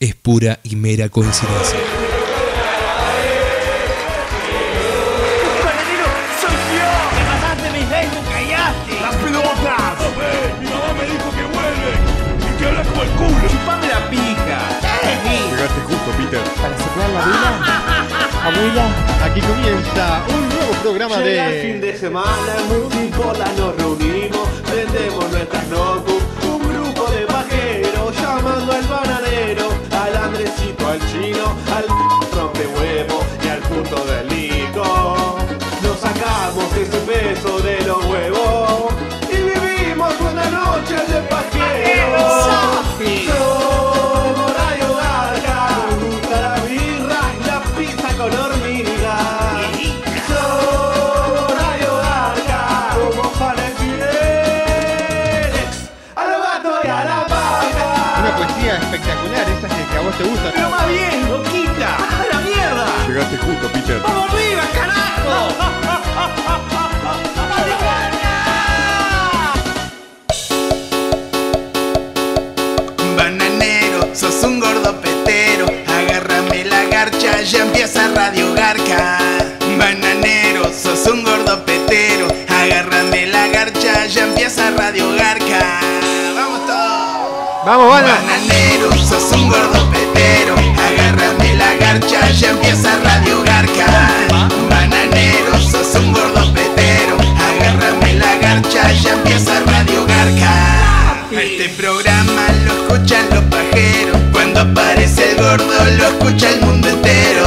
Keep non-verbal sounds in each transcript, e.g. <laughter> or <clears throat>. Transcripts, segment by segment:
es pura y mera coincidencia. ¡Panadero, soy yo! ¡Me mataste mis leyes, me callaste! ¡Las pelotas! ¡Mi mamá me dijo que vuelve! ¡Y que habla como el culo! ¡Chupame la pija! Llegaste justo, Peter. Para soplar la vela, abuela, Aquí comienza un nuevo programa Llega el fin de... de semana, en multipola nos reunimos, prendemos nuestras notebooks, un grupo de vaqueros llamando al bananero, al andrecito, al chino, al rompe huevo y al puto del licor. Nos sacamos ese peso de los huevos y vivimos una noche de vaqueros. Somos Radio Garca, nos gusta la birra y la pizza con hormigas. Somos Radio Garca, como fanes fieles a los gatos y a la Una vaca. poesía espectacular, esas que, que a vos te gustan. ¡Pero más bien, loquita! ¡A la mierda! Llegaste justo, Peter. ¡Vamos arriba, carajo! Bananero, sos un gordo petero, agárrame la garcha, ya empieza Radio Garca. Bananero, sos un gordo petero, agárrame la garcha, ya empieza Radio Garca. Vamos todos. ¡Vamos, banda! Bananero, sos un gordo petero, agárrame la garcha, ya empieza Radio Garca. Bananero, sos un gordo petero, agárrame la garcha, ya empieza Radio Garca. A Este programa lo escuchan los pajeros, cuando aparece el gordo lo escucha el mundo entero.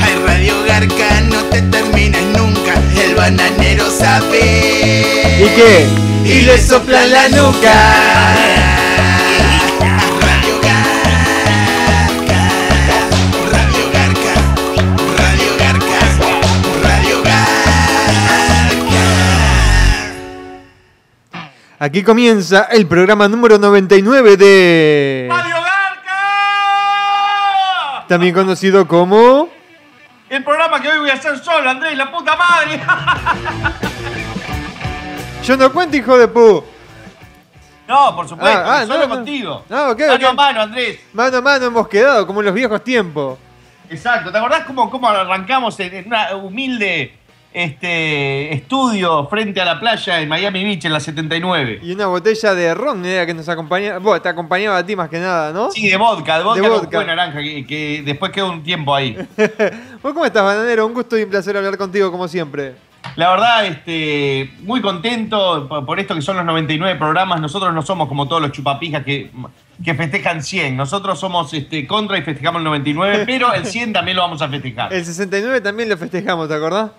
Hay Radio Garca, no te terminas nunca, el bananero sabe. ¿Y qué? Y le sopla la nuca. Radio Garca, Radio Garca, Radio Garca, Radio Garca. Aquí comienza el programa número 99 de... ¡Radio Garca! También conocido como... ¡Ah! El programa que hoy voy a hacer solo, Andrés, la puta madre. <laughs> Yo no cuento, hijo de pu. No, por supuesto, Ah, ah, solo no, no. contigo. Ah, ok, Mano ok. a mano, Andrés. Mano a mano hemos quedado, como en los viejos tiempos. Exacto, ¿te acordás cómo, cómo arrancamos en, en una humilde este, estudio frente a la playa en Miami Beach en la 79? Y una botella de ron era que nos acompañaba... Bueno, te acompañaba a ti más que nada, ¿no? Sí, de vodka, de vodka, De con vodka. jugo de naranja, que, que después quedó un tiempo ahí. ¿Vos cómo estás, bananero? Un gusto y un placer hablar contigo, como siempre. La verdad, este, muy contento por, por esto que son los 99 programas. Nosotros no somos como todos los chupapijas que, que festejan 100. Nosotros somos este, contra y festejamos el 99, <laughs> pero el 100 también lo vamos a festejar. El 69 también lo festejamos, ¿te acordás?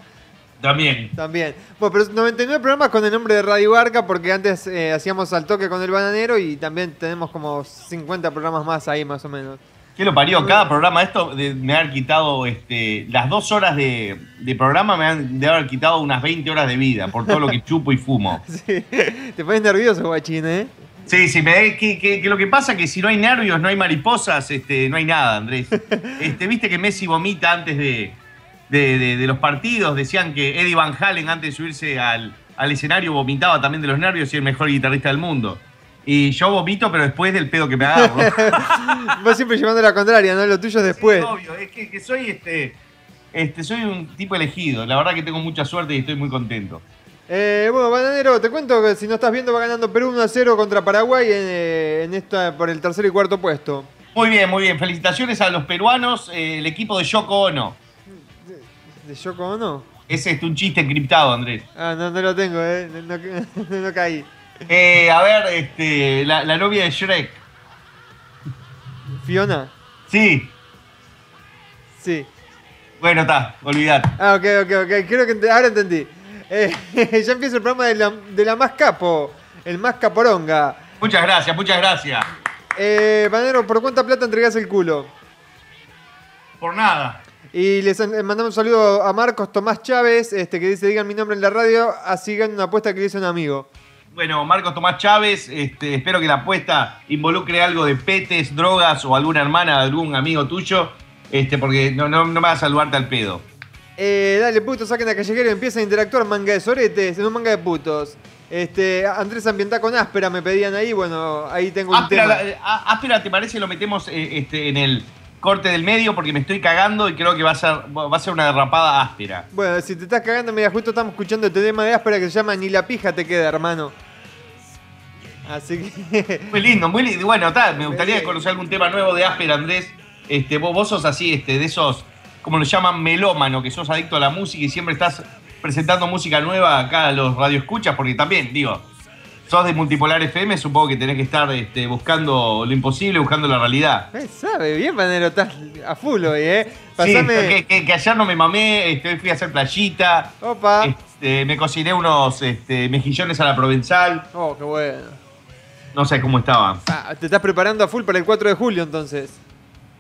También. También. Bueno, pero 99 programas con el nombre de Radio Barca porque antes eh, hacíamos al toque con el bananero y también tenemos como 50 programas más ahí más o menos. <laughs> ¿Qué lo parió? Cada programa de esto de- me han quitado este, las dos horas de, de programa, me han de haber quitado unas 20 horas de vida por todo lo <laughs> que chupo y fumo. Sí. Te pones nervioso, guachín, ¿eh? Sí, sí, me, eh, que, que- que lo que pasa es que si no hay nervios, no hay mariposas, este, no hay nada, Andrés. Este, Viste que Messi vomita antes de, de- de- de los partidos. Decían que Eddie Van Halen, antes de subirse al, al escenario, vomitaba también de los nervios y el mejor guitarrista del mundo. Y yo vomito, pero después del pedo que me agarro. Vos siempre llevando la contraria, ¿no? Lo tuyo es después. Sí, obvio, es que, que soy este. Este, soy un tipo elegido, la verdad que tengo mucha suerte y estoy muy contento. Eh, bueno, bananero, te cuento que si no estás viendo va ganando Perú 1 a 0 contra Paraguay en, eh, en esta, por el tercer y cuarto puesto. Muy bien, muy bien. Felicitaciones a los peruanos, eh, el equipo de Yoko Ono. ¿De Yoko Ono? Es este, un chiste encriptado, Andrés. Ah, no, no lo tengo, ¿eh? No, <laughs> no- no caí. Eh, a ver, este, la, la novia de Shrek. Fiona, Sí, sí. bueno, está, olvidate. Ah, ok, ok, ok. Creo que ent- ahora entendí. Eh, <laughs> ya empieza el programa de la, de la más capo, el más caporonga. Muchas gracias, muchas gracias. Eh, Banero, ¿por cuánta plata entregás el culo? por nada. Y les eh, mandamos un saludo a Marcos Tomás Chávez, este, que dice, digan mi nombre en la radio, así ganan una apuesta que le hizo un amigo. Bueno, Marcos Tomás Chávez, este, espero que la apuesta involucre algo de petes, drogas o alguna hermana de algún amigo tuyo, este, porque no, no, no me vas a saludarte al pedo. Eh, dale, puto, saquen a callejero y empiezan a interactuar manga de soretes, en un manga de putos. Este, Andrés ambientá con áspera, me pedían ahí, bueno, ahí tengo un Áspera, tema. la- eh, á- áspera, ¿te parece? Lo metemos eh, este, en el corte del medio porque me estoy cagando y creo que va a ser, va a ser una derrapada áspera. Bueno, si te estás cagando, mira, justo estamos escuchando este tema de áspera que se llama Ni la pija te queda, hermano. Así que. <laughs> Muy lindo, muy lindo. Bueno, ta, me gustaría conocer algún tema nuevo de áspera, Andrés. Este, vos, vos sos así, este, de esos, como lo llaman, melómano, que sos adicto a la música y siempre estás presentando música nueva acá a los radioescuchas, porque también, digo, sos de Multipolar FM, supongo que tenés que estar este, buscando lo imposible, buscando la realidad. Eh, sabe, bien, panero, estás a full hoy, eh. Sí, Pasame. que, que- que ayer no me mamé, este, hoy fui a hacer playita, Opa. este, me cociné unos este, mejillones a la provenzal, Oh, qué bueno. no sé cómo estaban. Ah, te estás preparando a full para el 4 de julio entonces.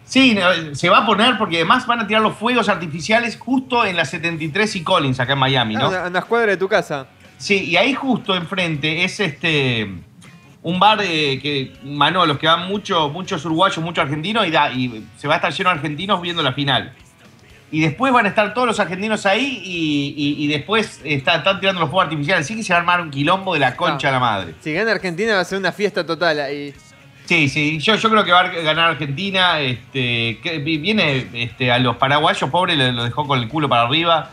Sí, no, se va a poner porque además van a tirar los fuegos artificiales justo en la 73 y Collins acá en Miami, Ah, ¿no? una- una escuadra de tu casa. Sí, y ahí justo enfrente es este un bar eh, que Manolos que van muchos muchos uruguayos, muchos argentinos y, da- y se va a estar lleno de argentinos viendo la final. Y después van a estar todos los argentinos ahí y, y- y después está- están tirando los fuegos artificiales. Así que se va a armar un quilombo de la concha a la madre. Si gana Argentina va a ser una fiesta total ahí. Sí, sí, yo, yo creo que va a ganar Argentina. Este, que vi- viene este, a los paraguayos, pobre, lo, lo dejó con el culo para arriba.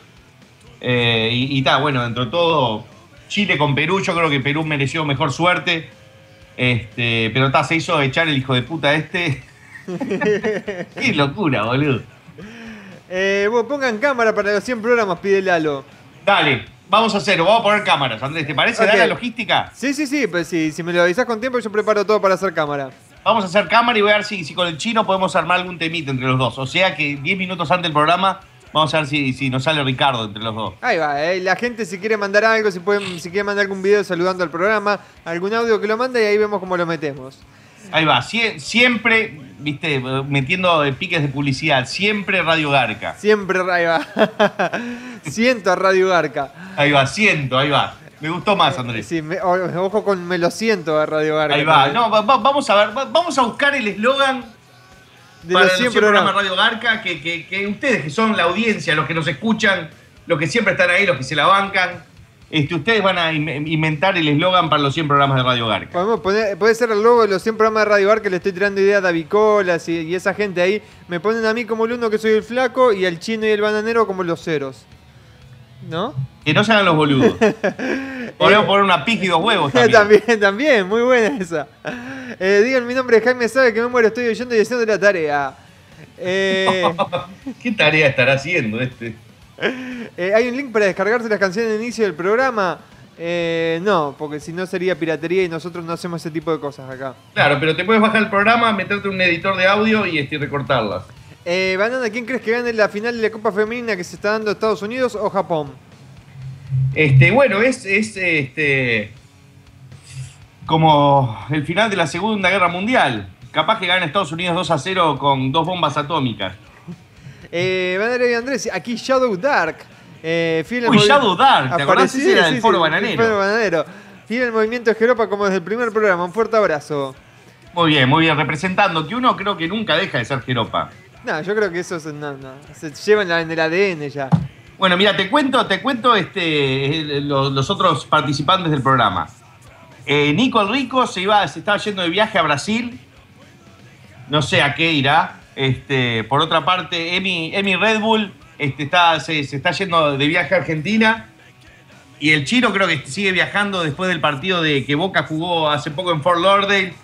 Eh, y está, bueno, dentro de todo, Chile con Perú, yo creo que Perú mereció mejor suerte. Este, pero está, se hizo echar el hijo de puta este. Qué locura, boludo. Eh, bueno, pongan cámara para los 100 programas, pide Lalo. Dale, vamos a hacerlo, vamos a poner cámaras, Andrés. ¿Te parece? Dale Ok. la logística. Sí, sí, sí, pues sí, si me lo avisás con tiempo yo preparo todo para hacer cámara. Vamos a hacer cámara y voy a ver si, si con el chino podemos armar algún temita entre los dos. O sea que 10 minutos antes del programa vamos a ver si, si nos sale Ricardo entre los dos. Ahí va, eh, la gente si quiere mandar algo, si, pueden, si quiere mandar algún video saludando al programa, algún audio que lo manda y ahí vemos cómo lo metemos. Ahí va, Sie- siempre, viste, metiendo eh, piques de publicidad, siempre Radio Garca. Siempre, ahí va. <laughs> Siento a Radio Garca. Ahí va, siento, ahí va. Me gustó más, Andrés. Sí, me- o- ojo con me lo siento a Radio Garca. Ahí va, también. no, va- va- vamos a ver, va- vamos a buscar el eslogan De para los los 100 siempre programas Radio Garca, que, que- que ustedes que son la audiencia, los que nos escuchan, los que siempre están ahí, los que se la bancan, este, ustedes van a in- inventar el eslogan para los 100 programas de Radio Garca. Podemos poner, puede ser el logo de los 100 programas de Radio Bar que le estoy tirando ideas a Davicolas y, y esa gente ahí. Me ponen a mí como el uno que soy el flaco y al chino y el bananero como los ceros. ¿No? Que no se hagan los boludos. Podemos poner una pija y dos huevos también. <laughs> también, también, muy buena esa. Eh, digan, mi nombre es Jaime Sabe que me muero, estoy oyendo y haciendo la tarea. Eh, <laughs> ¿Qué tarea estará haciendo este? eh, hay un link para descargarse las canciones de inicio del programa. Eh, no, porque si no sería piratería y nosotros no hacemos ese tipo de cosas acá. Claro, pero te puedes bajar el programa, meterte un editor de audio y este, recortarla. Eh, Banana, ¿quién crees que gane la final de la Copa Femenina que se está dando Estados Unidos o Japón? Este, bueno, es, es este, como el final de la Segunda Guerra Mundial. Capaz que gana Estados Unidos 2 a 0 con dos bombas atómicas. Eh, Bananero y Andrés, aquí Shadow Dark. Eh, fiel al Uy, movi- Shadow Dark, ¿te acordás? Apareció- Ese era sí, del sí, Foro sí, Bananero. del Foro Bananero. Fiel al movimiento de Jeropa como desde el primer programa. Un fuerte abrazo. Muy bien, muy bien, representando que uno creo que nunca deja de ser jeropa. No, yo creo que eso es, no, no, se llevan la- en el ADN ya. Bueno, mira, te cuento, te cuento este, el- lo- los, otros participantes del programa. Eh, Nico el Rico se, iba, se estaba yendo de viaje a Brasil. No sé a qué irá. Este, por otra parte, Emi, Emi Red Bull este, está, se, se está yendo de viaje a Argentina. Y el Chino creo que sigue viajando después del partido de que Boca jugó hace poco en Fort Lauderdale.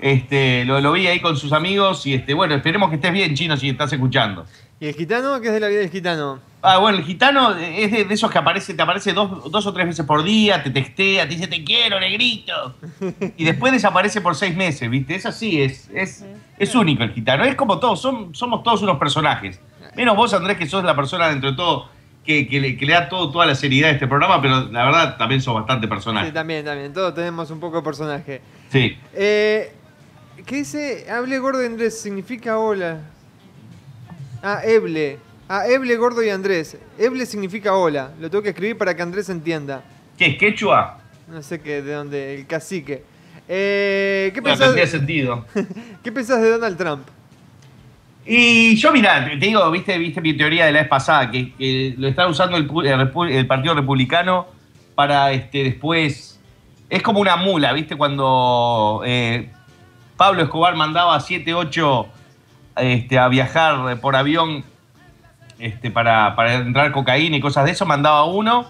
Este, lo, lo vi ahí con sus amigos. Y este, bueno, esperemos que estés bien, Chino, si estás escuchando. ¿Y el gitano? ¿Qué es de la vida del gitano? Ah, bueno, el gitano es de, de esos que aparece, te aparece dos, dos o tres veces por día, te textea, te dice te quiero, negrito. Y después desaparece por seis meses, ¿viste? Es así, es, es, es único el gitano. Es como todos, son- somos todos unos personajes. Menos vos, Andrés, que sos la persona dentro de todo que, que le, que le da todo, toda la seriedad a este programa, pero la verdad también sos bastante Sí, personaje. también, también. Todos tenemos un poco de personaje. Sí. Eh, ¿Qué dice? Hable gordo Andrés, significa hola. Ah, Eble. Ah, Eble, Gordo y Andrés. Eble significa hola. Lo tengo que escribir para que Andrés entienda. ¿Qué es quechua? No sé qué, de dónde, el cacique. Eh, ¿qué, Bueno, pensás, tendría sentido. ¿Qué pensás de Donald Trump? Y yo, mira, te digo, viste, viste mi teoría de la vez pasada, que, que lo está usando el, pu- el repu- el Partido Republicano para este, después. Es como una mula, viste, cuando eh, Pablo Escobar mandaba a 7, 8 este, a viajar por avión este, para, para entrar cocaína y cosas de eso, mandaba uno,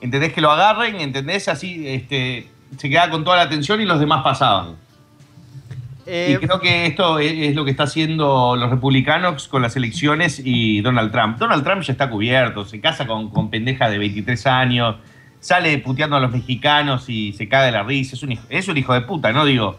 entendés que lo agarren, entendés, así este, se quedaba con toda la atención y los demás pasaban. Eh, Y creo que esto es es lo que está haciendo los republicanos con las elecciones y Donald Trump. Donald Trump ya está cubierto, se casa con, con pendeja de 23 años, sale puteando a los mexicanos y se caga de la risa. Es un, hijo- es un hijo de puta, ¿no? Digo,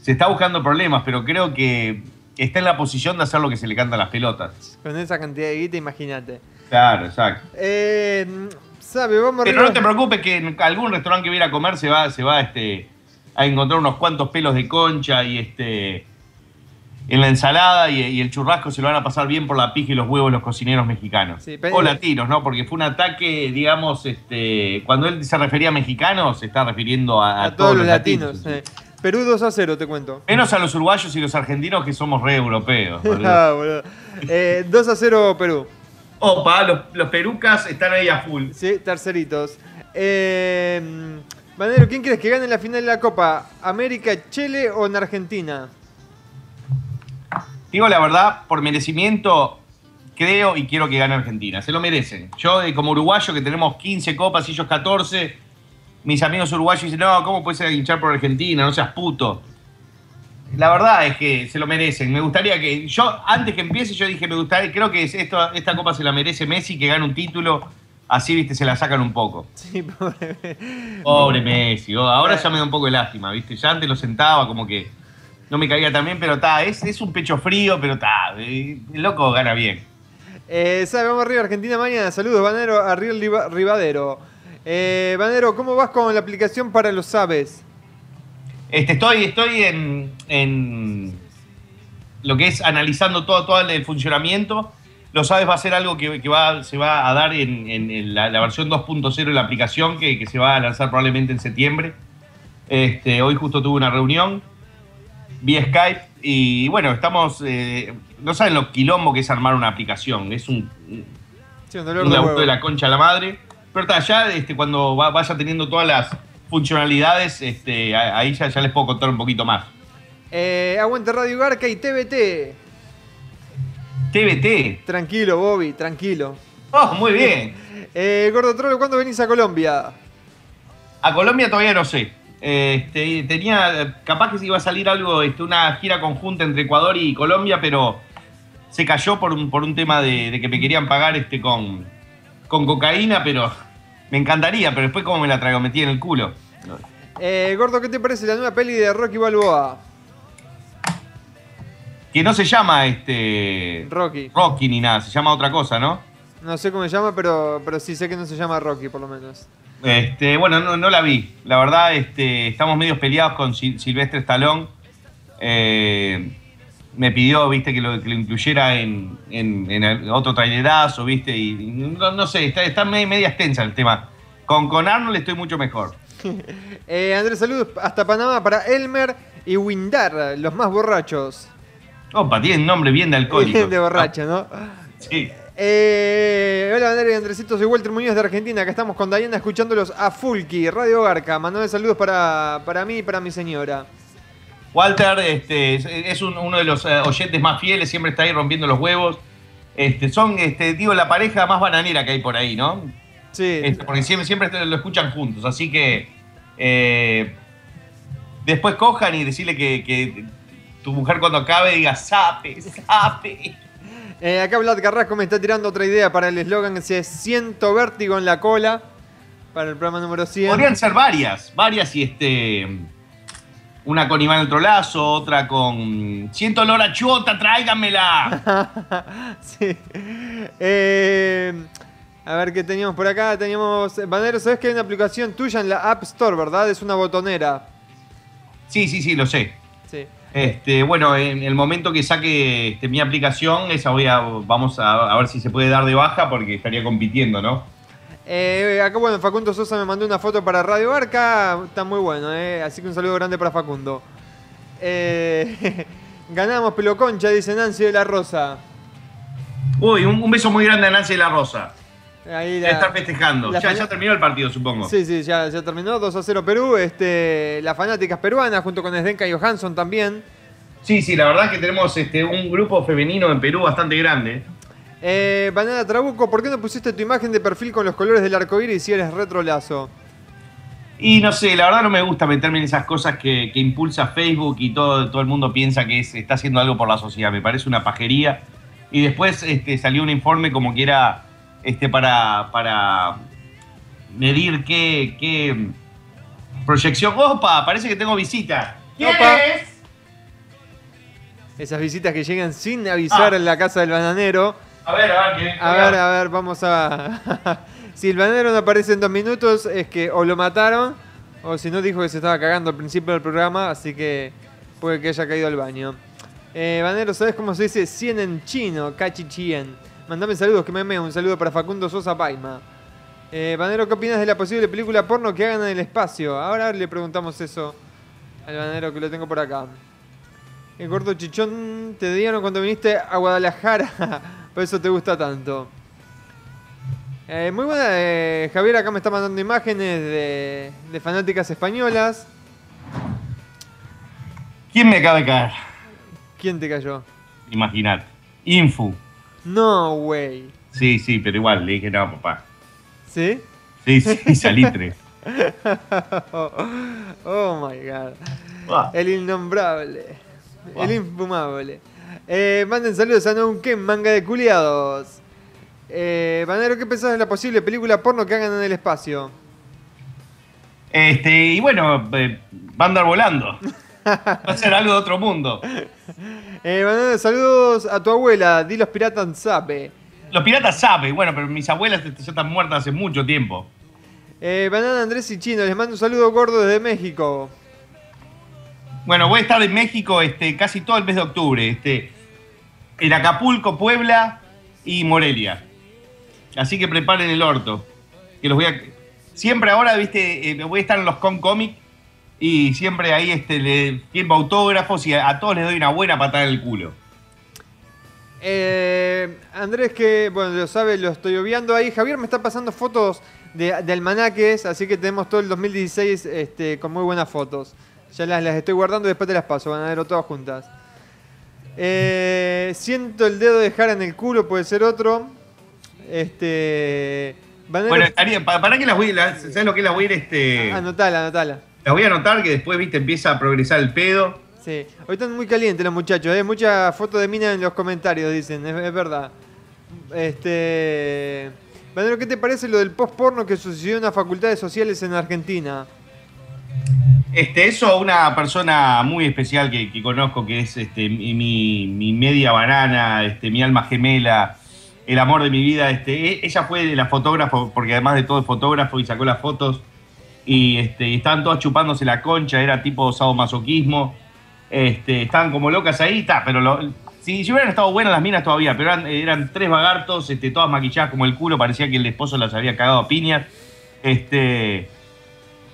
se está buscando problemas, pero creo que está en la posición de hacer lo que se le canta a las pelotas. Con esa cantidad de guita, imagínate. Claro, exacto. Eh, ¿Sabe? Vamos Pero no te arriba. preocupes que en algún restaurante que viera a comer se va, se va este, a encontrar unos cuantos pelos de concha y este en la ensalada y, y el churrasco se lo van a pasar bien por la pija y los huevos los cocineros mexicanos. Sí, pero- o latinos, ¿no? Porque fue un ataque, digamos, este, cuando él se refería a mexicanos, se está refiriendo a, a, todos los latinos. eh. Perú 2 a 0, te cuento. Menos a los uruguayos y los argentinos que somos re <laughs> europeos. boludo. Ah, boludo. Eh, 2 a 0 Perú. Opa, los, los perucas están ahí a full. Sí, terceritos. Eh, Manero, ¿quién crees que gane la final de la Copa? ¿América, Chile o en Argentina? <laughs> Digo la verdad, por merecimiento, creo y quiero que gane Argentina. Se lo merecen. Yo, eh, como uruguayo, que tenemos 15 copas, ellos 14, mis amigos uruguayos dicen, no, ¿cómo puedes hinchar por Argentina? No seas puto. La verdad es que se lo merecen. Me gustaría que. Yo, antes que empiece, yo dije, me gustaría, creo que es esto, esta copa se la merece Messi, que gane un título. Así, viste, se la sacan un poco. Sí, pobre. Pobre Messi, oh, ahora ya me da un poco de lástima, ¿viste? Ya antes lo sentaba como que no me caía tan bien, pero está, es, es un pecho frío, pero está, eh, el loco gana bien. Eh, ¿Sabe? Vamos arriba, Argentina mañana. Saludos, Banero, arriba Riva- Rivadero. Eh, Banero, ¿cómo vas con la aplicación para los sabes? Este, estoy, estoy en, en lo que es analizando todo, todo el funcionamiento. Lo sabes, va a ser algo que, que va, se va a dar en, en- en la, la versión 2.0 de la aplicación que, que se va a lanzar probablemente en septiembre. Este, hoy justo tuve una reunión vía Skype y bueno, estamos... eh, no saben lo quilombo que es armar una aplicación. Es un, Sí, un dolor un de laburo huevo. de la concha a la madre. Pero está, ya este, cuando va- vaya teniendo todas las funcionalidades, este, a- ahí ya, ya les puedo contar un poquito más. Eh, aguante Radio Garca y TBT. TBT. Tranquilo, Bobby, tranquilo. Oh, muy bien. Eh, Gordo Trollo, ¿cuándo venís a Colombia? A Colombia todavía no sé. Este, tenía, capaz que se iba a salir algo, este, una gira conjunta entre Ecuador y Colombia, pero se cayó por un, por un tema de, de que me querían pagar este, con, con cocaína, pero me encantaría, pero después cómo me la traigo, metí en el culo. Eh, Gordo, ¿qué te parece la nueva peli de Rocky Balboa? Que no se llama este Rocky. Rocky ni nada, se llama otra cosa, ¿no? No sé cómo se llama, pero, pero sí sé que no se llama Rocky, por lo menos. Este, bueno, no, no la vi. La verdad, este, estamos medio peleados con Sil- Silvestre Stallone. Eh, me pidió, viste, que lo, que lo incluyera en, en- en el otro trailerazo, viste, y y no, no sé, está, está me- media extensa el tema. Con, con Arnold estoy mucho mejor. Eh, Andrés, saludos hasta Panamá para Elmer y Windar, los más borrachos. Opa, tiene nombre bien de alcohólico. <laughs> de borracho, ¿no? Ah, sí. Eh, hola, Andrés y Andresito, soy Walter Muñoz de Argentina. Acá estamos con Dayana escuchándolos a Fulki, Radio Garca. Mandame saludos para, para mí y para mi señora. Walter este, es- es un- uno de los eh, oyentes más fieles, siempre está ahí rompiendo los huevos. Este, son, este, digo, la pareja más bananera que hay por ahí, ¿no? Sí, Este, porque siempre, siempre lo escuchan juntos, así que eh, después cojan y decirle que, que tu mujer cuando acabe diga sape, sape. Eh, acá Vlad Carrasco me está tirando otra idea para el eslogan que dice siento vértigo en la cola para el programa número 100. Podrían ser varias, varias y este. Una con Iván el Trolazo, otra con. Siento olor a chota, tráiganmela. <laughs> Sí. Eh, a ver qué teníamos por acá. Teníamos. Banero, ¿sabes que hay una aplicación tuya en la App Store, verdad? Es una botonera. Sí, sí, sí, lo sé. Sí. Este, bueno, en el momento que saque este, mi aplicación, esa voy a, vamos a, a ver si se puede dar de baja porque estaría compitiendo, ¿no? Eh, acá, bueno, Facundo Sosa me mandó una foto para Radio Arca. Está muy bueno, eh. Así que un saludo grande para Facundo. Eh, <laughs> ganamos peloconcha, dice Nancy de la Rosa. Uy, un, un beso muy grande a Nancy de la Rosa. Ahí Debe estar festejando. la Ya, falla- ya terminó el partido, supongo. Sí, sí, ya, ya terminó. 2 a 0 Perú. Este, las fanáticas peruanas, junto con Esdenka y Johansson también. Sí, sí, la verdad es que tenemos este, un grupo femenino en Perú bastante grande. Eh, Banana Trabuco, ¿por qué no pusiste tu imagen de perfil con los colores del arco iris si eres retrolazo? Y no sé, la verdad no me gusta meterme en esas cosas que, que impulsa Facebook y todo, todo el mundo piensa que es- está haciendo algo por la sociedad. Me parece una pajería. Y después este, salió un informe como que era este, para, para medir qué, qué proyección. ¡Opa! Parece que tengo visita. ¿Quién Opa. es? Esas visitas que llegan sin avisar Ah. en la casa del bananero. A ver, a ver. que- A ver, a ver, vamos a. <laughs> si el bananero no aparece en dos minutos, es que o lo mataron, o si no, dijo que se estaba cagando al principio del programa, así que puede que haya caído al baño. Eh, bananero, ¿sabes cómo se dice 100 en chino? Cachichien. Mandame saludos, que meme. Un saludo para Facundo Sosa Paima. Eh, bananero, ¿qué opinas de la posible película porno que hagan en el espacio? Ahora le preguntamos eso al bananero que lo tengo por acá. El gordo chichón te dieron cuando viniste a Guadalajara. <laughs> Por eso te gusta tanto. Eh, muy buena. eh, Javier acá me está mandando imágenes de, de fanáticas españolas. ¿Quién me acaba de caer? ¿Quién te cayó? Imaginar. Infu. No, güey. Sí, sí, pero igual le dije, no, papá. ¿Sí? <laughs> Sí, sí, <laughs> salitre. oh my god. Ah. El innombrable. Wow. El infumable. Eh, manden saludos a Neuquén, manga de culiados. Eh, Banero, ¿qué pensás de la posible película porno que hagan en el espacio? Este, y bueno, eh, va a andar volando. Va a ser algo de otro mundo. Eh, mandale saludos a tu abuela, di los piratas sabe. Los piratas saben, bueno, pero mis abuelas este, ya están muertas hace mucho tiempo. Eh, Banana Andrés y Chino, les mando un saludo gordo desde México. Bueno, voy a estar en México este, casi todo el mes de octubre. Este, en Acapulco, Puebla y Morelia. Así que preparen el orto. Que los voy a. Siempre ahora, viste, eh, voy a estar en los con comic y siempre ahí este, le tiempo autógrafos y a, a todos les doy una buena patada en el culo. Eh, Andrés, que bueno, lo sabe, lo estoy obviando ahí. Javier me está pasando fotos de, de almanaques, así que tenemos todo el 2016 este, con muy buenas fotos. Ya las, las estoy guardando y después te las paso, van a verlo todas juntas. Eh, siento el dedo de Jara en el culo, puede ser otro. Este. Bananero- Bueno, estaría, pa- para, que las voy, las- ¿sabes lo que es? las voy a ir este. anotala, anotala. Las voy a anotar que después, viste, empieza a progresar el pedo. Sí, hoy están muy calientes los muchachos, ¿eh? mucha foto de mina en los comentarios, dicen, es, es verdad. Este. Bandero, ¿qué te parece lo del post porno que sucedió en las facultades sociales en Argentina? Este, eso, una persona muy especial que, que conozco, que es este, mi, mi- mi media banana, este, mi alma gemela, el amor de mi vida. Este, e- ella fue de la fotógrafo, porque además de todo es fotógrafo y sacó las fotos. Y, este, y estaban todas chupándose la concha, era tipo sadomasoquismo. Este, estaban como locas ahí, está, pero lo- si, si hubieran estado buenas las minas todavía, pero eran, eran tres vagartos, este, todas maquilladas como el culo, parecía que el esposo las había cagado a piñas. Este,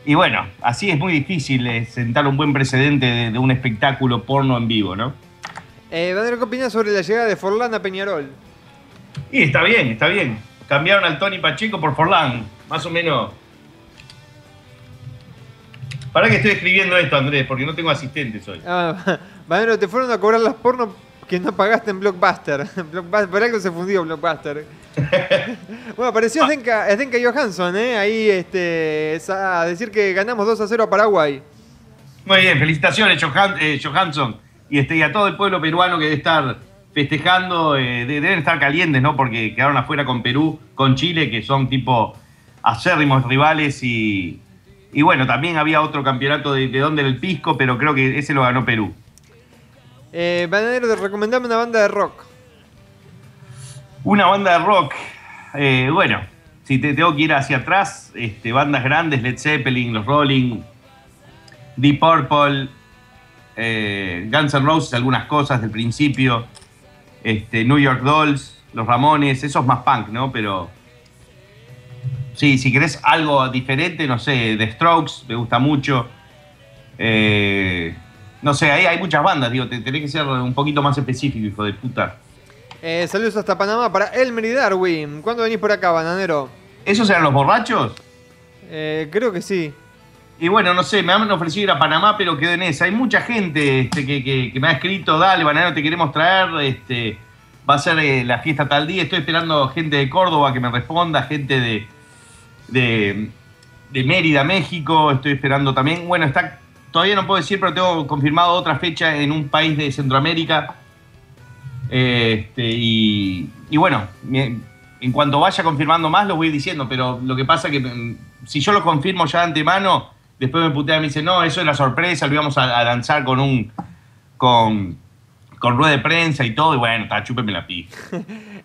y bueno, así es muy difícil eh, sentar un buen precedente de, de un espectáculo porno en vivo, ¿no? Eh, Bandero, ¿qué opinas sobre la llegada de Forlán a Peñarol? Y está bien, está bien. Cambiaron al Tony Pacheco por Forlán, más o menos. Para que estoy escribiendo esto, Andrés, porque no tengo asistentes hoy. Ah, <laughs> Bandero, te fueron a cobrar las porno que no pagaste en Blockbuster. <laughs> Blockbuster por algo se fundió Blockbuster. <laughs> bueno, apareció Zdenka, Zdenka Johansson, ¿eh? ahí este, es a decir que ganamos 2 a 0 a Paraguay. Muy bien, felicitaciones, Johan- eh, Johansson. Y, este, y a todo el pueblo peruano que debe estar festejando, eh, de- deben estar calientes, ¿no? Porque quedaron afuera con Perú, con Chile, que son tipo acérrimos rivales. Y, y bueno, también había otro campeonato de, de donde el Pisco, pero creo que ese lo ganó Perú. Eh, Bananero, te recomendame una banda de rock. Una banda de rock, eh, bueno, si te tengo que ir hacia atrás, este, bandas grandes, Led Zeppelin, los Rolling, Deep Purple, eh, Guns N' Roses, algunas cosas del principio, este, New York Dolls, Los Ramones, eso es más punk, ¿no? Pero sí, si querés algo diferente, no sé, The Strokes, me gusta mucho. Eh, no sé, ahí hay muchas bandas, digo, te, tenés que ser un poquito más específico, hijo de puta. Eh, saludos hasta Panamá para Elmer y Darwin. ¿Cuándo venís por acá, bananero? ¿Esos eran los borrachos? Eh, creo que sí. Y bueno, no sé, me han ofrecido ir a Panamá, pero quedó en esa. Hay mucha gente este, que, que- que me ha escrito, dale, bananero, te queremos traer, este, va a ser eh, la fiesta tal día. Estoy esperando gente de Córdoba que me responda, gente de, de, de Mérida, México, estoy esperando también. Bueno, está todavía no puedo decir, pero tengo confirmado otra fecha en un país de Centroamérica. Este, y, y bueno, me- en cuanto vaya confirmando más, lo voy diciendo, pero lo que pasa que mm, si yo lo confirmo ya de antemano, después me putea y me dice, no, eso es la sorpresa, lo íbamos a, a lanzar con un. con. con rueda de prensa y todo, y bueno, está, chúpeme la pija.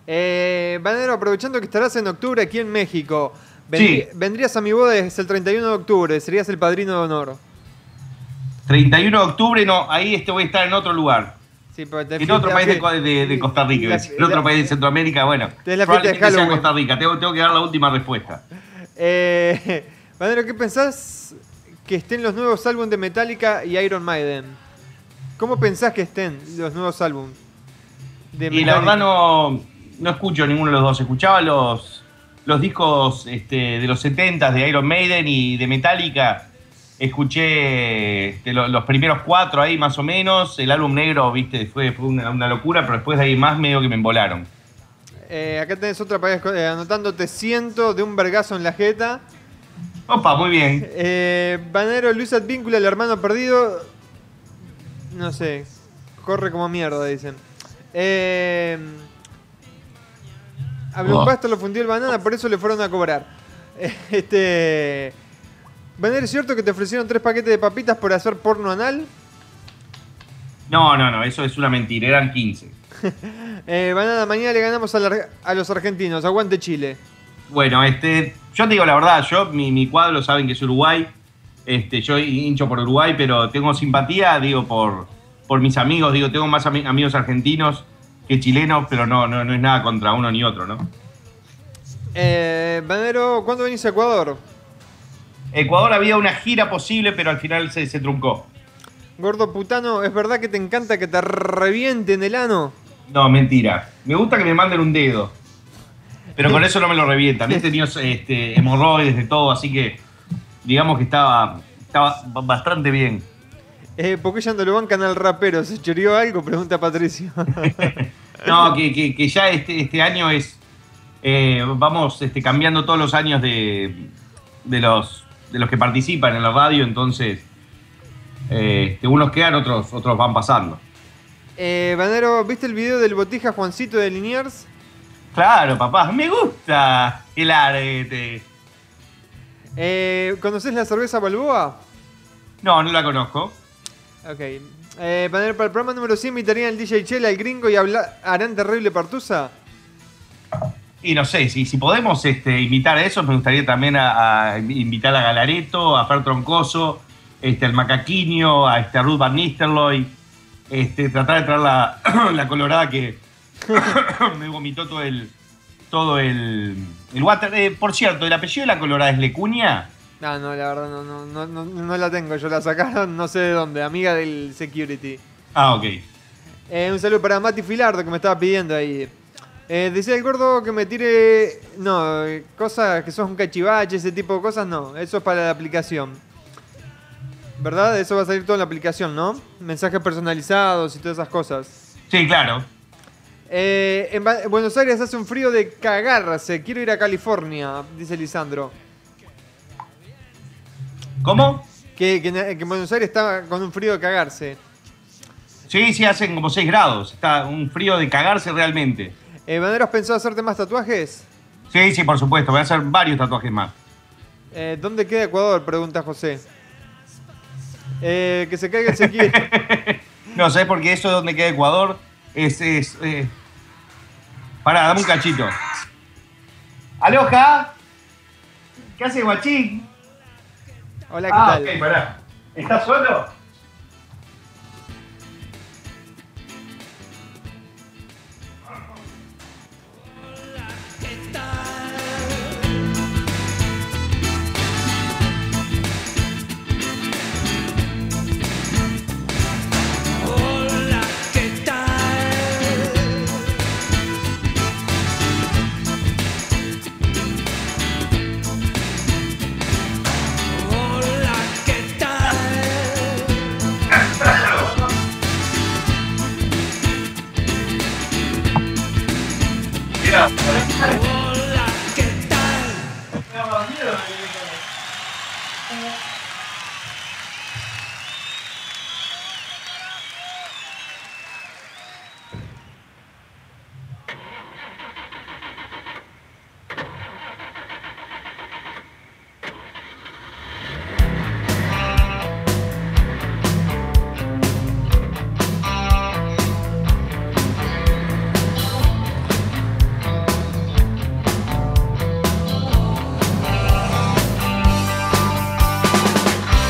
Eh, bananero, aprovechando que estarás en octubre aquí en México, vendrí- Sí. vendrías a mi boda es el 31 de octubre, serías el padrino de honor. 31 de octubre, no, ahí este voy a estar en otro lugar. Sí, pues, pero te- En otro te- país de, Co- de- de Costa Rica, iba a La- decir. en otro la- país de Centroamérica, bueno. Es la fiesta de probablemente sea Halloween. Costa Rica, tengo, tengo que dar la última respuesta. Eh, <laughs> Banero, ¿qué pensás que estén los nuevos álbumes de Metallica y Iron Maiden? ¿Cómo pensás que estén los nuevos álbumes? de Y la Metallica? verdad no, no escucho ninguno de los dos. Escuchaba los, los discos este, de los 70 de Iron Maiden y de Metallica. Escuché este, lo- los primeros cuatro ahí más o menos. El álbum negro, viste, fue, fue una, una locura, pero después de ahí más medio que me embolaron. Eh, acá tenés otra país eh, anotándote ciento de un vergazo en la jeta. Opa, muy bien. Eh, Banero, Luis Advíncula, el hermano perdido. No sé, corre como mierda, dicen. Eh, a Blockbuster lo fundió el banana, por eso le fueron a cobrar. <laughs> Eh, Este. Banero, ¿es cierto que te ofrecieron tres paquetes de papitas por hacer porno anal? No, no, no, eso es una mentira. Eran 15. Eh, banana, mañana le ganamos a, la- a los argentinos. Aguante Chile. Bueno, este, yo te digo la verdad, yo, mi, mi cuadro saben que es Uruguay, este, yo hincho por Uruguay, pero tengo simpatía, digo, por, por mis amigos, digo, tengo más ami- amigos argentinos que chilenos, pero no, no, no es nada contra uno ni otro, ¿no? Eh, Banero, ¿cuándo venís a Ecuador? Ecuador había una gira posible, pero al final se, se truncó. Gordo putano, ¿es verdad que te encanta que te revienten el ano? No, mentira. Me gusta que me manden un dedo. Pero con eso no me lo revientan. He tenido este, hemorroides de todo, así que digamos que estaba, estaba bastante bien. Eh, ¿Por qué ya no lo bancan al rapero? ¿Se choreó algo? Pregunta Patricio. <laughs> No, que, que- que ya este, este año es. eh, vamos este, cambiando todos los años de, de los, de los que participan en la radio, entonces. eh, este, unos quedan, otros, otros van pasando. eh, Banero, ¿viste el video del botija Juancito de Liniers? Claro, papá, me gusta el arete. Eh, ¿Conoces la cerveza Balboa? No, no la conozco. Ok. Eh, Banero, para el programa número 100 invitarían al DJ Chela, al gringo y habla- harán terrible partusa. Y no sé, si, si podemos este, invitar a esos, me gustaría también a, a invitar a Galareto, a Fer Troncoso, este, al Macaquiño, a este, a Ruth Van Nistelrooy, este, tratar de traer la, <clears throat> la colorada que <coughs> me vomitó todo el. todo el. el water. Eh, por cierto, el apellido de la colorada es Lecuña. No, Ah, no, la verdad no, no, no, no, no la tengo. Yo la sacaron no sé de dónde. Amiga del security. Ah, ok. Eh, un saludo para Mati Filardo que me estaba pidiendo ahí. Eh, decía el gordo que me tire. No, eh, cosas que sos un cachivache, ese tipo de cosas, no. Eso es para la aplicación. ¿Verdad? Eso va a salir todo en la aplicación, ¿no? Mensajes personalizados y todas esas cosas. Sí, claro. Eh, en Ba- en Buenos Aires hace un frío de cagarse. Quiero ir a California, dice Lisandro. ¿Cómo? Que, que en- que en Buenos Aires está con un frío de cagarse. Sí, sí, hacen como 6 grados. Está un frío de cagarse realmente. Eh, ¿Banero, has pensado hacerte más tatuajes? Sí, sí, por supuesto. Voy a hacer varios tatuajes más. Eh, ¿Dónde queda Ecuador? Pregunta José. Eh, que se caiga <laughs> el security. No, ¿sabes por qué eso es donde queda Ecuador? Es. es eh. Pará, dame un cachito. ¡Aloja! ¿Qué hace guachín? Hola, ¿qué Ah, tal? ok, pará. ¿Estás solo?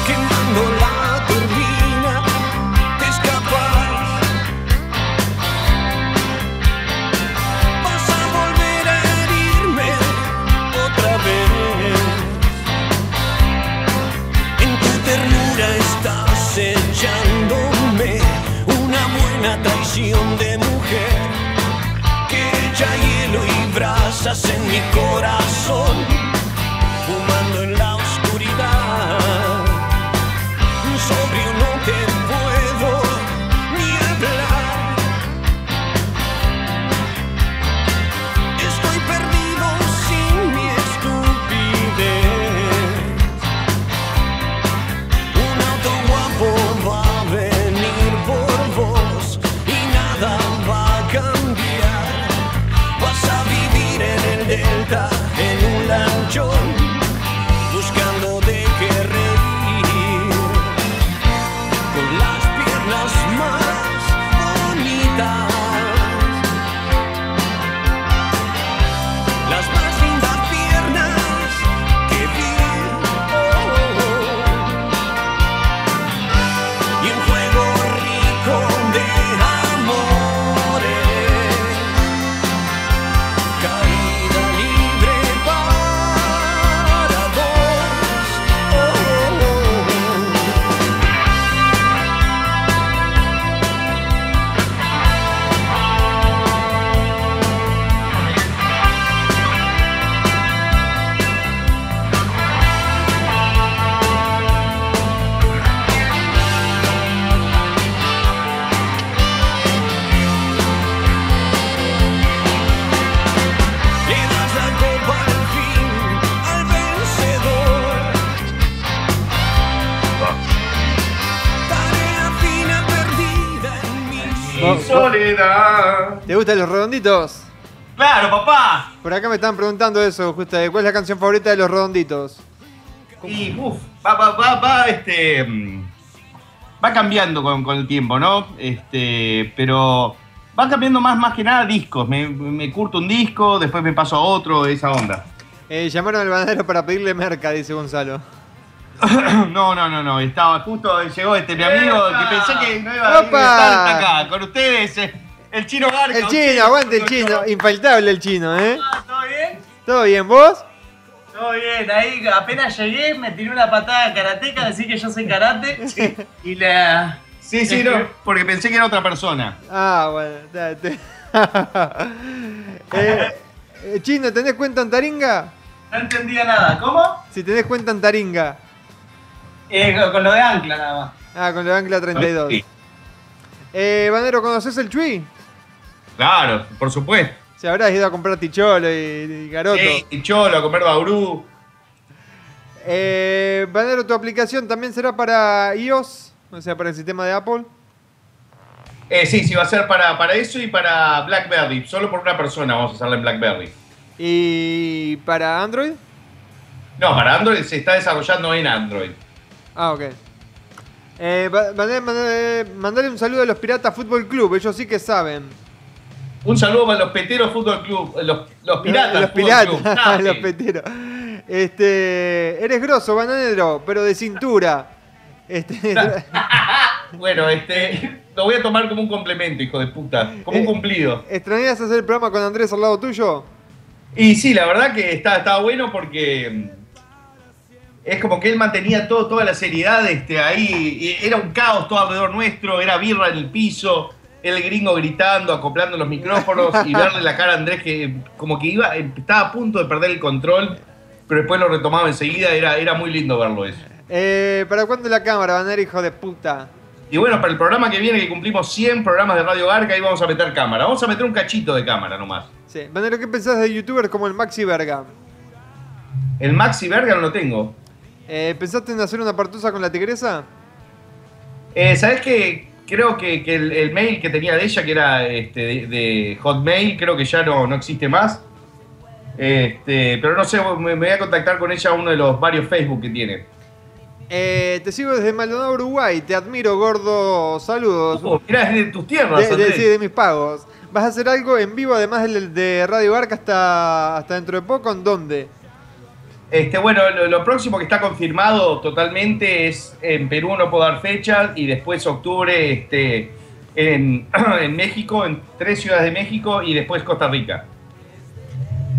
Quemando la turbina, te escapas. Vas a volver a herirme otra vez. En tu ternura estás echándome una buena traición de mujer que echa hielo y brasas en mi corazón, fumando en la oscuridad. Sobrio no te puedo ni hablar. Estoy perdido sin mi estupidez. Un auto guapo va a venir por vos y nada va a cambiar. Vas a vivir en el delta, en un lanchón. Buscando de qué reír con las piernas más bonitas, las más lindas piernas que vi. Oh, oh, oh. Y un juego rico de amores, caída libre para dos. Oh, oh, oh. Le das la copa al fin al vencedor. Tarea fina perdida en mis Mi soledad. ¿Te gustan los redonditos? Claro, papá. Por acá me están preguntando eso, justo. de ¿Cuál es la canción favorita de los redonditos? Y uff, va, va, va, va, este. mm, Va cambiando con, con el tiempo, ¿no? Este. Pero. Va cambiando más, más que nada discos. Me, me curto un disco, después me paso a otro, esa onda. Eh, llamaron al banadero para pedirle merca, dice Gonzalo. No, no, no, no. Estaba justo llegó este mi amigo que pensé que no iba a ¡Epa! estar acá con ustedes. eh, El chino Garca. El ustedes, chino, aguante el con- chino. Infaltable el chino, ¿eh? Ah, ¿Todo bien? ¿Todo bien, vos? Todo bien. Ahí apenas llegué, me tiró una patada karateca, decir que yo soy karate. Y la. Sí, sí, no. Porque pensé que era otra persona. Ah, bueno. ta- te- <laughs> Eh, eh, chino, ¿tenés cuenta en Taringa? No entendía nada. ¿Cómo? Eh, Si tenés cuenta en Taringa. con lo de ancla nada más. Ah, con el Ancla 32. Sí. Eh, Banero, ¿conoces el Chui? Claro, por supuesto. Se habrás ido a comprar ticholo y, y garoto. Sí, y cholo, a comer baurú. Eh, Banero, ¿tu aplicación también será para iOS? O sea, para el sistema de Apple. Eh, sí, sí, va a ser para, para eso y para Blackberry. Solo por una persona vamos a hacerla en Blackberry. ¿Y para Android? No, para Android se está desarrollando en Android. Ah, ok. Eh, ba- mandale, mandale- mandale un saludo a los Piratas Fútbol Club, ellos sí que saben. Un saludo para los peteros Fútbol Club, eh, los, los piratas. los Fútbol piratas, <laughs> Club. Ah, sí. los peteros. Este, eres grosso, bananero, pero de cintura. Este, Bueno, este, lo voy a tomar como un complemento, hijo de puta, como Eh. un cumplido. ¿Extrañas hacer el programa con Andrés al lado tuyo? Y sí, la verdad que está, está bueno porque mm, es como que él mantenía todo, toda la seriedad este, ahí. y Era un caos todo alrededor nuestro, era birra en el piso, el gringo gritando, acoplando los micrófonos y verle la cara a Andrés que como que iba, estaba a punto de perder el control, pero después lo retomaba enseguida. Era, era muy lindo verlo eso. Eh, ¿Para cuándo la cámara, bananero, hijo de puta? Y bueno, para el programa que viene, que cumplimos 100 programas de Radio Garca, ahí vamos a meter cámara. Vamos a meter un cachito de cámara nomás. Sí. Banero, ¿qué pensás de youtubers como el Maxi Verga? El Maxi Verga no lo tengo. Eh, ¿Pensaste en hacer una partusa con la tigresa? Eh, ¿Sabes qué? Creo que, que el, el mail que tenía de ella, que era este, de, de Hotmail, creo que ya no, no existe más. Este, pero no sé, me, me voy a contactar con ella a uno de los varios Facebook que tiene. Eh, te sigo desde Maldonado, Uruguay. Te admiro, gordo. Saludos. Oh, mirá, es de tus tierras, De, de- Andrés. sí, de mis pagos. ¿Vas a hacer algo en vivo además del- de Radio Barca hasta, hasta dentro de poco? ¿En dónde? Este, bueno, lo, lo próximo que está confirmado totalmente es en Perú, no puedo dar fecha, y después octubre este, en, <clears throat> en México, en tres ciudades de México y después Costa Rica.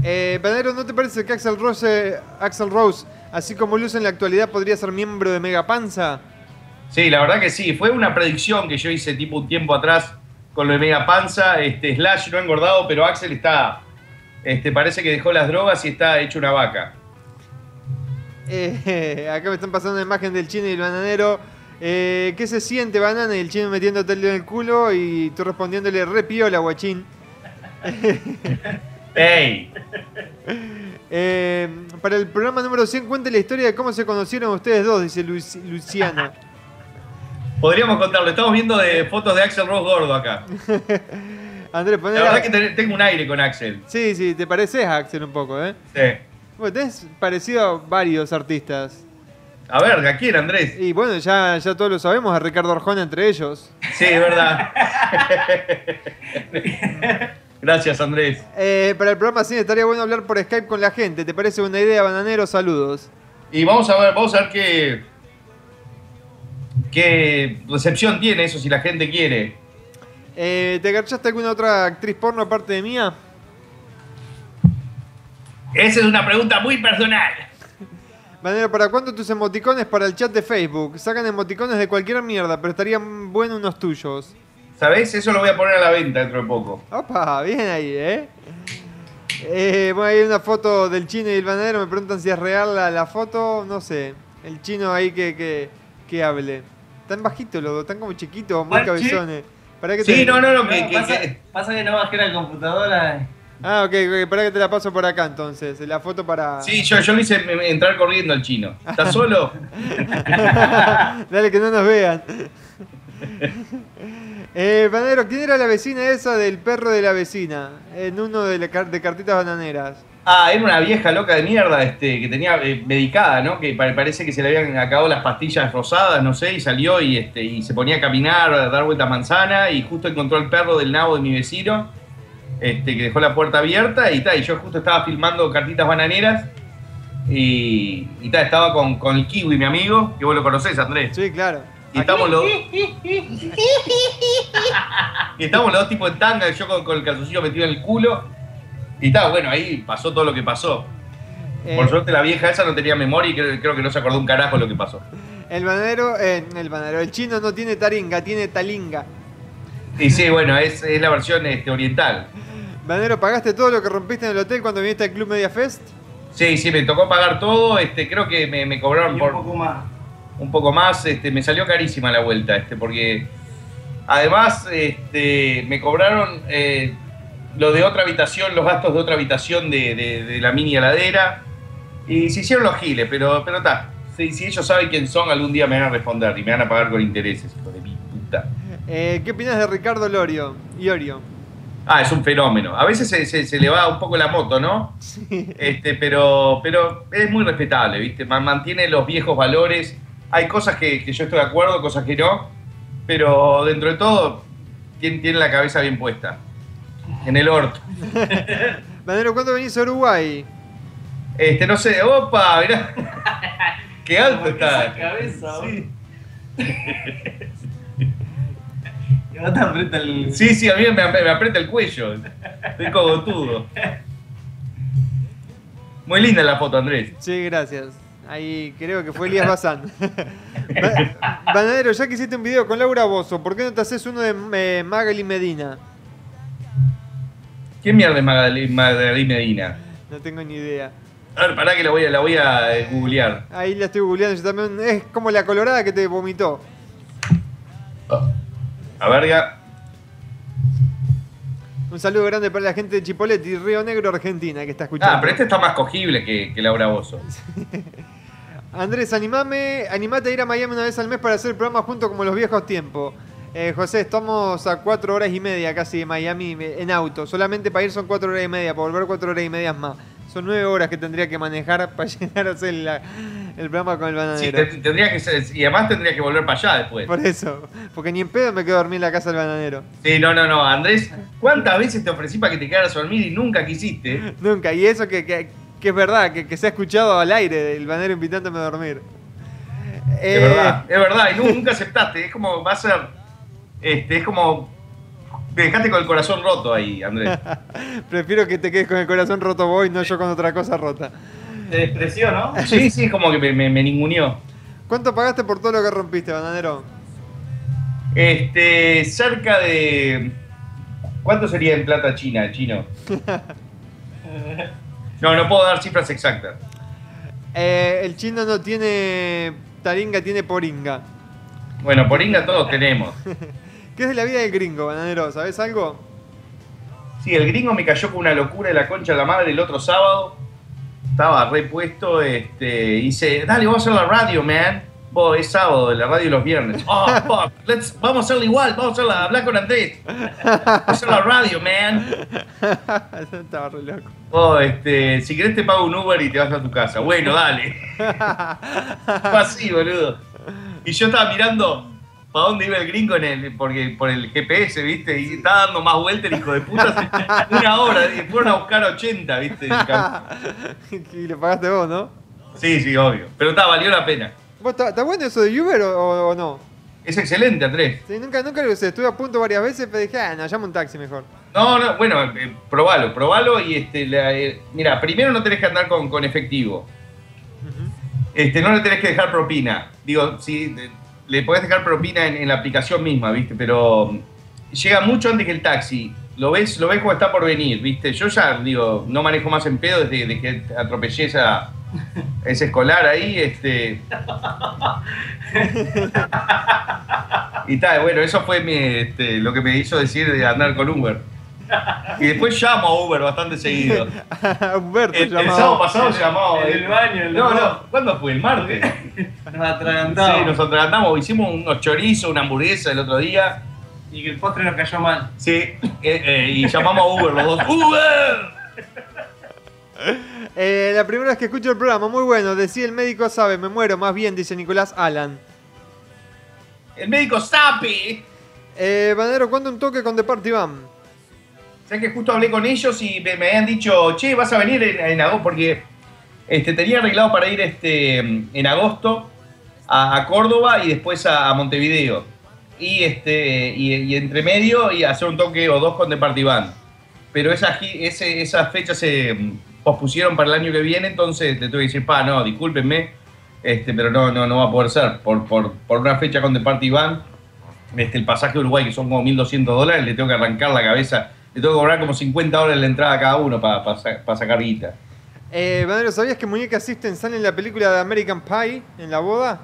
Eh, Banero, ¿no te parece que Axel Rose, Axel Rose, así como luce en la actualidad, podría ser miembro de Mega Panza? Sí, la verdad que sí, fue una predicción que yo hice tipo un tiempo atrás con lo de Mega Panza, este, Slash no ha engordado, pero Axel está, este, parece que dejó las drogas y está hecho una vaca. Eh, acá me están pasando una imagen del chino y el bananero. Eh, ¿Qué se siente, banana? Y el chino metiéndote el dedo en el culo y tú respondiéndole re piola, guachín. ¡Ey! Eh, para el programa número 100, cuente la historia de cómo se conocieron ustedes dos, dice Luis- Luciana. Podríamos contarlo, estamos viendo de fotos de Axel Rose gordo acá. Andrés, La ponela. verdad que te- tengo un aire con Axel. Sí, sí, te pareces a Axel un poco, ¿eh? Sí. Bueno, tenés parecido a varios artistas. A ver, ¿a quién, Andrés? Y bueno, ya, ya todos lo sabemos, a Ricardo Arjona entre ellos. Sí, es verdad. <laughs> Gracias, Andrés. Eh, para el programa 100 estaría bueno hablar por Skype con la gente. ¿Te parece buena idea, bananero? Saludos. Y vamos a ver, vamos a ver qué, qué recepción tiene eso, si la gente quiere. Eh, ¿Te garchaste alguna otra actriz porno aparte de mía? Esa es una pregunta muy personal. Manero, ¿para cuándo tus emoticones para el chat de Facebook? Sacan emoticones de cualquier mierda, pero estarían buenos unos tuyos. ¿Sabés? Eso lo voy a poner a la venta dentro de poco. Opa, bien ahí, ¿eh? Eh, bueno, hay una foto del chino y el bananero. Me preguntan si es real la, la foto. No sé. El chino ahí que, que, que hable. Tan bajito, loco. Tan como chiquitos, muy Guachi. cabezones. Para que Sí, te... no, no, no, que, No, que- pasa, que- pasa que no bajé la computadora. Ah, ok, para que te la paso por acá entonces. La foto para. Sí, yo, yo lo hice me- me entrar corriendo al chino. <laughs> ¿Estás solo? <laughs> Dale que no nos vean. Eh, bananero, ¿quién era la vecina esa del perro de la vecina? En uno de, la car- de cartitas bananeras. Ah, era una vieja loca de mierda este, que tenía eh, medicada, ¿no? Que pa- parece que se le habían acabado las pastillas rosadas, no sé, y salió y, este, y se ponía a caminar, a dar vueltas manzana, y justo encontró el perro del nabo de mi vecino, este, que dejó la puerta abierta, y tal, y yo justo estaba filmando cartitas bananeras, y, y ta, estaba con, con el kiwi, mi amigo, que vos lo conocés, Andrés. Sí, claro. Y estamos los y estábamos los dos tipos en tanga, yo con, con el calzoncillo metido en el culo. Y está, bueno, ahí pasó todo lo que pasó. Eh, Por suerte la vieja esa no tenía memoria y creo, creo que no se acordó un carajo lo que pasó. el bananero, eh, el bananero, el chino no tiene taringa, tiene talinga. Y sí, bueno, es, es la versión este, oriental. Bananero, ¿pagaste todo lo que rompiste en el hotel cuando viniste al Club Media Fest? Sí, sí, me tocó pagar todo, este, creo que me, me cobraron Y un por poco más. un poco más, este, me salió carísima la vuelta, este, porque además este, me cobraron eh, lo de otra habitación, los gastos de otra habitación de, de- de la mini heladera, y se hicieron los giles, pero pero está, si, si ellos saben quién son, algún día me van a responder y me van a pagar con intereses, hijo de mi puta. Eh, ¿Qué opinas de Ricardo Lorio? Iorio. Ah, es un fenómeno. A veces se, se- se le va un poco la moto, ¿no? Este, pero, pero es muy respetable, ¿viste? Ma- Mantiene los viejos valores. Hay cosas que, que yo estoy de acuerdo, cosas que no. Pero dentro de todo, tien- tiene la cabeza bien puesta. En el orto. Bananero, ¿cuándo venís a Uruguay? Este, no sé. ¡Opa! <laughs> Mirá. ¡Qué alto Esa está! cabeza, sí. <laughs> Y vos te aprieta el. Sí, sí, a mí me, me aprieta el cuello. Estoy cogotudo. Muy linda la foto, Andrés. Sí, gracias. Ahí creo que fue Elías Bazán. <laughs> Ba- Bananero, ya que hiciste un video con Laura Bozo, ¿por qué no te haces uno de eh, Magali Medina? ¿Quién mierda es Magali- Magali Medina? No tengo ni idea. A ver, pará que la voy a, la voy a eh, googlear. Ahí la estoy googleando yo también. Es como la colorada que te vomitó. A verga. Un saludo grande para la gente de Chipolete y Río Negro, Argentina, que está escuchando. Ah, pero este está más cogible que, que Laura Bozo. Andrés, animame, animate a ir a Miami una vez al mes para hacer programas juntos como los viejos tiempos. Eh, José, estamos a cuatro horas y media casi de Miami eh, en auto. Solamente para ir son cuatro horas y media, para volver cuatro horas y medias más. Son nueve horas que tendría que manejar <laughs> para llegar a hacer la- el programa con el Sí, bananero. te- tendría que ser- y además tendría que volver para allá después. Por eso, porque ni en pedo me quedo a dormir en la casa del bananero. Sí, no, no, no. Andrés, ¿cuántas veces te ofrecí para que te quedaras a dormir y nunca quisiste? Nunca, y eso que, que- que es verdad, que, que se ha escuchado al aire, el bananero invitándome a dormir. Eh, Es verdad, es verdad. Y nu- nunca aceptaste. Es como, va a ser. Este, es como. Te dejaste con el corazón roto ahí, Andrés. Eh, Prefiero que te quedes con el corazón roto vos y no yo con otra cosa rota. Te despreció, ¿no? Sí, sí, es como que me, me- me ninguneó. ¿Cuánto pagaste por todo lo que rompiste, bananero? Este, cerca de. ¿Cuánto sería en plata china, <laughs> chino? No, no puedo dar cifras exactas. Eh, el chino no tiene taringa, tiene poringa. Bueno, por Inga todos tenemos. ¿Qué es de la vida del gringo, bananero? ¿Sabes algo? Sí, el gringo me cayó con una locura de la concha de la madre el otro sábado. Estaba repuesto, este, y dice, dale, vamos a hacer la radio, man. Vos, es sábado, la radio los viernes. Oh, fuck, let's- vamos a hacerla igual, vamos a hacerla, hablar con Andrés. Vamos a hacer la radio, man. <laughs> Estaba re loco. Oh, este, si querés te pago un Uber y te vas a tu casa. Bueno, dale. Fue así, boludo. Y yo estaba mirando para dónde iba el gringo en el, porque, por el GPS, ¿viste? Y estaba dando más vueltas el hijo de puta. hace Una hora, y fueron a buscar 80, ¿viste? del campo. <laughs> y le pagaste vos, ¿no? Sí, sí, obvio. Pero está, valió la pena. ¿Vos está, está bueno eso de Uber o, o- o no? Es excelente, Andrés. Sí, nunca, nunca lo usé. Estuve a punto varias veces, pero dije, ah, no, llamo un taxi mejor. <laughs> No, no, bueno, eh, probalo, probalo y este, la, eh, mira, primero no tenés que andar con, con efectivo. Este, no le tenés que dejar propina. Digo, sí, de- le podés dejar propina en, en la aplicación misma, ¿viste? Pero mm, llega mucho antes que el taxi. Lo ves, lo ves como está por venir, ¿viste? Yo ya, digo, no manejo más en pedo desde, desde que atropellé esa, ese escolar ahí, este. Y tal, bueno, eso fue mi, este, lo que me hizo decir de andar con Uber. Y después llamo a Uber bastante <laughs> seguido. Humberto El, el llamaba. sábado pasado llamó. En el baño, en No, el- no, ¿cuándo fue? ¿El martes? <laughs> Nos atragantamos. Sí, nos atragantamos, hicimos unos chorizos, una hamburguesa el otro día. Y que el postre nos cayó mal. Sí. eh, y llamamos a Uber los dos. ¡Uber! Eh, la primera vez que escucho el programa, muy bueno. Decía el médico sabe, me muero más bien, dice Nicolás Alan. El médico Sapi. Eh, Banero, ¿cuándo un toque con The Party Van? Sabes que justo hablé con ellos y me, me habían dicho, che, vas a venir en, en agosto, porque este, tenía arreglado para ir este, en agosto a, a Córdoba y después a, a Montevideo. Y, este, y, y entre medio y hacer un toque o dos con The Party Band. Pero esas, gi- ese- esas fechas se mm, pospusieron para el año que viene, entonces te tuve que decir, pa, no, discúlpenme, este, pero no, no, no va a poder ser. Por, por, por una fecha con The Party Band, este, el pasaje a Uruguay, que son como 1.200 dólares, le tengo que arrancar la cabeza. Le tengo que cobrar como 50 dólares la entrada a cada uno para sacar guita. Eh, Banero, ¿sabías que Muñeca Assistant sale en la película de American Pie, en la boda?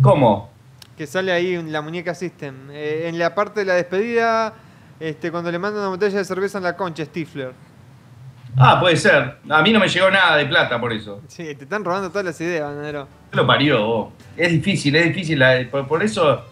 ¿Cómo? Que sale ahí en la muñeca System. Eh, en la parte de la despedida, este, cuando le mandan una botella de cerveza en la concha, Stifler. Ah, puede ser. A mí no me llegó nada de plata por eso. Sí, te están robando todas las ideas, Banero. Se lo parió vos. Es difícil, es difícil. la- Por, por eso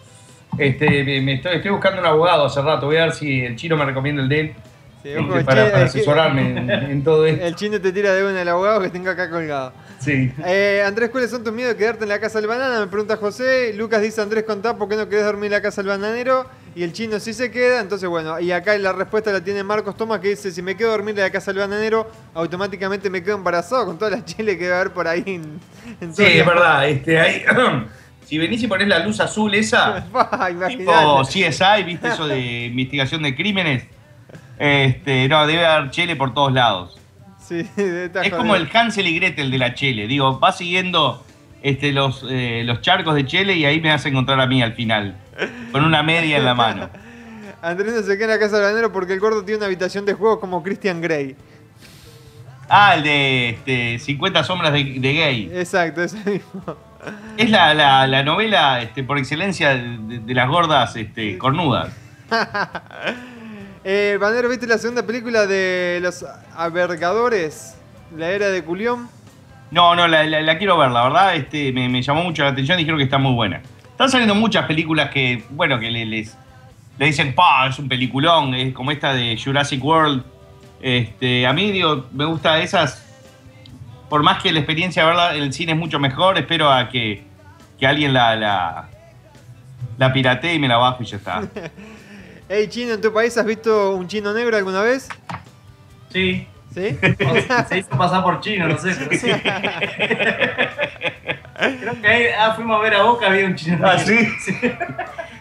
este, me- me estoy, estoy buscando un abogado hace rato. Voy a ver si el chino me recomienda el de él Sí, este, Eh, ojo, el para, chi- para el chi- asesorarme en, en todo esto. <laughs> El chino te tira de una el abogado que tengo acá colgado. Sí. Eh, Andrés, ¿cuáles son tus miedos de quedarte en la casa del banana? Me pregunta José. Lucas dice, Andrés, contá por qué no querés dormir en la casa del bananero. Y el chino sí se queda. Entonces, bueno, y acá la respuesta la tiene Marcos Tomás que dice, si me quedo a dormir en la casa del bananero, automáticamente me quedo embarazado con todas las chiles que va a haber por ahí. en- en Sí, todo el- es verdad. Este, ahí, <clears throat> si venís y ponés la luz azul esa, Pa, tipo Ah, Imaginate. CSI, ¿viste eso de investigación de crímenes? Este, no, debe haber chile por todos lados. Sí, está Es como jodido. el Hansel y Gretel de la Chele. Digo, va siguiendo este, los, eh, los charcos de Chele y ahí me vas a encontrar a mí al final. Con una media en la mano. Andrés no se queda en la casa del bananero porque el gordo tiene una habitación de juegos como Christian Grey. Ah, el de este, 50 sombras de, de gay. Exacto, ese mismo. Es la, la- la novela este, por excelencia de, de las gordas este, cornudas. Eh, Banero, ¿viste la segunda película de Los Avergadores? La era de Culión. No, no, la, la- la quiero ver, la verdad, este, me, me llamó mucho la atención y creo que está muy buena. Están saliendo muchas películas que, bueno, que le, les, le dicen, pa, es un peliculón, es como esta de Jurassic World. Este, a mí, digo, me gusta esas, por más que la experiencia de verla en el cine es mucho mejor, espero a que, que alguien la, la, la piratee y me la bajo y ya está. Hey, chino, ¿en tu país has visto un chino negro alguna vez? Sí. <laughs> ¿Sí? O- Se hizo pasar por chino, no sé. <laughs> pero sí. Creo que ahí ah, fuimos a ver a Boca, había un chino. Ah, ¿sí?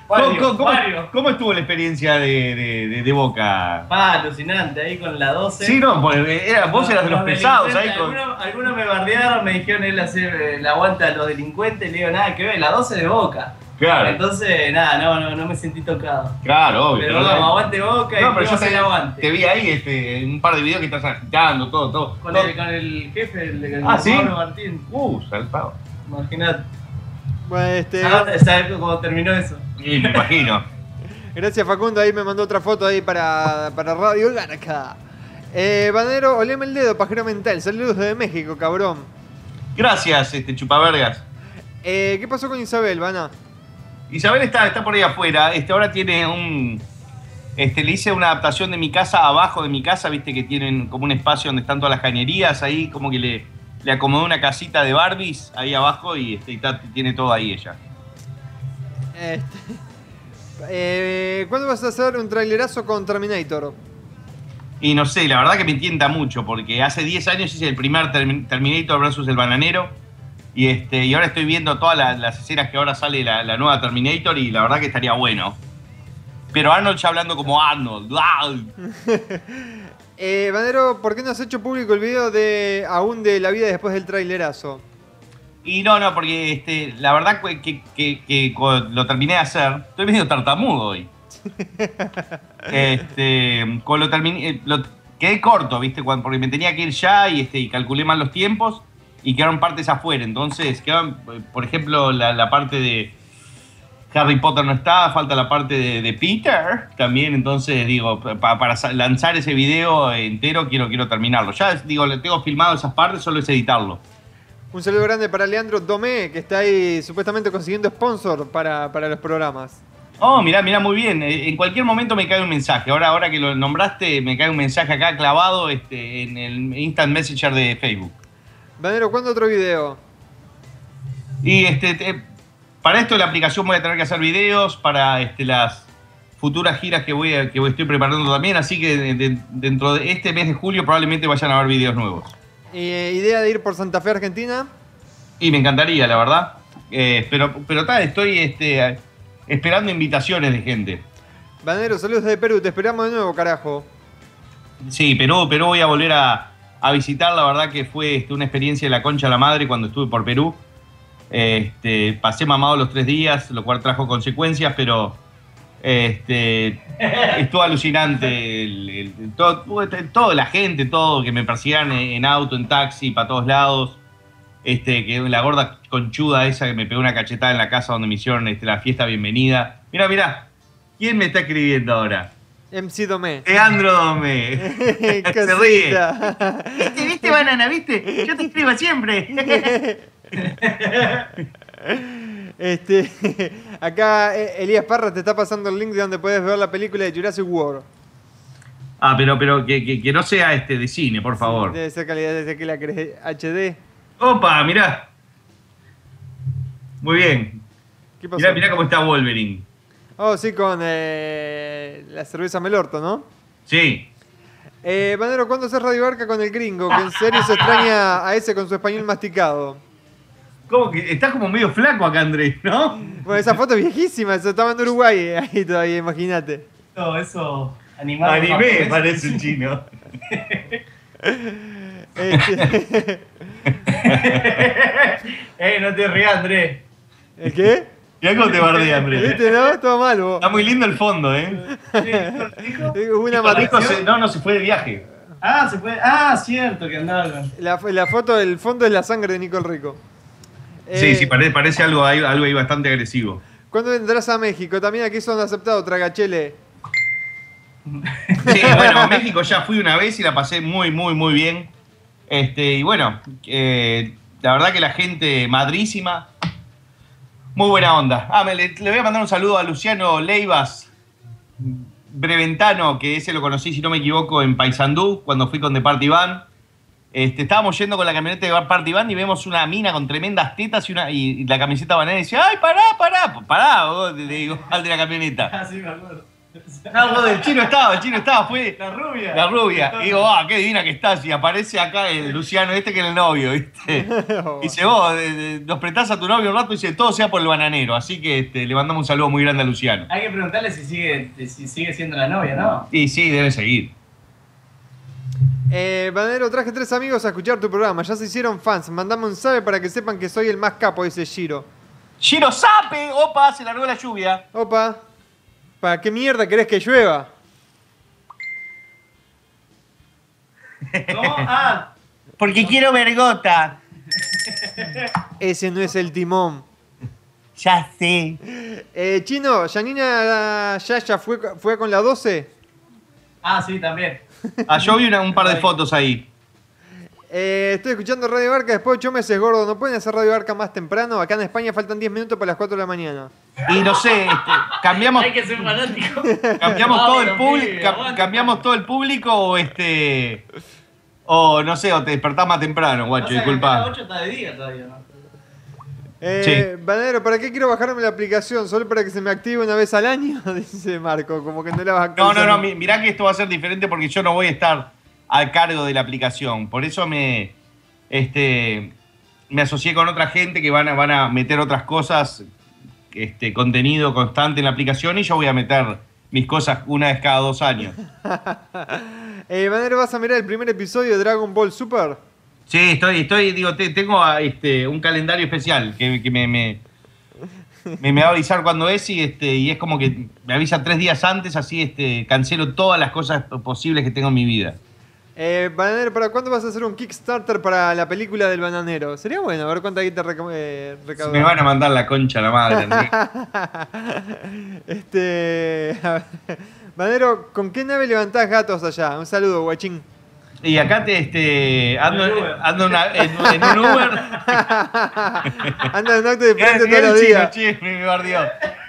¿Cómo, Varios, cómo- cómo- varios. cómo estuvo la experiencia de, de- de- de Boca? Pa, alucinante, ahí con la 12. Sí, no, porque era- vos eras de los pesados ahí delincuentes, con... Algunos, algunos me bardearon, me dijeron él hace eh, la aguanta a los delincuentes, le digo nada, que ve, la 12 de boca. Claro, Entonces, nada, no, no, no me sentí tocado. claro, obvio. Pero no, aguante boca No, y pero yo vamos a te, ir aguante. te vi ahí este, en un par de videos que estás agitando, todo, todo. Con todo. el, con el jefe, el, el Ah, ¿sí? Pablo Martín. Uh, saltado. Imagínate. Bueno, este, ¿Sabes sabes cómo terminó eso? Y me imagino. gracias Facundo, ahí me mandó otra foto ahí para, para Radio Garca. Eh, Banero, oleme el dedo, pajero mental. Saludos de México, cabrón. Gracias, este, chupavergas. Eh, ¿Qué pasó con Isabel, Bana? Isabel está, está por ahí afuera. Este, ahora tiene un. Este, le hice una adaptación de mi casa abajo de mi casa, viste que tienen como un espacio donde están todas las cañerías, ahí como que le, le acomodé una casita de Barbies ahí abajo y, este, y está- tiene todo ahí ella. Este, <laughs> eh, ¿Cuándo vas a hacer un trailerazo con Terminator? Y no sé, la verdad que me tienta mucho, porque hace 10 años hice el primer Termin- Terminator versus el bananero. Y, este, y ahora estoy viendo todas la- las escenas que ahora sale la, la nueva Terminator y la verdad que estaría bueno. Pero Arnold ya hablando como Arnold. ¡ah! Eh, Banero, ¿por qué no has hecho público el video de aún de la vida después del trailerazo? Y no, no, porque este, la verdad que, que- que- que cuando lo terminé de hacer, estoy medio tartamudo hoy. Este, cuando lo terminé, eh, lo- quedé corto, ¿viste? Cuando- porque me tenía que ir ya y, este, y calculé mal los tiempos y quedaron partes afuera. Entonces, quedaron, eh, por ejemplo, la, la parte de Harry Potter no está, falta la parte de, de Peter también. Entonces, digo, pa- para sa- lanzar ese video entero quiero, quiero terminarlo. Ya, digo, le tengo filmado esas partes, solo es editarlo. Un saludo grande para Leandro Domé, que está ahí supuestamente consiguiendo sponsor para, para los programas. Oh, mirá, mirá, muy bien. Eh, En cualquier momento me cae un mensaje. Ahora, ahora que lo nombraste, me cae un mensaje acá clavado este, en el Instant Messenger de Facebook. Banero, ¿cuándo otro video? Y este, te- para esto la aplicación voy a tener que hacer videos para este, las futuras giras que voy a- que estoy preparando también. Así que de- de- dentro de este mes de julio probablemente vayan a haber videos nuevos. Eh, idea de ir por Santa Fe, Argentina. Y me encantaría, la verdad. Eh, pero pero tal, estoy este, esperando invitaciones de gente. Banero, saludos desde Perú, te esperamos de nuevo, carajo. Sí, Perú, Perú voy a volver a, a visitar. La verdad que fue este, una experiencia de la concha a la madre cuando estuve por Perú. Este, pasé mamado los tres días, lo cual trajo consecuencias, pero este, estuvo alucinante. el- el- todo, toda la gente, todo, que me persiguieran en, en auto, en taxi, para todos lados. Este, que la gorda conchuda esa que me pegó una cachetada en la casa donde me hicieron este, la fiesta bienvenida. Mira, mira, ¿quién me está escribiendo ahora? MC Domé. Leandro Domé. Eh, <laughs> Se ríe. Cosita. ¿Viste, viste, banana, viste? Yo te escribo siempre. <laughs> Este, <laughs> acá eh, Elías Parra te está pasando el link de donde puedes ver la película de Jurassic World. Ah, pero, pero que, que- que no sea este de cine, por favor. Debe ser calidad desde que la crees HD. Opa, mirá. Muy bien. ¿Qué pasó? Mirá, mirá cómo está Wolverine. Oh, sí, con eh, la cerveza Melorto, ¿no? Sí. Eh, Manero, ¿cuándo haces Radio Barca con el gringo? Que en serio se extraña a ese con su español masticado. ¿Cómo que estás como medio flaco acá, Andrés, no? Bueno, esa foto es viejísima, se estaba en Uruguay eh, ahí todavía, imagínate. Todo eso animado. Animé, japonés. parece un chino. Este, <laughs> eh, no te rías, Andrés. ¿El qué? Mirá cómo te bardea, Andrés. ¿Viste, no? Todo mal, vos. Está muy lindo el fondo, ¿eh? Eh, Hubo una Nico matiz- se- no, no, se fue de viaje. Ah, se fue. Ah, cierto que andaba con. La, la foto del fondo es la sangre de Nicole Rico. sí, Eh, sí, parece, parece algo, ahí- algo ahí bastante agresivo. ¿Cuándo vendrás a México? También aquí son aceptados, Tragachele. Sí, bueno, a México ya fui una vez y la pasé muy, muy, muy bien. Este, y bueno, eh, la verdad que la gente madrísima, muy buena onda. Ah, me- le, le voy a mandar un saludo a Luciano Leivas Breventano, que ese lo conocí, si no me equivoco, en Paysandú, cuando fui con The Party Van. Este, estábamos yendo con la camioneta de Party Van y vemos una mina con tremendas tetas y, una, y, y la camiseta banana y decía, ¡ay, pará, pará! Pará, vos", le digo <laughs> al de la camioneta. <laughs> Ah, sí, me acuerdo. <laughs> No, vos, el chino estaba, el chino estaba, fue... La rubia. La rubia. Y digo, ah, qué divina que estás. Y aparece acá el Luciano este que es el novio, ¿viste? Y dice, vos, de- de- nos prestás a tu novio un rato y dice, todo sea por el bananero. Así que este, le mandamos un saludo muy grande a Luciano. Hay que preguntarle si sigue, si sigue siendo la novia, ¿no? Y sí, debe seguir. Eh, Banero, traje tres amigos a escuchar tu programa. Ya se hicieron fans. Mandame un sabe para que sepan que soy el más capo, dice Shiro. ¡Giro Sape! ¡Opa! Se largó la lluvia. Opa. ¿Para qué mierda querés que llueva? <laughs> ¿Cómo? Ah, Porque quiero vergota. Ese no es el timón. <laughs> Ya sé. Eh, Chino, Janina Yaya fue, fue con la 12. ah, sí, también. Ah, yo vi una- un par de fotos ahí. Eh, estoy escuchando Radio Barca después de 8 meses, gordo. ¿No pueden hacer Radio Barca más temprano? Acá en España faltan 10 minutos para las 4 de la mañana. Y no sé, este, cambiamos, Hay que <laughs> ser fanático. cambiamos Vamos, todo el público, pibe, cam- aguante. cambiamos todo el público o este. O no sé, o te despertás más temprano, guacho, Pasa que acá a las disculpa. ocho está de día todavía, ¿no? Eh, Banero, ¿para qué quiero bajarme la aplicación? ¿Solo para que se me active una vez al año? <laughs> Dice Marco, como que no la vas a No, no, actualizar. no, mi- mirá que esto va a ser diferente porque yo no voy a estar a cargo de la aplicación. Por eso me, este, me asocié con otra gente que van a, van a meter otras cosas, este, contenido constante en la aplicación y yo voy a meter mis cosas una vez cada dos años. Eh, Banero, ¿vas a mirar el primer episodio de Dragon Ball Super? Sí, estoy, estoy, digo, te- tengo a, este, un calendario especial que, que me, me, me- me va a avisar cuando es y, este, y es como que me avisa tres días antes, así este, cancelo todas las cosas posibles que tengo en mi vida. Eh, Bananero, ¿para cuándo vas a hacer un Kickstarter para la película del bananero? Sería bueno, a ver cuánta guita reca- eh, recaudas. Me van a mandar la concha a la madre. Andrés. <laughs> este. Bananero, ¿con qué nave levantás gatos allá? Un saludo, guachín. y acá te, este, ando, En el Uber. ando en una- en, en un <laughs> Uber. Anda en acto de Mirá, frente mirá el todos los chino, días. che, me me bardeó.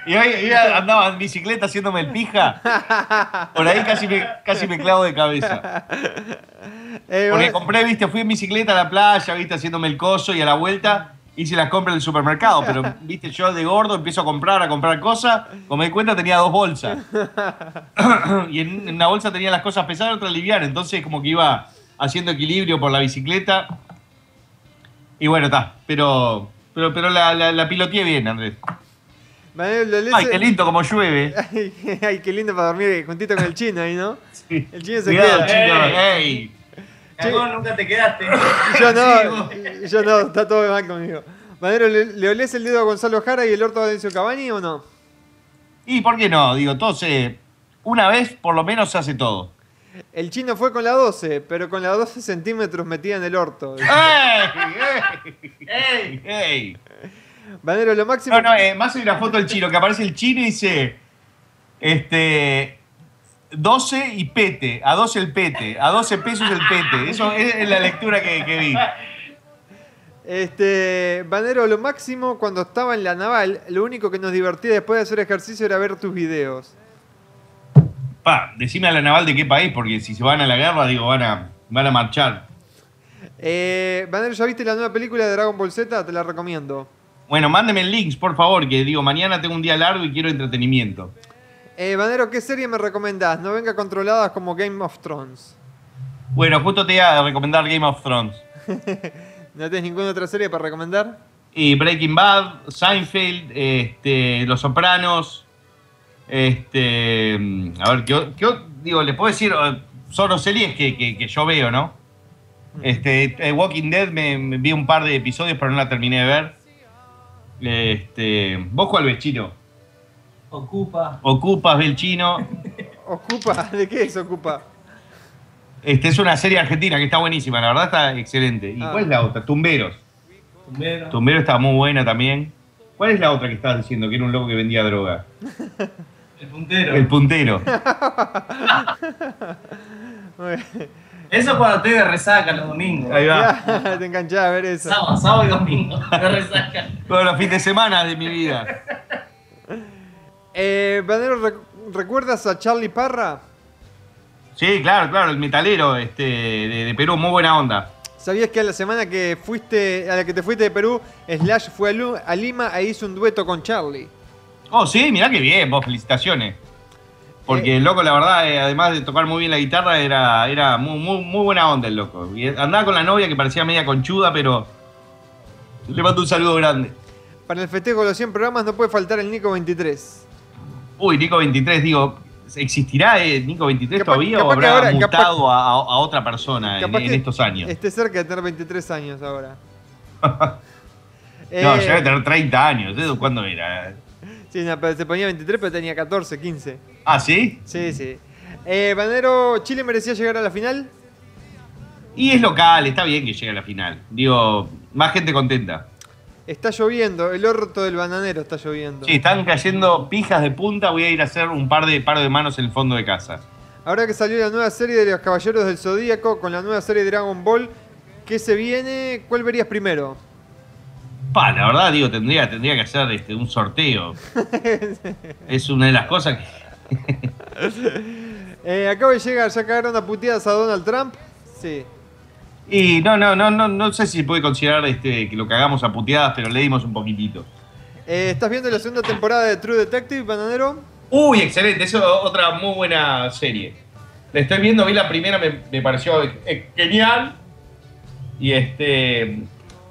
Y hoy, hoy andaba en bicicleta haciéndome el pija. Por ahí casi me, casi me clavo de cabeza. Eh, Porque Ban- compré, viste, fui en bicicleta a la playa, viste, haciéndome el coso y a la vuelta hice las compras del supermercado. Pero, viste, yo de gordo empiezo a comprar, a comprar cosas. Como me di cuenta, tenía dos bolsas. y en en una bolsa tenía las cosas pesadas y otra liviana. Entonces, como que iba haciendo equilibrio por la bicicleta. Y bueno, está. Pero, pero, pero la, la, la piloteé bien, Andrés. Bananero, lo lees- Ay, qué lindo como llueve. Ay, <laughs> ay, qué lindo para dormir eh, juntito con el chino ahí, ¿no? El chino se Cuidado, queda. chino. Ey. Cagón, nunca te quedaste. <laughs> Yo no, yo no, está todo mal conmigo. Bananero, ¿le, le olés el dedo a Gonzalo Jara y el orto a Valencio Cavani o no? Y por qué no, digo, todo se- Una vez por lo menos se hace todo. El chino fue con la 12, pero con la 12 centímetros metida en el orto. ¡Ey! ¡Ey! ¡Ey! Banero, lo máximo. No, no, eh, más hay una foto del chino, que aparece el chino y dice. Este. 12 y pete, a 12 el pete, a 12 pesos el pete. Eso es la lectura que, que vi. Este, Banero, lo máximo cuando estaba en la naval, lo único que nos divertía después de hacer ejercicio era ver tus videos. Pa, decime a la naval de qué país, porque si se van a la guerra, digo, van a, van a marchar. Eh, Banero, ¿ya viste la nueva película de Dragon Ball Z? Te la recomiendo. Bueno, mándenme links, por favor, que digo, mañana tengo un día largo y quiero entretenimiento. Eh, Banero, ¿qué serie me recomendás? No venga controladas como Game of Thrones. Bueno, justo te voy a recomendar Game of Thrones. ¿No tenés ninguna otra serie para recomendar? Y Breaking Bad, Seinfeld, este, Los Sopranos. Este, mm, a ver, ¿qué, qué- digo, les puedo decir, eh, son series que, que- que yo veo, ¿no? Este, eh, Walking Dead me, me vi un par de episodios, pero no la terminé de ver. Este, vos cuál ves chino. Ocupa. Ocupas, ves el chino. ¿Ocupa? <laughs> ¿De qué es Ocupa? Este, es una serie argentina que está buenísima, la verdad está excelente. ¿Y Ah. cuál es la otra? Tumberos. Tumbero. Tumbero está muy buena también. ¿Cuál es la otra que estabas diciendo? Que era un loco que vendía droga. El puntero. El puntero. Muy bien. Eso es cuando estoy de resaca los domingos. Ahí va. <laughs> Te enganchás a ver eso. Sábado, sábado y <laughs> domingo. De resaca. Todos los fines de semana de mi vida. Eh, Banero, rec- ¿recuerdas a Charlie Parra? Sí, claro, claro, el metalero este, de, de Perú, muy buena onda. ¿Sabías que a la semana que fuiste, a la que te fuiste de Perú, Slash fue a, Lu- a Lima e hizo un dueto con Charlie? Oh, sí, mirá qué bien, vos, felicitaciones. Porque el loco, la verdad, eh, además de tocar muy bien la guitarra, era, era muy, muy, muy buena onda el loco. Y andaba con la novia que parecía media conchuda, pero le mando un saludo grande. Para el festejo de los 100 programas no puede faltar el Nico 23. Uy, Nico 23, digo, ¿existirá eh, Nico 23 Capaz- todavía o capaz que habrá ahora- capaz- mutado a, a- a otra persona Ah, en, Capaz en que estos años? Esté cerca de tener 23 años ahora. <laughs> No, Eh, yo voy a tener 30 años, ¿eh? ¿cuándo era? Sí, no, pero se ponía 23, pero tenía 14, 15. Ah, ¿sí? Sí, sí. Eh, Banero, ¿Chile merecía llegar a la final? Y es local, está bien que llegue a la final. Digo, más gente contenta. Está lloviendo, el orto del bananero está lloviendo. Sí, están cayendo pijas de punta, voy a ir a hacer un par de paro de manos en el fondo de casa. Ahora que salió la nueva serie de los Caballeros del Zodíaco con la nueva serie de Dragon Ball, ¿qué se viene? ¿Cuál verías primero? Pa, la verdad, digo, tendría, tendría que hacer este, un sorteo. es una de las cosas que. Eh, acabo de llegar, ya cagaron a puteadas a Donald Trump. Sí. Y no, no, no, no, no sé si se puede considerar este, que lo cagamos a puteadas, pero le dimos un poquitito. Eh, ¿Estás viendo la segunda temporada de True Detective, bananero? Uy, excelente, eso es otra muy buena serie. La estoy viendo, vi la primera, me, me pareció eh, genial. Y este.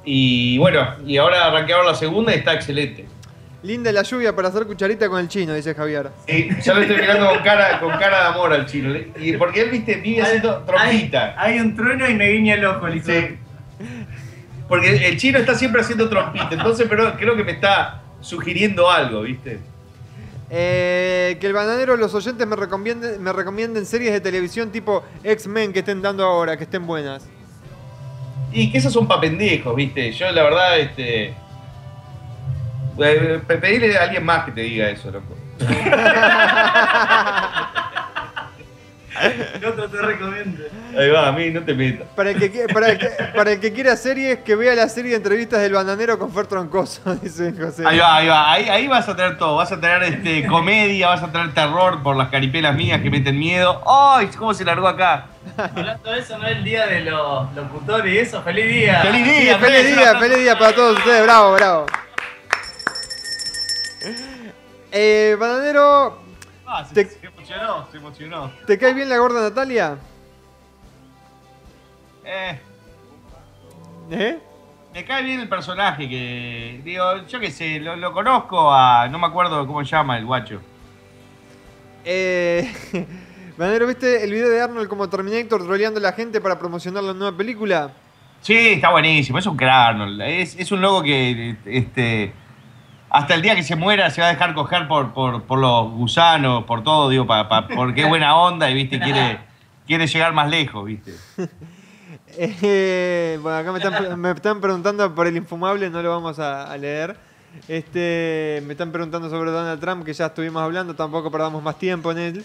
Y bueno, y ahora arranquearon la segunda y está excelente. Linda la lluvia para hacer cucharita con el chino, dice Javier. Eh, ya lo estoy mirando con cara, con cara de amor al chino. Le- Y porque él, viste, vive haciendo trompita. Hay, hay un trueno y me guiña el ojo, listo. Sí. Porque el chino está siempre haciendo trompita. Entonces, pero creo que me está sugiriendo algo, viste. Eh, que el bananero, los oyentes me recomienden, me recomienden series de televisión tipo X-Men que estén dando ahora, que estén buenas. Y que esos son pa' pendejos, viste. Yo, la verdad, este. eh, pe- Pedirle a alguien más que te diga eso, loco. El <laughs> otro te recomiendo. Ahí va, a mí no te metas. Para el que, qui- para el que, para el que quiera series, que vea la serie de entrevistas del bananero con Fer Troncoso, <laughs> dice José. Ahí va, ahí va. Ahí, ahí vas a tener todo. Vas a tener este, comedia, vas a tener terror por las caripelas mías que meten miedo. ¡Ay! ¿Cómo se largó acá? Hablando de eso, no es el día de los locutores y eso. ¡Feliz día! ¡Feliz Sí, día! feliz día, feliz día para todos ustedes, bravo, bravo. Eh, bananero, Ah, se, Te- se emocionó, se emocionó. ¿te cae bien la gorda Natalia? Eh, ¿Eh? me cae bien el personaje que. Digo, yo qué sé, lo, lo conozco a. No me acuerdo cómo se llama el guacho. Eh, <laughs> Bananero, ¿viste el video de Arnold como Terminator troleando a la gente para promocionar la nueva película? Sí, está buenísimo. Es un crack, Arnold. Es, es un loco que este, hasta el día que se muera se va a dejar coger por, por, por los gusanos, por todo, digo, pa, pa- porque es buena onda y viste, quiere, quiere llegar más lejos, viste. Eh, bueno, acá me están, me están preguntando por el infumable, no lo vamos a, a leer. Este, me están preguntando sobre Donald Trump, que ya estuvimos hablando, tampoco perdamos más tiempo en él.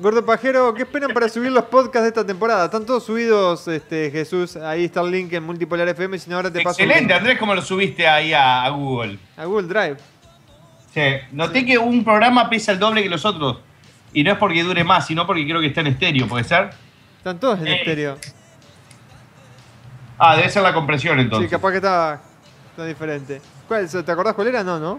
Gordo Pajero, ¿qué esperan para subir los podcasts de esta temporada? Están todos subidos, este, Jesús. Ahí está el link en Multipolar FM, si no ahora te paso el Excelente, link Andrés, como lo subiste ahí a, a Google. a Google Drive. Sí, noté que un programa pesa el doble que los otros. Y no es porque dure más, sino porque creo que está en estéreo, ¿puede ser? Están todos en Eh, estéreo. Ah, debe ser la compresión Sí, entonces. capaz que está, está diferente. ¿Cuál, ¿Te acordás cuál era? No, ¿no?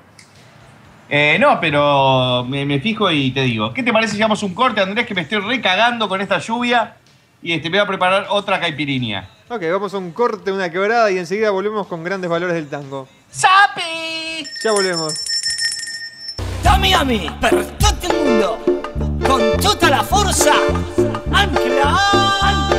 Eh, no, pero me, me fijo y te digo. ¿Qué te parece si hacemos un corte, Andrés? Que me estoy recagando con esta lluvia y este, me voy a preparar otra caipirinha. Ok, vamos a un corte, una quebrada y enseguida volvemos con grandes valores del tango. ¡Sapi! Ya volvemos. Dami a mi, per tutto il mondo, este con tutta la forza, anche la...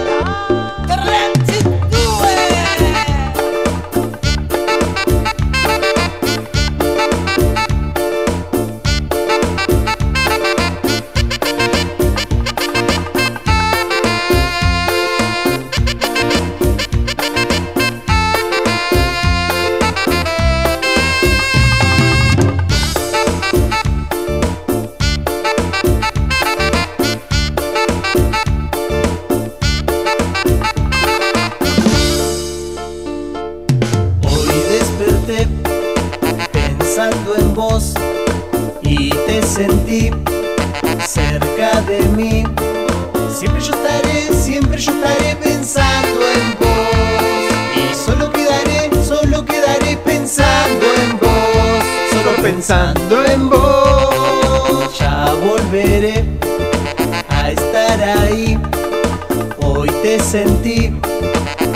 Thank de mí. Siempre yo estaré, siempre yo estaré pensando en vos. Y solo quedaré, solo quedaré pensando en vos. Solo pensando en vos. Ya volveré a estar ahí. Hoy te sentí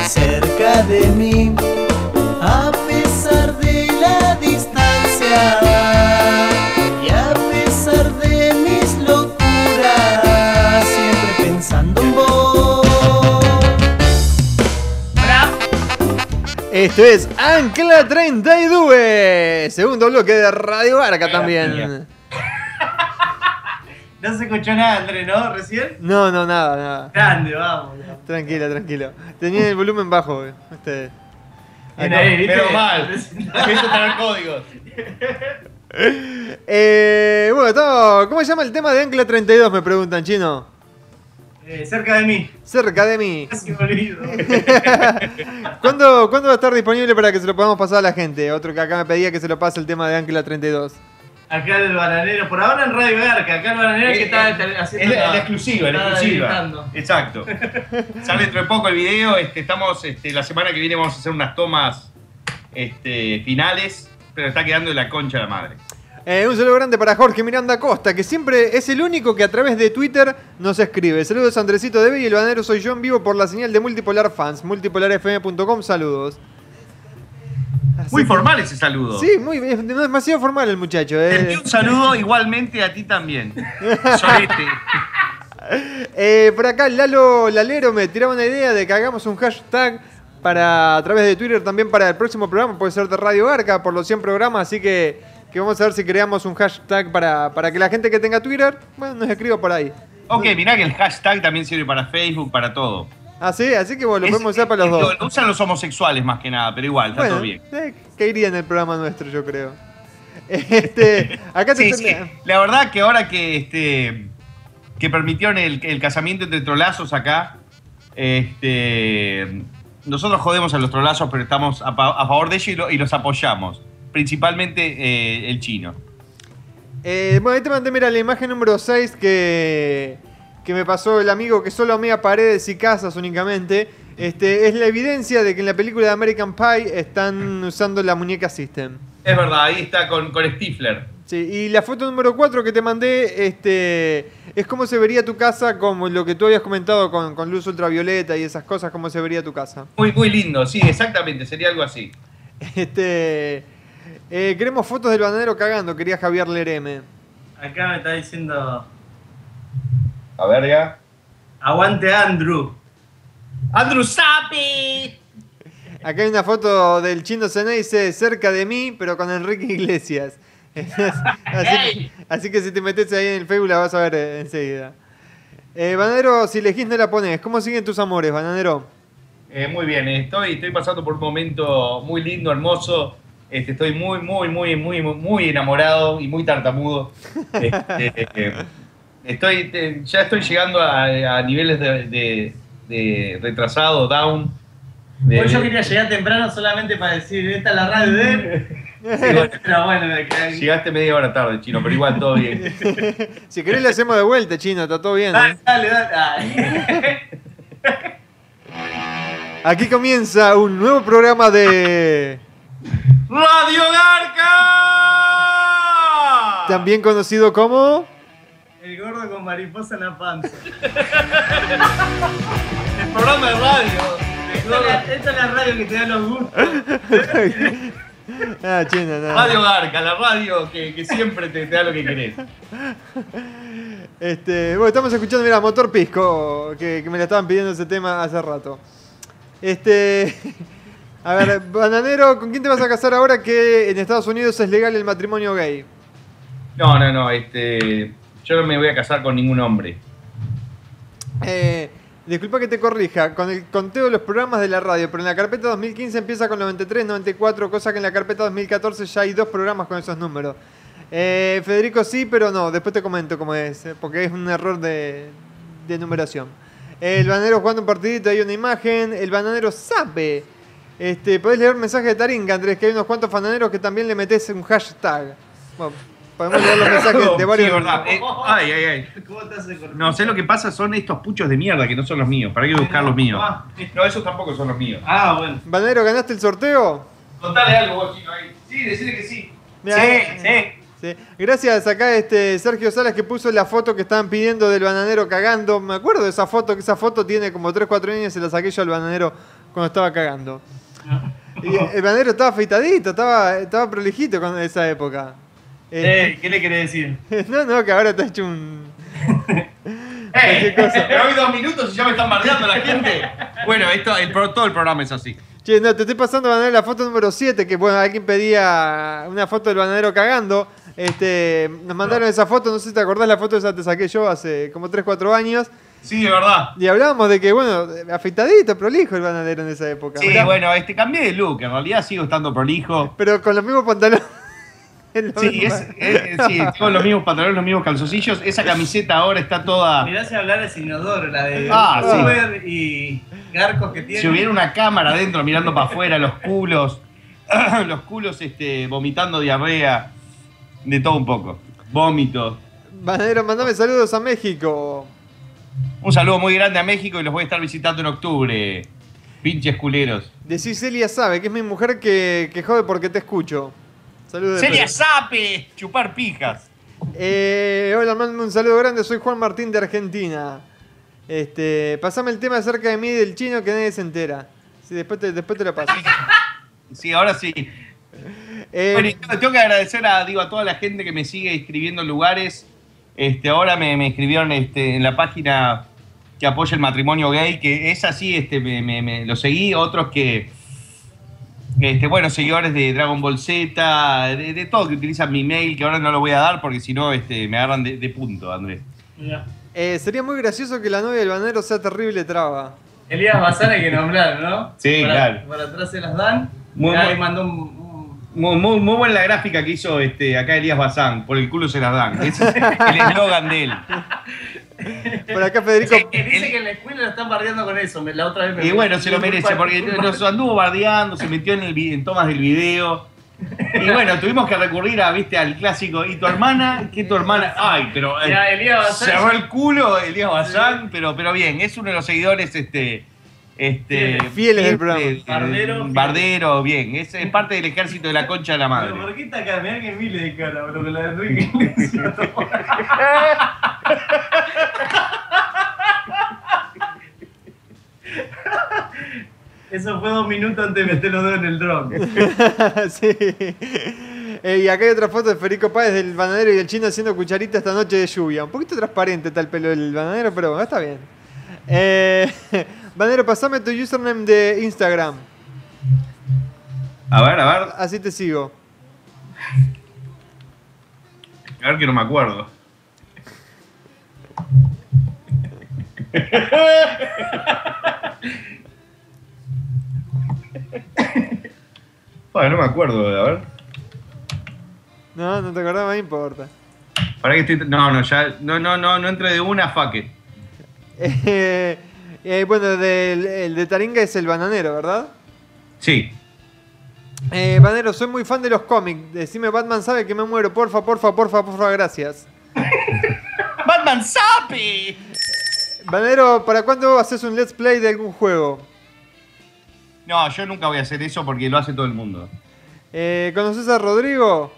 cerca de mí. A pesar de la distancia y a pesar de mis locuras, siempre pensando en vos. Esto es Ancla 32, segundo bloque de Radio Barca también. No se escuchó nada, André, ¿no? ¿Recién? No, no, nada, nada. Grande, vamos. ya. Tranquilo, tranquilo. Tenía el volumen bajo, eh, este. güey, ustedes. Bien ahí, ¿viste? Pero <laughs> mal. Eso tener códigos. Eh, bueno, todo. ¿Cómo se llama el tema de Ancla 32? Me preguntan, chino. Eh, cerca de mí. Cerca de mí. Casi me olvido. <laughs> ¿Cuándo, cuándo va a estar disponible para que se lo podamos pasar a la gente? Otro que acá me pedía que se lo pase el tema de Ancla 32. Acá el bananero, por ahora en Radio Verca, acá el bananero que está está Eh, Es haciendo. la, la la- exclusiva, la está exclusiva. editando. Exacto. Sale dentro de poco el video. Este, estamos, este, la semana que viene vamos a hacer unas tomas este, finales, pero está quedando de la concha la madre. Eh, un saludo grande para Jorge Miranda Costa, que siempre es el único que a través de Twitter nos escribe. Saludos Andresito Debe y el banero soy yo en vivo por la señal de Multipolar Fans, multipolarfm.com, saludos. Muy formal ese saludo. Sí, muy, es demasiado formal el muchacho. Te eh. envío un saludo igualmente a ti también. Sorete. Eh, por acá Lalo Lalero me tiraba una idea de que hagamos un hashtag para a través de Twitter también para el próximo programa, puede ser de Radio Barca, por los 100 programas, así que, que vamos a ver si creamos un hashtag para, para que la gente que tenga Twitter, bueno, nos escriba por ahí. Ok, mirá que el hashtag también sirve para Facebook, para todo. Así, Ah, así que bueno, lo Es- podemos usar para los lo- dos. Lo usan los homosexuales más que nada, pero igual, está Bueno, todo bien. eh, que iría en el programa nuestro, yo creo. <laughs> Este, acá te Sí, sí. La verdad que ahora que este que permitieron el, el casamiento entre trolazos acá, este nosotros jodemos a los trolazos, pero estamos a, pa- a favor de ellos y, lo- y los apoyamos. Principalmente eh, el chino. Eh, bueno, ahí te mandé, mira, la imagen número 6 que, que me pasó el amigo que solo mea paredes y casas únicamente. Este, es la evidencia de que en la película de American Pie están usando la muñeca System. Es verdad, ahí está con, con Stifler. Sí, y la foto número 4 que te mandé este, es cómo se vería tu casa, como lo que tú habías comentado con, con luz ultravioleta y esas cosas, cómo se vería tu casa. Muy, muy lindo, sí, exactamente, sería algo así. Este, eh, queremos fotos del bananero cagando, quería Javier Lereme. Acá me está diciendo. A ver ya. Aguante Andrew. Andrew Sapi. Acá hay una foto del chino Sené dice cerca de mí, pero con Enrique Iglesias. <laughs> así, así que si te metes ahí en el Facebook la vas a ver eh, enseguida. Eh, Bananero, si elegís no la pones. ¿Cómo siguen tus amores, Bananero? Eh, muy bien, estoy, estoy pasando por un momento muy lindo, hermoso. Este, estoy muy, muy, muy, muy, muy enamorado y muy tartamudo. Este, eh, estoy, te- ya estoy llegando a, a niveles de, de- de retrasado, down. de- Hoy yo quería llegar temprano solamente para decir, esta es la radio <laughs> de él. Pero bueno, me quedé. Llegaste media hora tarde, chino, pero igual todo bien. Si querés le hacemos de vuelta, chino, está todo bien. Dale, ¿eh? dale, dale. Aquí comienza un nuevo programa de... ¡Radio Ah. Garca! También conocido como... El gordo con mariposa en la panza. El programa de radio. Esta es la, esta es la radio que te da los gustos. ah, chino, no. Radio Garca, la radio que, que siempre te, te da lo que querés. Este, bueno, estamos escuchando, mira, Motor Pisco, que, que me la estaban pidiendo ese tema hace rato. Este, <laughs> a ver, Bananero, ¿con quién te vas a casar ahora que en Estados Unidos es legal el matrimonio gay? No, no, no, este. Yo no me voy a casar con ningún hombre. Eh, disculpa que te corrija, con el conteo de los programas de la radio, pero en la carpeta 2015 empieza con 93, 94, cosa que en la carpeta 2014 ya hay dos programas con esos números. Eh, Federico sí, pero no, después te comento cómo es, eh, porque es un error de, de numeración. Eh, El bananero jugando un partidito, hay una imagen, el bananero sabe. Este, podés leer mensaje de Taringa, Andrés, que hay unos cuantos fananeros que también le metes un hashtag. Bueno, Podemos leer los mensajes de <laughs> varios. Sí, verdad. Eh, ay, ay, ay. No, sé lo que pasa son estos puchos de mierda que no son los míos. ¿Para qué buscar los míos? No, Ah, esos tampoco son los míos. Ah, bueno. Banero, ¿ganaste el sorteo? Contale algo vos, Chino, ahí. Sí, decirle que sí. Mirá, eh, sí. Gracias acá este Sergio Salas que puso la foto que estaban pidiendo del bananero cagando. Me acuerdo de esa foto, que esa foto tiene como 3, 4 años y se la saqué yo al bananero cuando estaba cagando. Y el bananero estaba afeitadito, estaba, estaba prolijito con esa época. Este- Eh, ¿Qué le querés decir? <laughs> No, no, que ahora está hecho un. Eh, <laughs> pero hoy dos minutos y ya me están bardeando la gente. Bueno, esto, el, pro- todo el programa es así. Che, no, te estoy pasando bananero la foto número 7, que bueno, alguien pedía una foto del bananero cagando. Este, nos mandaron esa foto, no sé si te acordás la foto esa te saqué yo hace como 3, 4 años. Sí, de verdad. Y hablábamos de que, bueno, afeitadito, prolijo el bananero en esa época. Sí, Mirá, bueno, este, cambié de look. En realidad sigo estando prolijo. Pero con los mismos pantalones. <laughs> Es lo Sí, mismo. es, eh, sí, tengo los mismos pantalones, los mismos calzoncillos. Esa camiseta ahora está toda. Mirá si hablar es inodoro, la de Ah, sí. Uber y Garcos que tiene. Si hubiera una cámara adentro mirando para afuera, los culos, <clears throat> los culos este, vomitando diarrea, de todo un poco. Vómito. Bananero, mandame saludos a México. Un saludo muy grande a México y los voy a estar visitando en octubre. Pinches culeros. Decís Celia sabe, que es mi mujer que, que jode porque te escucho. Saludos. de Sería Perú. sape, chupar pijas. Eh, hola, mando un saludo grande. Soy Juan Martín de Argentina. Este, pasame el tema acerca de mí y del chino que nadie se entera. Sí, después te, después te lo paso. Sí, ahora sí. Eh, Bueno, y tengo- tengo que agradecer a, digo, a toda la gente que me sigue escribiendo en lugares. Este, ahora me, me escribieron este, en la página que apoya el matrimonio gay, que es así, este, me, me- me- lo seguí. Otros que, este, bueno, seguidores de Dragon Ball Z, de, de todo, que utilizan mi mail, que ahora no lo voy a dar porque si no este, me agarran de, de punto, Andrés. eh, sería muy gracioso que la novia del banero sea terrible traba. Elías Bazán hay que nombrar, ¿no? Sí, Para- claro. Para atrás se las dan. Muy Mirá, buen- le mandó un- Muy, muy, muy buena la gráfica que hizo este, acá Elías Bazán, por el culo se las dan. Ese es el eslogan de él. Por acá Federico. un- Que dice que en la escuela lo están bardeando con eso. me- La otra vez me Y bueno, se lo merece, porque nos anduvo bardeando, se metió en, el, vi- en tomas del video. Y bueno, tuvimos que recurrir a, viste, al clásico, ¿y tu hermana? ¿Qué tu hermana? Ay, pero eh, Ya, Elías Bazán- cerró el culo Elías Bazán, pero, pero bien, es uno de los seguidores este, este, Fieles. Fieles del programa. eh, Bardero. Bardero, bien, es, es parte del ejército de la concha de la Pero madre. ¿por qué está acá? Mirá que mil de cara, bro, con la de Enrique <laughs> Iglesias. Eso fue dos minutos antes de meter los dedos en el dron. <laughs> sí. Eh, y acá hay otra foto de Federico Páez del bananero y del chino haciendo cucharita esta noche de lluvia. Un poquito transparente está el pelo del bananero, pero bueno, está bien. Eh, <laughs> bananero, pasame tu username de Instagram. A ver, a ver, Así te sigo. a ver que no me <laughs> acuerdo. Bueno, no me acuerdo, a ver. No, no te acordás, no importa. <laughs> Para que estoy. No, no, ya. No, no, no, no entre de una, fuck it. Eh, eh, bueno, del- el de Taringa es el bananero, ¿verdad? Sí. Eh, bananero, soy muy fan de los cómics. Decime, Batman sabe que me muero. Porfa, porfa, porfa, porfa, gracias. ¡Batman Sapi! Bananero, ¿para cuándo haces un let's play de algún juego? No, yo nunca voy a hacer eso porque lo hace todo el mundo. Eh, ¿Conoces a Rodrigo?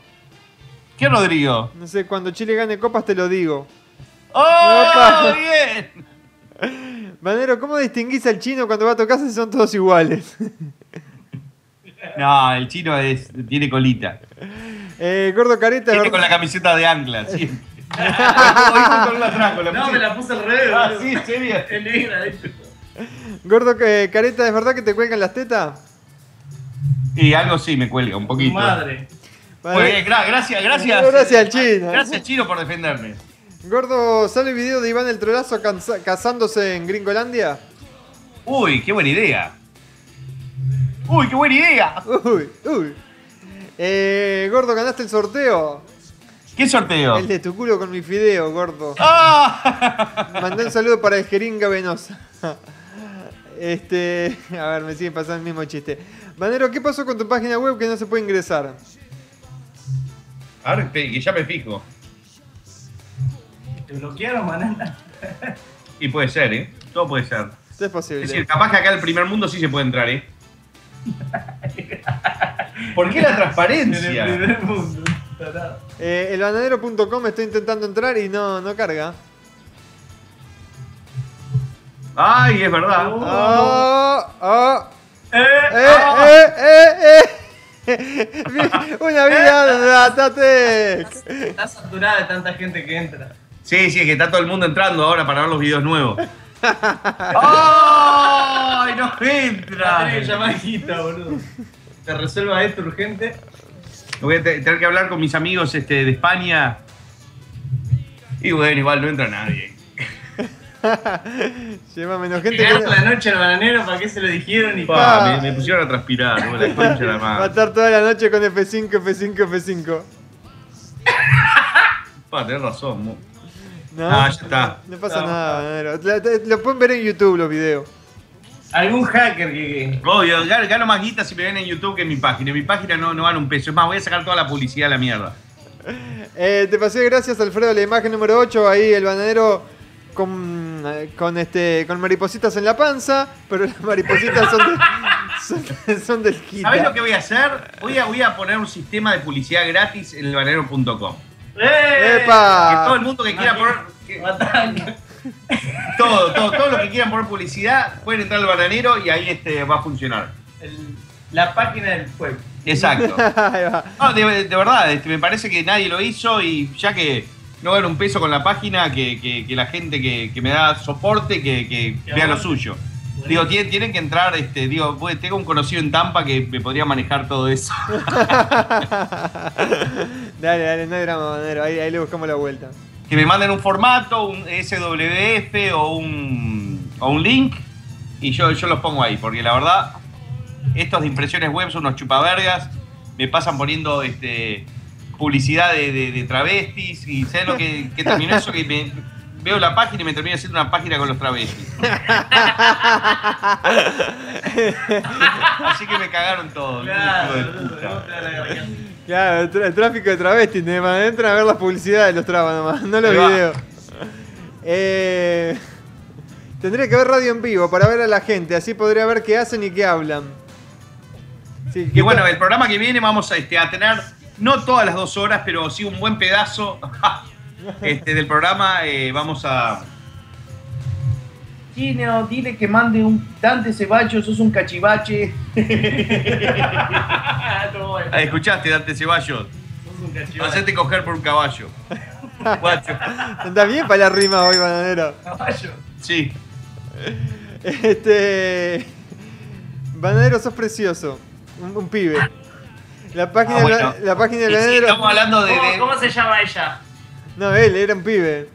¿Qué, Rodrigo? No sé, cuando Chile gane copas te lo digo. ¡Oh! Opa. ¡Bien! Banero, ¿cómo distinguís al chino cuando va a tu casa si son todos iguales? <laughs> No, el chino es, tiene colita. Eh, gordo careta, Tiene gordo- con la camiseta de ancla, siempre. Hoy justo no la trajo, la <laughs> No, puse- me la puse al revés, Ah, boludo. sí, en serio. Es negra, de hecho. gordo eh, careta, ¿es verdad que te cuelgan las tetas? Y algo sí me cuelga, un poquito. Madre. Muy bien, gra- gracias, gracias. Gracias al chino. Gracias, Chino, por defenderme. Gordo, ¿sale el video de Iván el Trolazo cansa- casándose en Gringolandia? Uy, qué buena idea. Uy, qué buena idea. Uy, uy. Eh, gordo, ganaste el sorteo. ¿Qué sorteo? El de tu culo con mi fideo, gordo. <laughs> ¡Ah! Mandé un saludo para el jeringa venosa. Este, a ver, me sigue pasando el mismo chiste. Banero, ¿qué pasó con tu página web que no se puede ingresar? A ver, te- que ya me fijo. ¿Te bloquearon, banana? Y puede ser, ¿eh? Todo puede ser. Es posible. Es decir, capaz que acá el primer mundo sí se puede entrar, ¿eh? ¿Por qué la transparencia? En el primer mundo, tarado. Eh, elbananero.com estoy intentando entrar y no, no carga. Ay, es verdad. Ah, ah. Eh, ah, eh, eh, eh, <laughs> eh. Vi- Una vida de Está saturada de tanta gente que entra. Sí, sí, es que está todo el mundo entrando ahora para ver los videos nuevos. ¡Ay, no entra! Tiene que llamar a Guita, boludo. Te resuelva esto urgente. Voy a te- tener que hablar con mis amigos este, de España. Y bueno, igual no entra nadie. Lleva menos gente que... Tiraron la noche al bananero, ¿para qué se lo dijeron? Y Pa, me, me pusieron a transpirar, bueno, la concha de la Va a madre. estar toda la noche con F5, F5, F5. Pa, tenés razón. mu- No, Ah, ya está. No pasa nada, bananero. La- te- Lo pueden ver en YouTube los videos. Algún hacker que. Obvio, gano, gano más guita si me ven en YouTube que en mi página. En mi página no, no gano un peso. Es más, voy a sacar toda la publicidad a la mierda. Eh, te pasé gracias, Alfredo, la imagen número 8. Ahí el bananero con, eh, con, este, con maripositas en la panza, pero las maripositas son, de- <laughs> son, son del kit. ¿Sabés lo que voy a hacer? Voy a, voy a poner un sistema de publicidad gratis en elbanero.com. ¡Eh! Que todo el ¡Epa! mundo que quiera poner. que- todo, todo, todo lo que quieran poner publicidad, pueden entrar al bananero y ahí este, va a funcionar. el- la página del juego. Exacto. <laughs> Ahí va. No, de, de verdad, este, me parece que nadie lo hizo y ya que no gano un peso con la página, que, que- que la gente que, que me da soporte, que, que Que vea lo aguante. suyo. Digo, tienen, tienen que entrar, este, digo, pues, tengo un conocido en Tampa que me podría manejar todo eso. dale, dale, no hay drama, bananero. Ahí, ahí le buscamos la vuelta. Que me manden un formato, un SWF o un, o un link y yo, yo los pongo ahí, porque la verdad, estos de impresiones web son unos chupavergas, me pasan poniendo este, publicidad de, de- de travestis y sé lo que, que terminó eso, que me- veo la página y me termino haciendo una página con los travestis. Así que me cagaron todo. hijo de Claro, puta. boludo, la garganta. Claro, el, tra- el tráfico de travestis, nada más. Entran a ver las publicidades de los trabas nomás, <laughs> no los Ahí va. videos. Eh, tendría que ver radio en vivo para ver a la gente, así podría ver qué hacen y qué hablan. Sí, Y bueno, el programa que viene vamos a, este, a tener, no todas las dos horas, pero sí un buen pedazo <laughs> este, del programa. eh, vamos a. Dile, no, dile que mande un Dante Ceballos, sos un cachivache. <laughs> no, bueno, Ah, ¿Escuchaste, Dante Ceballos? sos un cachivache. Hacete coger por un <laughs> caballo. Guacho. Andás bien para la rima hoy, bananero. Caballo. Sí. Este. Bananero, sos precioso. Un, un pibe. La página, Ah, de la, bueno. la página Y de sí, bananero. estamos hablando de. ¿Cómo, de- cómo se llama ella? no, él era un pibe.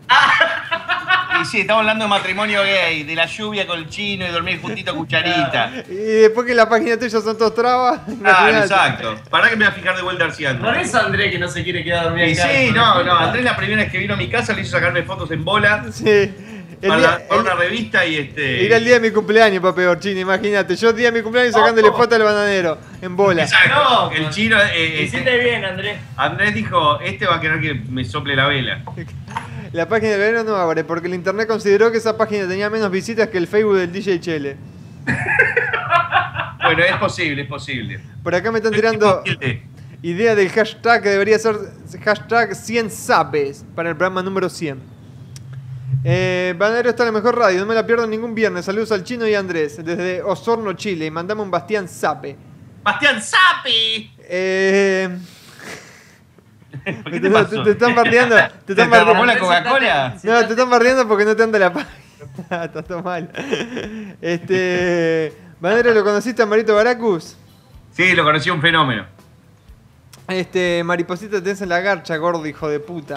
y sí, estamos hablando de matrimonio gay, de la lluvia con el chino y dormir juntito a <laughs> cucharita. Y después que la página tuya son todos trabas. Ah, imagínate. exacto. Pará que me voy a fijar de vuelta Arciando. Por eso André que no se quiere quedar dormido Y acá. sí, no, no. Andrés la primera vez que vino a mi casa le hizo sacarme fotos en bola Sí. El para, día- para una el- revista y este. Era el día de mi cumpleaños, Pape Orchini, imagínate. Yo día de mi cumpleaños sacándole foto al bananero, en bola. Exacto. No, el pues. chino. eh, eh, Hiciste bien, André. Andrés dijo, este va a querer que me sople la vela. La página del bananero no abre, porque el internet consideró que esa página tenía menos visitas que el Facebook del DJ Chele. Bueno, es posible, es <laughs> posible. Este, Por acá me están tirando idea del hashtag que debería ser hashtag 100 sapes para el programa número 100. Eh, bananero está en la mejor radio, no me la pierdo ningún viernes. Saludos al chino y a Andrés desde Osorno, Chile. Y mandame un Bastián Sape. ¡Bastián Zapi! Eh, ¿Por te, qué te pasó? te están bardeando. Te <laughs> ¿Te están te robó bardeando. la Coca-Cola? No, te están bardeando porque no te anda <laughs> la página. Está todo mal. Este. Banero, ¿lo conociste a Marito Baracus? Sí, lo conocí un fenómeno. Este, mariposita tenés en la garcha, gordo hijo de puta.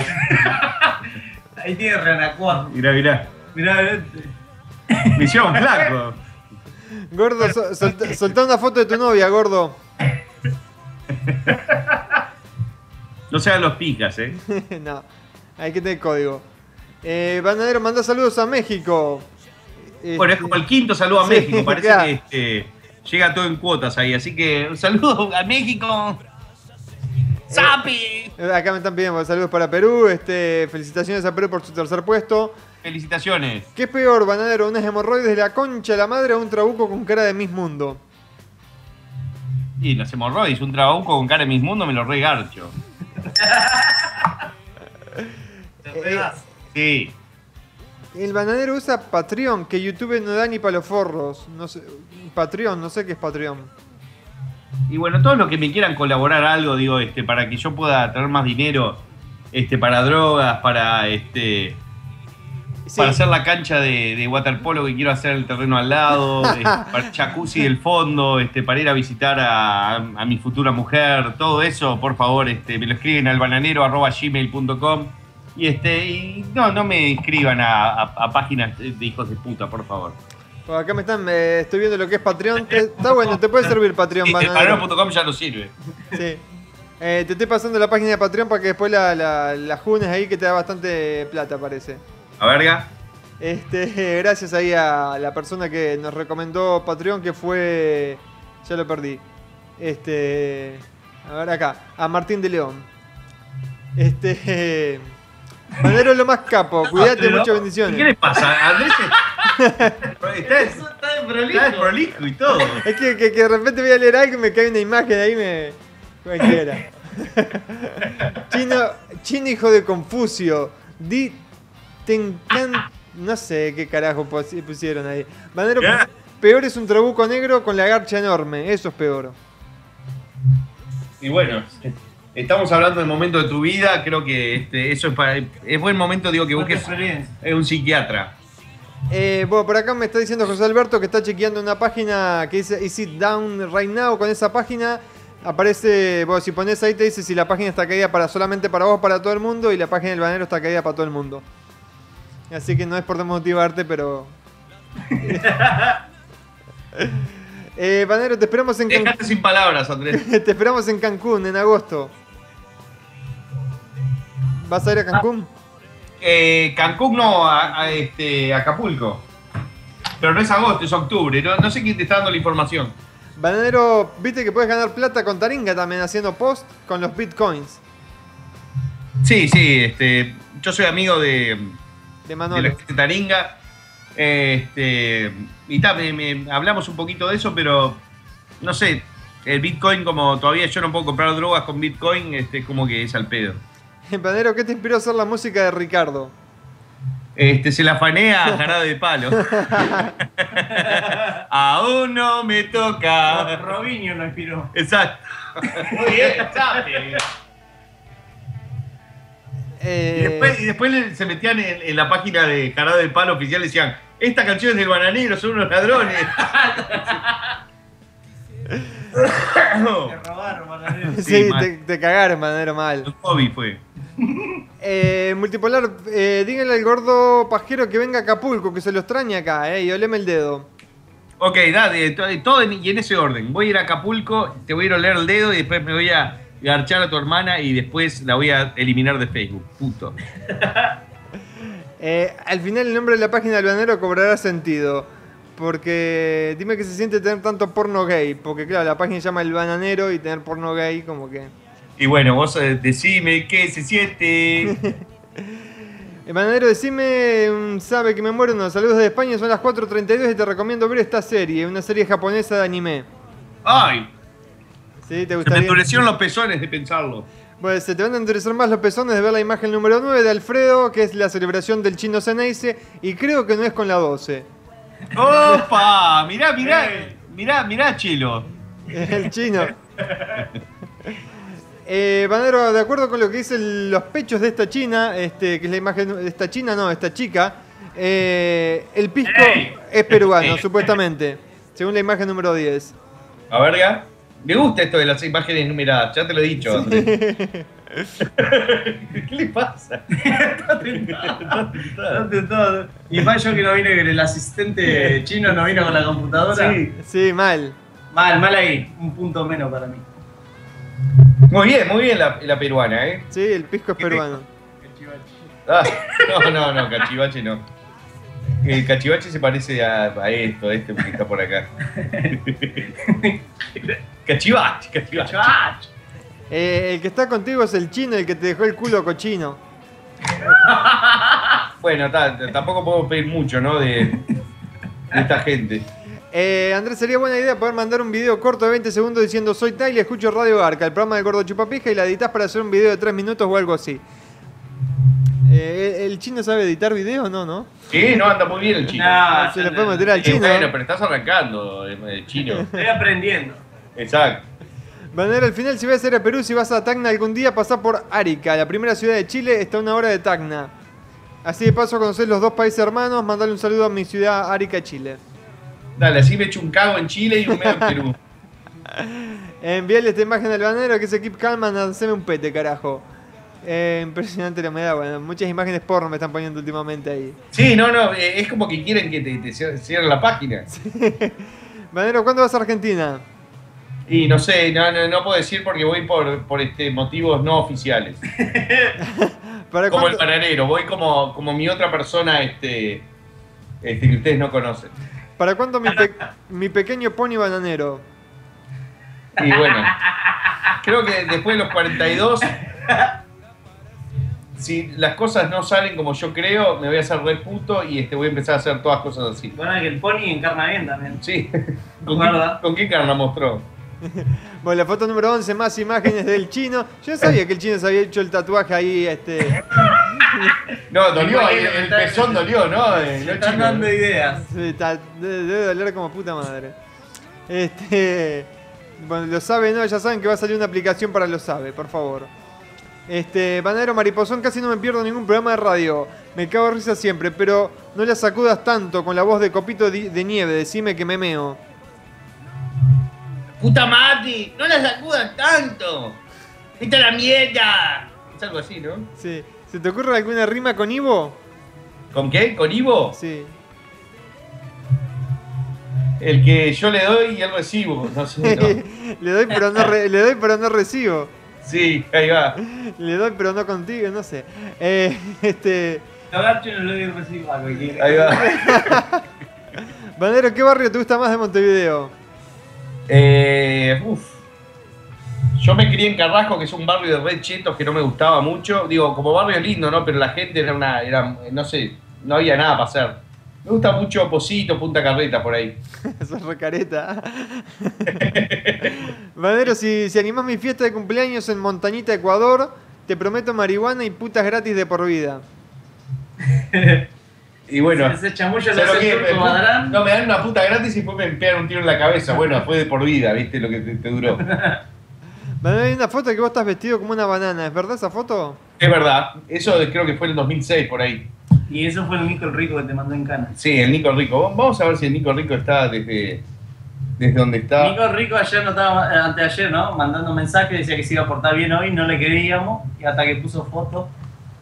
Ahí tiene Renacuar. Mirá, mirá. Mirá, mirá. eh. Me hicieron flaco. Gordo, sol- soltá- soltá una foto de tu novia, gordo. <laughs> No sean los pijas, ¿eh? no, hay que tener código. Eh, Bananero, manda saludos a México. Bueno, es Este, como el quinto saludo a Sí, <laughs> México. Parece claro. que <laughs> este, llega todo en cuotas ahí. Así que un saludo a México. ¡Sapi! Eh, Acá me están pidiendo saludos para Perú. Este, felicitaciones a Perú por su tercer puesto. Felicitaciones. ¿Qué es peor, banadero? ¿Unas hemorroides de la concha de la madre o un trabuco con cara de Miss Mundo? Y los hemorroides, un trabuco con cara de mis mundo, me lo regarcho. Sí. El bananero usa Patreon, que YouTube no da ni para los forros. No sé, Patreon, no sé qué es Patreon. Y bueno, todos los que me quieran colaborar algo, digo, este, para que yo pueda tener más dinero, este, para drogas, para este. Para hacer la cancha de, de waterpolo que quiero hacer en el terreno al lado, <laughs> este, para el jacuzzi del fondo, este, para ir a visitar a, a mi futura mujer, todo eso, por favor, este, me lo escriben al bananero.gmail.com y este, y no, no me inscriban a, a- a páginas de hijos de puta, por favor. Por acá me están, eh, estoy viendo lo que es Patreon. Te- está bueno, te puede servir Patreon, Sí, el bananero. bananero.com ya no sirve. Sí. Eh, te estoy pasando la página de Patreon para que después la, la, la junes ahí que te da bastante plata, parece. A verga. Este, <laughs> gracias ahí a la persona que nos recomendó Patreon, que fue. Ya lo perdí. Este. A ver acá. A Martín de León. Este. <laughs> Manero es lo más capo. Cuídate, Pero, muchas bendiciones. ¿Qué le pasa? Andrés <laughs> está, está desprolijo. desprolijo y todo. <laughs> Es que, que- que de repente voy a leer algo y me cae una imagen ahí me. cualquiera. chino, chino hijo de Confucio. Di tenkan- No sé qué carajo pos- pusieron ahí. Manero, peor es un trabuco negro con la garcha enorme. Eso es peor. Y bueno, estamos hablando del momento de tu vida. Creo que este, eso es para. Es buen momento, digo, que busques eh, un psiquiatra. Eh, bueno, por acá me está diciendo José Alberto que está chequeando una página que dice Is it down right now? Con esa página aparece, bueno, si pones ahí te dice si la página está caída para solamente para vos, para todo el mundo, y la página del banero está caída para todo el mundo. Así que no es por desmotivarte, pero. eh, banero, te esperamos en Cancún. Dejaste sin palabras, Andrés. <laughs> te esperamos en Cancún en agosto. ¿Vas a ir a Cancún? Eh, Cancún no, a, a, este, Acapulco. Pero no es agosto, es octubre. No, no sé quién te está dando la información. Bananero, viste que puedes ganar plata con Taringa también haciendo post con los bitcoins Sí, sí, este, yo soy amigo de. de de la Manolo. gente de Taringa. Este, y ta, me- me- hablamos un poquito de eso, pero no sé, el Bitcoin, como todavía yo no puedo comprar drogas con Bitcoin, este, como que es al pedo. <laughs> Bananero, ¿qué te inspiró a hacer la música de Ricardo? Este, se la fanea a jarabe de palo. <laughs> Aún no me toca. Robinho no inspiró. Exacto. Muy bien, sabe. Eh, Y <laughs> después, y después le- se metían en, en la página de jarabe de palo oficial y decían, estas canciones del bananero son unos ladrones. Te <laughs> robaron, bananero. sí, sí, mal. te, te cagaron, Bananero, mal. Hobby fue. Eh, multipolar, eh, díganle al gordo pajero que venga a Acapulco, que se lo extraña acá, eh, y oleme el dedo. Ok, dale, to- todo en- y en ese orden. Voy a ir a Acapulco, te voy a ir a oler el dedo y después me voy a garchar a tu hermana y después la voy a eliminar de Facebook. Puto. Eh, al final el nombre de la página del bananero cobrará sentido. Porque dime que se siente tener tanto porno gay. Porque claro, la página se llama El Bananero y tener porno gay como que... Y bueno, vos eh, decime qué se siente. Eh, Manadero, decime, mm, sabe que me muero, unos saludos de España, son las 4.32 y te recomiendo ver esta serie, una serie japonesa de anime. ¡Ay! Se ¿Sí? ¿Te me gustaría? endurecieron los pezones de pensarlo. Bueno, se te van a endurecer más los pezones de ver la imagen número 9 de Alfredo, que es la celebración del chino Zeneise, y creo que no es con la <laughs> 12. ¡Opa! Mirá, mirá, mirá, mirá, Chilo. El <laughs> chino. Eh, Banero, de acuerdo con lo que dicen los pechos de esta china, este, que es la imagen de esta china, no, esta chica, eh, el pisco <laughs> es peruano, supuestamente, según la imagen número 10. A verga. Me gusta esto de las imágenes numeradas, ya te lo he dicho, Andrés. ¿Qué le pasa? Date todo. Y más yo que no vine, el asistente chino no vino con la computadora. Sí. Sí, mal. Mal, mal ahí. Un punto menos para mí. Muy bien, muy bien la, la peruana, ¿eh? Sí, el pisco es peruano. Ah, no, no, no, cachivache no. El cachivache se parece a, a esto, a este que está <laughs> por acá. cachivache, cachivache. Eh, el que está contigo es el chino, el que te dejó el culo cochino. Bueno, ta- ta- tampoco podemos pedir mucho, ¿no? De, de esta gente. Eh, Andrés, sería buena idea poder mandar un video corto de 20 segundos diciendo soy Tyler, escucho Radio Barca, el programa del Gordo Chupapija y la editas para hacer un video de 3 minutos o algo así. Eh, ¿El chino sabe editar videos? No, ¿no? Sí, no anda muy bien el chino. Ah, Nah, se le puede meter al Eh, chino. Bueno, pero estás arrancando, eh, el chino. Estoy aprendiendo. Exacto. Banera, al final, si vas a ir a Perú, si vas a Tacna algún día, pasá por Arica, la primera ciudad de Chile, está a una hora de Tacna. Así de paso conocés los dos países hermanos, mandale un saludo a mi ciudad, Arica, Chile. Dale, así me echo un cago en Chile y un medio en Perú. Enviarle esta imagen al banero que es Keep Calm and haceme un pete, carajo. Eh, impresionante la humedad, bueno, muchas imágenes porno me están poniendo últimamente ahí. Sí, no, no, eh, es como que quieren que te, te cier- cierren la página. Banero, ¿cuándo vas a Argentina? Y no sé, no, no, no puedo decir porque voy por, por este, motivos no oficiales. ¿Para como el cuánto- panadero, voy como, como mi otra persona este, este, que ustedes no conocen. ¿Para cuándo mi, <laughs> pe- mi pequeño pony bananero? Y bueno, creo que después de los 42, si las cosas no salen como yo creo, me voy a hacer re puto y este, voy a empezar a hacer todas cosas así. Bueno, que el pony encarna bien también. Sí. ¿Con qué, ¿Con qué cara la mostró? Bueno, la foto número 11, más imágenes del chino. Yo no sabía que el chino se había hecho el tatuaje ahí, este. No, dolió, el, el pezón dolió, ¿no? Eh, no, chino. ideas. Debe doler como puta madre. Este. Bueno, lo sabe, no, ya saben que va a salir una aplicación para lo sabe, por favor. Este, Banero Mariposón, casi no me pierdo ningún programa de radio. Me cago en risa siempre, pero no la sacudas tanto con la voz de copito di- de nieve, decime que me meo. ¡Puta Mati! ¡No la sacudan tanto! ¡Viste la mierda! Es algo así, ¿no? Sí. ¿Se te ocurre alguna rima con Ivo? ¿Con qué? ¿Con Ivo? Sí. El que yo le doy y él recibo. No sé, <laughs> ¿no? le doy pero no re- le doy pero no recibo. Sí, ahí va. Le doy pero no contigo, no sé. Eh, este. Lo garcho y no lo doy recibo a cualquiera. Ahí va. Bandero, ¿qué barrio te gusta más de Montevideo? Eh, uf. Yo me crié en Carrasco, que es un barrio de red chetos que no me gustaba mucho. Digo, como barrio lindo, ¿no? Pero la gente era una. Era, no sé, no había nada para hacer. Me gusta mucho Posito, Punta Carreta por ahí. Sos recareta. Bandero, si, si animás mi fiesta de cumpleaños en Montañita, Ecuador, te prometo marihuana y putas gratis de por vida. Y bueno. Ese chamullo lo ¿sabes lo hace que? el Me- turco Badrán. No, me dan una puta gratis y después me pegan un tiro en la cabeza. Bueno, fue de por vida, ¿viste? Lo que te, te duró. Bandero, hay una foto que vos estás vestido como una banana, ¿es verdad esa foto? Es verdad. Eso creo que fue en el 2006 por ahí. Y eso fue el Nico el Rico que te mandó en cana. Sí, el Nico Rico. Vamos a ver si el Nico Rico está desde. Desde donde está. Nico el Rico ayer no estaba, eh, anteayer, ¿no? Mandando mensajes, decía que se iba a portar bien hoy, no le creíamos. Y hasta que puso fotos.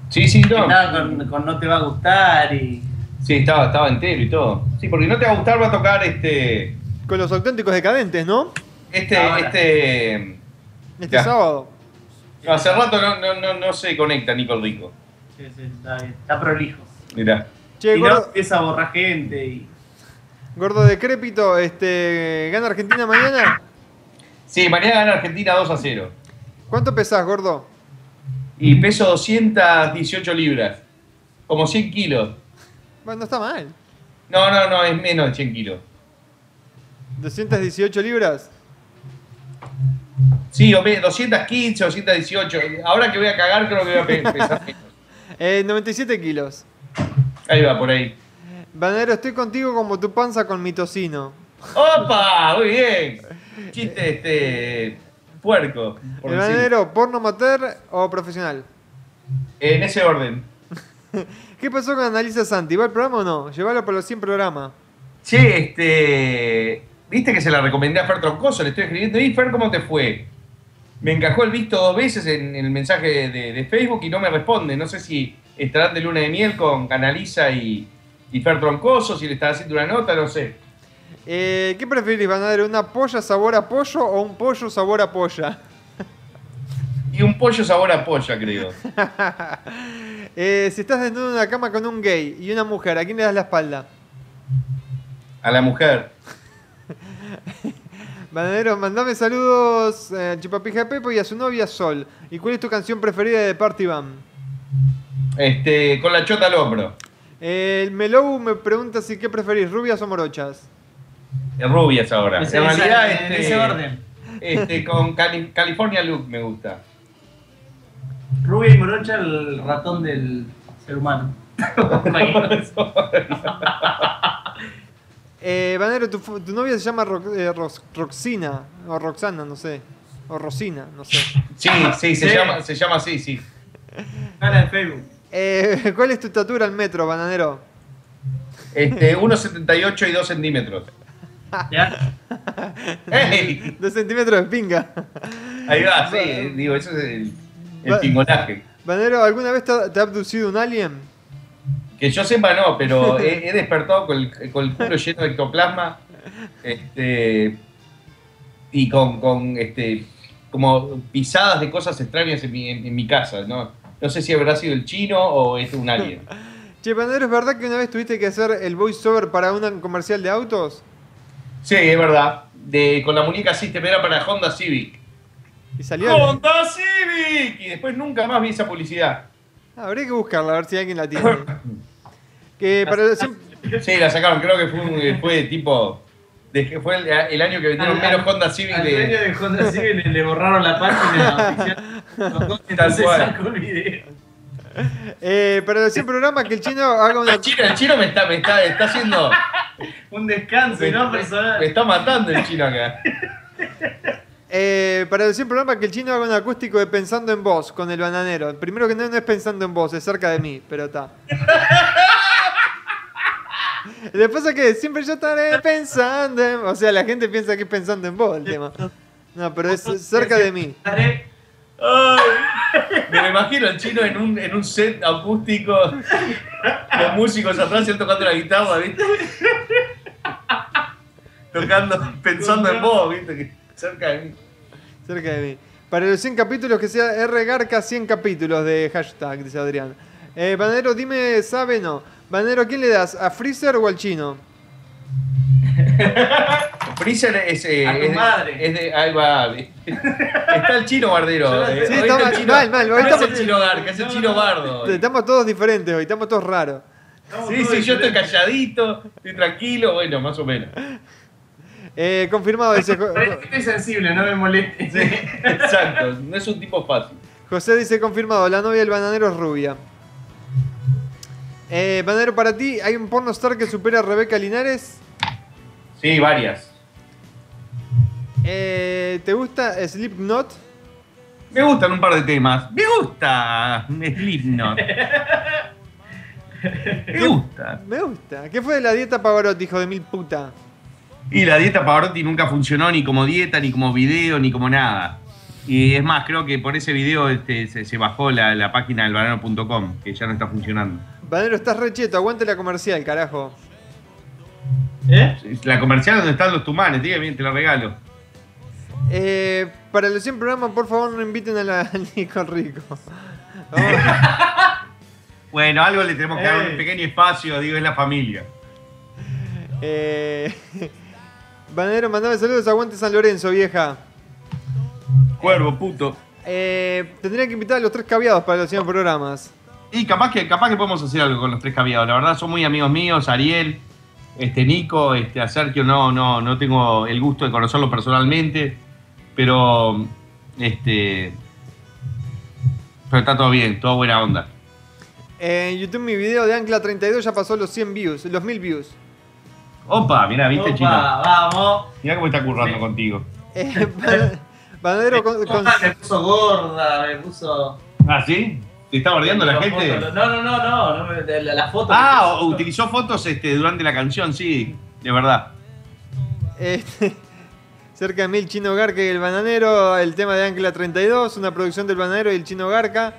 Sí, sí, no. Estaba con, con No Te Va a Gustar y. Sí, estaba, estaba entero y todo. Sí, porque no te va a gustar, va a tocar este. Con los auténticos decadentes, ¿no? Este, Ahora. este. Este Ya. sábado. no, hace rato no, no, no, no se conecta Nico Rico. Sí, sí, está bien, está prolijo. Mirá. Che, y no gordo, empieza a borrar gente y. gordo decrépito, este, ¿gana Argentina mañana? Sí, mañana gana Argentina 2 a 0. ¿Cuánto pesás, gordo? Y peso 218 libras. Como 100 kilos. Bueno, no está mal. No, no, no, es menos de 100 kilos. 218 libras. Sí, o me- 215, 218. Ahora que voy a cagar, creo que voy a pe- pesar menos. Eh, 97 kilos. Ahí va, por ahí. Banero, estoy contigo como tu panza con mi tocino. ¡Opa! Muy bien. Chiste, este. Puerco. por El decirlo. banero, porno amateur o profesional. En ese orden. ¿Qué pasó con Analiza Santi? ¿Va el programa o no? Llévalo para los 100 programas. Che, este. Viste que se la recomendé a Fer Troncoso, le estoy escribiendo. Y Fer, ¿cómo te fue? Me encajó el visto dos veces en el mensaje de, de Facebook y no me responde. No sé si estarán de luna de miel con Canaliza y, y Fer Troncoso, si le está haciendo una nota, no sé. Eh, ¿Qué preferís, banero? ¿Una polla sabor a pollo o un pollo sabor a polla? <laughs> Y un pollo sabor a polla, creo. Eh, si estás desnudo en una cama con un gay y una mujer, ¿a quién le das la espalda? A la mujer. Bananero, mandame saludos eh, al Chupapija Pepo y a su novia Sol. ¿Y cuál es tu canción preferida de Party Bam? Este, con la chota al hombro. El Melou me pregunta si qué preferís, rubias o morochas. Eh, Rubias ahora. Ese- en ese- realidad, en este, ese orden. Este, con Cali- California Look me gusta. Rubia y morocha, el ratón del ser humano. Eh, Bananero, tu, fu- tu novia se llama Ro- eh, Ros- Roxina, o Roxana, no sé. O Rosina, no sé. Sí, sí, se, Llama, se llama así, sí. <laughs> Cara de Facebook. Eh, ¿Cuál es tu estatura al metro, Bananero? Este, 1,78 y 2 centímetros. ¿Ya? ¡Ey! Dos centímetros de pinga. <laughs> Ahí va, sí, eh, digo, eso es el, el pingonaje. Bananero, ¿alguna vez te ha, te ha abducido un alien? Que yo sepa no, pero he, he despertado con el, con el culo lleno de ectoplasma. Este. Y con, con este. como pisadas de cosas extrañas en mi, en, en mi casa, ¿no? No sé si habrá sido el chino o es un alien. Che, Bananero, ¿es verdad que una vez tuviste que hacer el voiceover para un comercial de autos? Sí, es verdad. De, con la muñeca System era para Honda Civic. Y salió. ¡Honda Civic! Y después nunca más vi esa publicidad. Habría que buscarla, a ver si alguien la tiene. que para, siempre- Sí, la sacaron, creo que fue, un- eh, fue tipo. de que fue el, eh, el año que vendieron Al- al- menos Honda Civic Al de- dueño de Honda Civic le, le borraron la <laughs> página oficial. Los dos, entonces cual. sacó un video. eh, para el 100 programa que el chino haga una. El chino, el chino me está, me está, está <laughs> haciendo. Un descanso, Me, ¿no? me- Personal. me está matando el chino acá. Eh, para el 100 programa que el chino haga un acústico de Pensando en Vos con el bananero. Primero que no, no es Pensando en Vos, es cerca de mí, pero está. <laughs> Después es que siempre yo estaré pensando en... O sea, la gente piensa que es pensando en vos el tema. No, pero es cerca de mí. Estaré- Me lo imagino el chino en un, en un set acústico con músicos atrás y él tocando la guitarra, ¿viste? Tocando, pensando en vos, ¿viste? Que cerca de mí. Cerca de mí. Para los 100 capítulos, que sea R Garca 100 capítulos de hashtag, dice Adrián. Eh, Banero, dime, ¿sabe no? Banero, ¿a quién le das? ¿A Freezer o al chino? Freezer es, eh, A tu es de- madre. es de. Ahí va. ¿viste? Está el chino bardero. Sí, eh. Hoy está el mal, chino- mal, mal. Hoy no es estamos- el chino garca, es el chino bardo. hoy. Estamos todos diferentes hoy, estamos todos raros. estamos Sí, todos sí, yo estoy diferentes. calladito, estoy tranquilo, bueno, más o menos. Eh, confirmado, dice Jo- Parece que estoy sensible, no me <laughs> molestes. Exacto, no es un tipo fácil. José dice confirmado, la novia del bananero es rubia. Eh, bananero, para ti, ¿hay un porno star que supera a Rebeca Linares? Sí, varias. Eh, ¿Te gusta Slipknot? Me gustan un par de temas. Me gusta Slipknot. Me gusta. Me gusta. ¿Qué fue de la dieta Pavarotti, hijo de mil puta? Y la dieta Pavarotti nunca funcionó ni como dieta, ni como video, ni como nada. Y es más, creo que por ese video este, se, se bajó la, la página del banano.com, que ya no está funcionando. Bananero, estás recheto, aguante la comercial, carajo. ¿Eh? La comercial donde están los tumanes, tío, bien, te la regalo. Eh, para los 100 programas, por favor, no inviten a la, <laughs> al Nico Rico. Vamos. Bueno, algo le tenemos que dar Ey. un pequeño espacio, digo, es la familia. Eh, <laughs> Bananero, mandame saludos, aguante San Lorenzo, vieja. Cuervo, puto. Eh, tendría que invitar a los tres caviados para los 100 programas. Y capaz que, capaz que podemos hacer algo con los tres caviados. La verdad son muy amigos míos, Ariel, este Nico, este a Sergio no, no, no tengo el gusto de conocerlo personalmente, pero este. Pero está todo bien, todo buena onda. Eh, En YouTube mi video de Ancla 32 ya pasó los 100 views, los 1000 views. Opa, mirá, viste, Opa, chino. vamos. Mirá cómo está currando Sí. contigo. Eh, <laughs> Ban- Bananero, con- con- Ah, Me puso gorda, me puso. ¿Ah, sí? ¿Te está bardeando la gente? No, no, no, no. no me- de la, la foto. Ah, o- o me puso- utilizó fotos este, durante la canción, sí, de verdad. este, cerca de mil Chino Garca y el Bananero, el tema de Ancla 32, una producción del Bananero y el Chino Garca.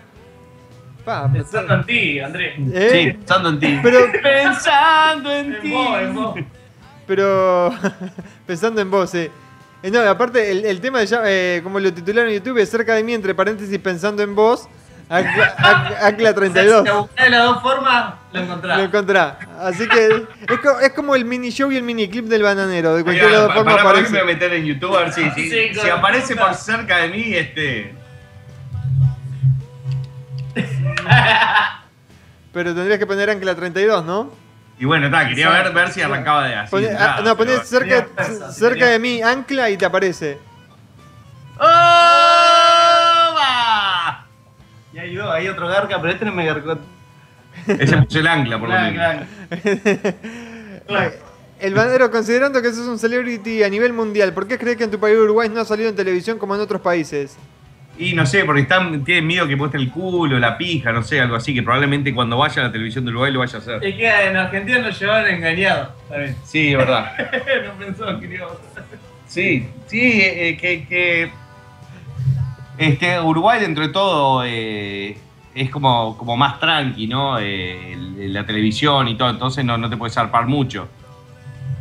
Pa, Pensando en ti, Andrés. eh, Sí, pensando en <laughs> ti. Pero, Pensando en En ti. vos, en vos. pero <laughs> pensando en vos, eh. Eh, No, aparte, el, el tema, ya, eh, como lo titularon en YouTube, es cerca de mí, entre paréntesis, pensando en vos. <laughs> Ancla, ac- ancla Si te 32. buscás de las dos formas, lo encontrás. Lo encontrá. Así que es, co- es como el mini show y el mini clip del bananero. De cualquier Pará, lado pará, forma pará que me voy a aparece. meter en YouTube a ver si, si- Sí, si con- aparece por cerca de mí este. Pero tendrías que poner ancla 32, ¿no? Y bueno, está, quería ver, ver si arrancaba de así. Poné- de entrada, ah, no, pero- ponés cerca, cerca de mí ancla y te aparece. ¡Oh! <laughs> ¡Va! Y hay, dos, hay otro garca, pero este no me garcó. Ese puso el ancla, por lo Claro, menos. claro. Eh, El bananero, considerando que sos un celebrity a nivel mundial, ¿por qué crees que en tu país Uruguay no ha salido en televisión como en otros países? Y no sé, porque están, tienen miedo que muestre el culo, la pija, no sé, algo así, que probablemente cuando vaya a la televisión de Uruguay lo vaya a hacer. Y que en Argentina lo llevaron engañado. Está bien. Sí, es verdad. <laughs> no pensó que iba a pasar. Sí, sí, eh, que, que- Este, Uruguay, dentro de todo, eh, es como, como más tranqui, ¿no? Eh, el- la televisión y todo, entonces no, no te puedes zarpar mucho.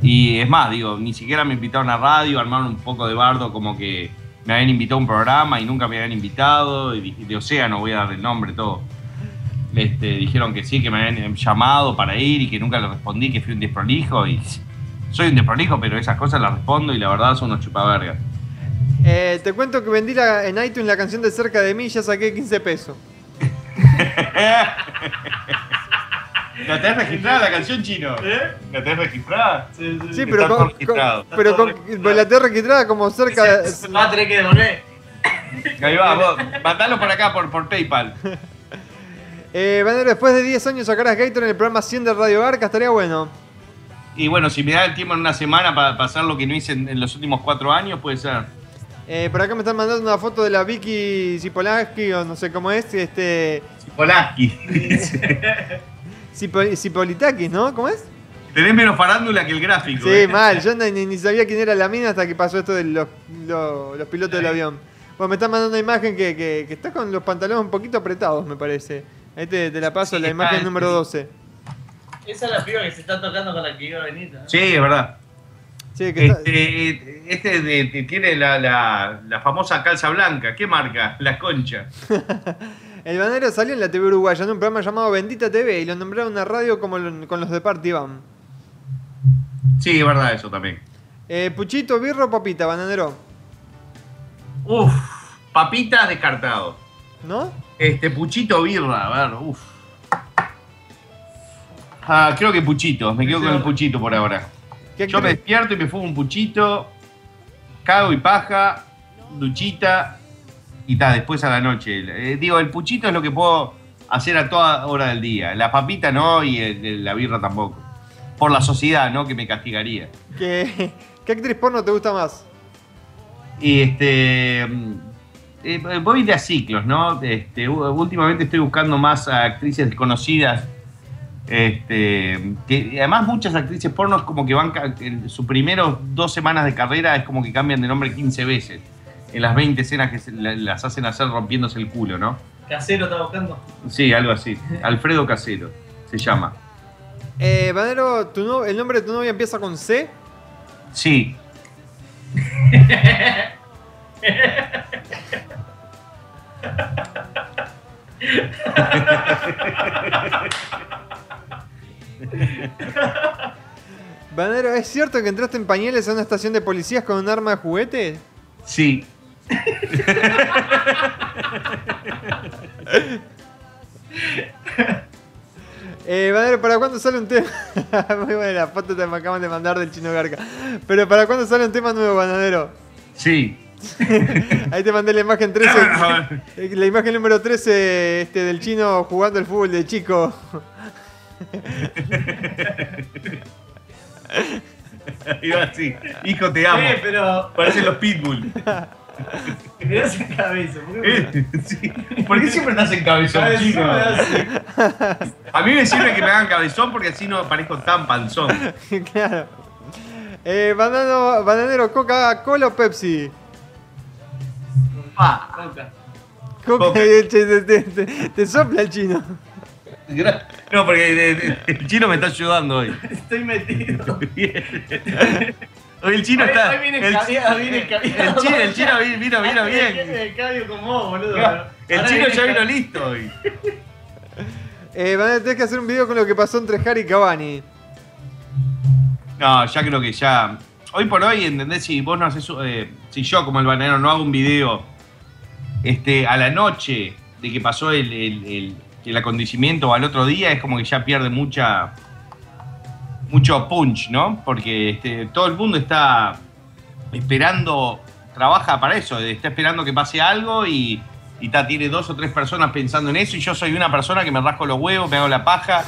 Y es más, digo, ni siquiera me invitaron a radio, armaron un poco de bardo, como que me habían invitado a un programa y nunca me habían invitado, y dije, de Océano voy a dar el nombre, todo. Este, dijeron que sí, que me habían llamado para ir y que nunca le respondí, que fui un desprolijo y soy un desprolijo, pero esas cosas las respondo y la verdad son unos chupavergas. Eh, te cuento que vendí la- en iTunes la canción de Cerca de mí y ya saqué 15 pesos. <laughs> ¿La tenés registrada la canción chino? ¿Eh? ¿La tenés registrada? Sí, sí. Sí, pero, Está con, todo registrado. con- pero con- pero la tengo registrada como cerca de... Va a tener que devolver. Ahí va, vos, mandalo por acá, por, por PayPal. Eh, Banero, después de 10 años sacarás Gator en el programa 100 de Radio Barca, estaría bueno. Y bueno, si me da el tiempo en una semana para pasar lo que no hice en, en los últimos cuatro años, puede ser. Eh, por acá me están mandando una foto de la Vicky Zipolaski o no sé cómo es, este... Polaski. Zipo- Zipolitakis, ¿no? ¿Cómo es? Tenés menos farándula que el gráfico. <laughs> Sí, eh. mal. Yo ni, ni- ni sabía quién era la mina hasta que pasó esto de los, los- los pilotos del avión. Bueno, me están mandando una imagen que, que- que está con los pantalones un poquito apretados, me parece. Ahí te, te la paso, Sí, la está, imagen sí. número 12. Esa es la piba que se está tocando con la que iba a venir. ¿no? Sí, es verdad. Sí, que está- Este, este de- de- tiene la, la- la famosa calza blanca. ¿Qué marca? La concha. El banero salió en la TV uruguaya en un programa llamado Bendita TV y lo nombraron una radio como lo- con los de Party Van. Sí, es verdad eso también. Eh, Puchito, birro, papita, bananero. Uf, papitas descartado. ¿No? Este, Puchito Birra, a ver, uf. Ah, creo que Puchito, me quedo con el Puchito por ahora. ¿Qué Yo me crees? despierto y me fumo un Puchito, cago y paja, duchita y tal, después a la noche. Eh, digo, el Puchito es lo que puedo hacer a toda hora del día. La papita no y el- el- la birra tampoco. Por la sociedad, ¿no? Que me castigaría. ¿Qué, <laughs> qué actriz porno te gusta más? Y este. mm, eh, voy de a ciclos, ¿no? Este, u- últimamente estoy buscando más a actrices desconocidas. Este, que y además muchas actrices pornos como que van ca- en sus primeros dos semanas de carrera es como que cambian de nombre 15 veces en las 20 escenas que se- la- las hacen hacer rompiéndose el culo, ¿no? Casero está buscando. Sí, algo así. Alfredo Casero se llama. Eh, banero, tu no- ¿el nombre de tu novia empieza con C? Sí. Banero, ¿es cierto que entraste en pañales a una estación de policías con un arma de juguete? Sí. Eh, Banero, ¿para cuándo sale un tema? <laughs> Muy buena la foto que me acaban de mandar del chino garca. Pero ¿para cuándo sale un tema nuevo, Bananero? Sí. <laughs> Ahí te mandé la imagen 13. la imagen número 13 este, del chino jugando al fútbol de chico. <laughs> Iba así. Hijo, te amo. Eh, pero. Parecen los Pitbull. Mirá esa cabeza. ¿por qué? Sí. ¿Por qué siempre te hacen cabezón chino? A mí me sirve que me hagan cabezón porque así no parezco tan panzón. claro. Eh, banano, bananero, ¿Coca-Cola o Pepsi? Pa. Coca. Coca, <laughs> Coca. te, te- te- te sopla el chino. No, porque de- de- el chino me está ayudando hoy. Estoy metido. Hoy el chino Hoy- está. hoy viene el, caviado, viene caviado. el chino, el chino vi- vino, vino Antes bien. que empiece El cabio con vos, boludo. El Ahora chino viene ya el vino ca- listo hoy. Eh, van a tener que hacer un video con lo que pasó entre Harry y Cavani. No, ya creo que ya. Hoy por hoy, ¿entendés? Si vos no haces. eh, si yo, como el bananero, no hago un video este, a la noche de que pasó el, el- el- el acontecimiento o al otro día, es como que ya pierde mucha. mucho punch, ¿no? Porque este, todo el mundo está esperando. Trabaja para eso, está esperando que pase algo y, y ta, tiene dos o tres personas pensando en eso. Y yo soy una persona que me rasco los huevos, me hago la paja.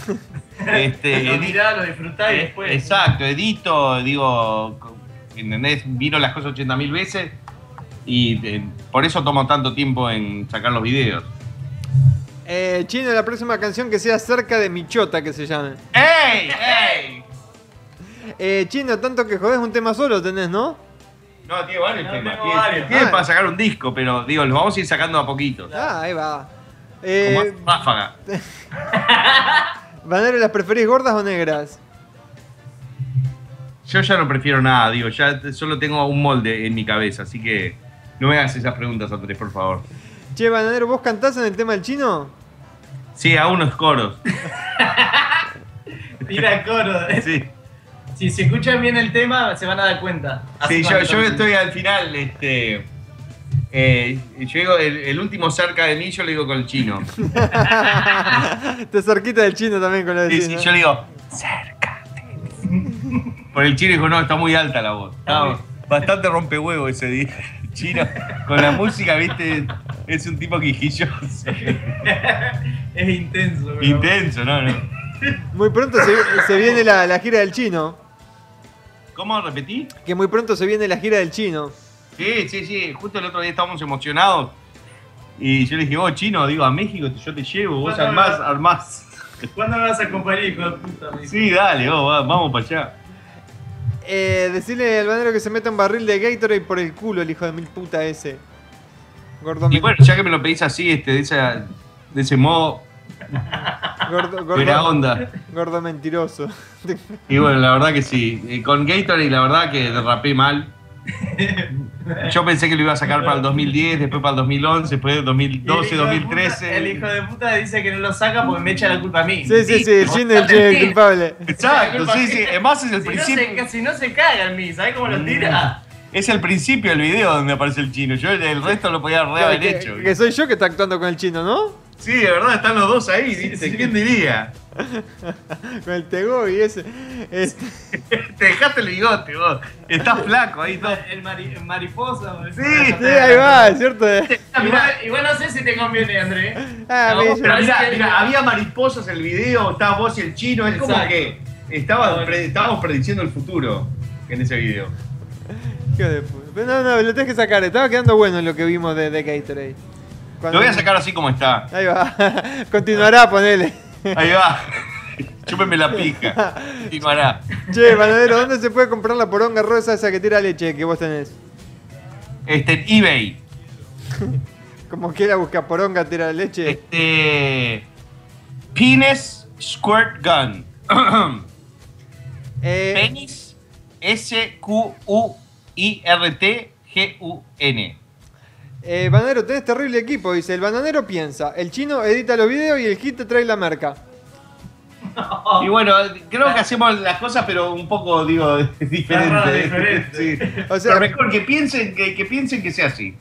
este, Lo edito- mirá, lo disfrutá y eh, después. Exacto, edito, digo, co- ¿entendés? Vino las cosas 80 mil veces y eh, por eso tomo tanto tiempo en sacar los videos. Eh, Chino, la próxima canción que sea cerca de Michota, que se llame. ¡Ey! ¡Ey! Eh, Chino, tanto que jodés un tema solo tenés, ¿no? No, tiene varios temas. tengo Tiene, varios. tiene Ah. para sacar un disco, pero digo, los vamos a ir sacando a poquito. Ah, ahí va. Como Eh, a- ráfaga. Vanero, ¿las preferís gordas o negras? Yo ya no prefiero nada, digo, ya te- solo tengo un molde en mi cabeza, así que no me hagas esas preguntas, Andrés, por favor. Che, Bananero, ¿vos cantás en el tema del chino? Sí, a unos <laughs> coros. Tira el coro. Sí. Si se escuchan bien el tema, se van a dar cuenta. Sí, Así yo, cuando yo tomen. estoy al final, este. eh, yo digo, el, el último cerca de mí, yo lo digo con el chino. <laughs> Te cerquita del chino también con lo del Sí, sí, chino. yo le digo, cerca. Por el chino dijo, no, está muy alta la voz. Estaba bastante rompehuevo ese día. El Chino, con la música, viste, es un tipo quijilloso. <laughs> Es intenso, bro. Intenso, ¿no? no. ¿eh? Muy pronto se, se viene la, la gira del chino. ¿Cómo repetí? Que muy pronto se viene la gira del chino. Sí, sí, sí. Justo el otro día estábamos emocionados. Y yo le dije, vos, chino, digo, a México yo te llevo, vos No, no, armás, no. armás. ¿Cuándo me vas a acompañar, hijo de puta? Me dice. Sí, dale, vos, va- vamos para allá. Eh, decirle al banero que se meta un barril de Gatorade por el culo, el hijo de mil puta ese. Gordo, Y men- bueno, ya que me lo pedís así, este, de, esa, de ese modo, gordo, buena gordo, onda. gordo <laughs> mentiroso. Y bueno, la verdad que sí. Eh, Con Gatorade, la verdad que derrapé mal. Yo pensé que lo iba a sacar para el 2010, después para el 2011, después el Y el 2012, hijo de puta- el 2013. hijo de puta dice que no lo saca porque me echa la culpa a mí. Sí, sí, sí, el Listo. chino es el- <laughs> el culpable. Exacto, sí, sí. Además es el Si no, se, principio. Mm. si no se caga en mí, ¿sabes cómo lo tira? Es el principio del video donde aparece el chino. Yo el resto lo podía re haber que, hecho. que soy yo que está actuando con el chino, ¿no? Sí, de verdad, están los dos ahí, dice. sí. ¿Quién diría? <laughs> Con el tego y ese. Este, Te dejaste el bigote vos. Estás flaco ahí todo. El, mari- el mariposa. boludo. Sí, <laughs> sí, ahí va, es cierto. Igual, igual no sé si te conviene, André. Ah, No, me- Pero Parece mirá, que- mirá, había mariposas en el video, estaba vos y el chino, es como Exacto. que estaba, pre- estábamos prediciendo el futuro en ese video. hijo de puta. Pero no, no, lo tenés que sacar. Estaba quedando bueno lo que vimos de, de Gatorade. Lo voy a sacar así como está. Ahí va. <laughs> Continuará, ponele. Ahí va. <laughs> Chúpeme la pija. Continuará. Che, Banadero, ¿dónde se puede comprar la poronga rosa esa que tira leche que vos tenés? Este, en eBay. Como quiera busca poronga tira leche. Este. Penis Squirt Gun. Eh, Penis S-Q-U-I-R-T-G-U-N. eh, Banadero, tenés terrible equipo, dice. El bananero piensa, el chino edita los videos y el hit te trae la merca. Y bueno, creo que hacemos las cosas, pero un poco, digo, <laughs> Claro, diferente. diferente. Sí. O sea- pero mejor que piensen que, que piensen que sea así.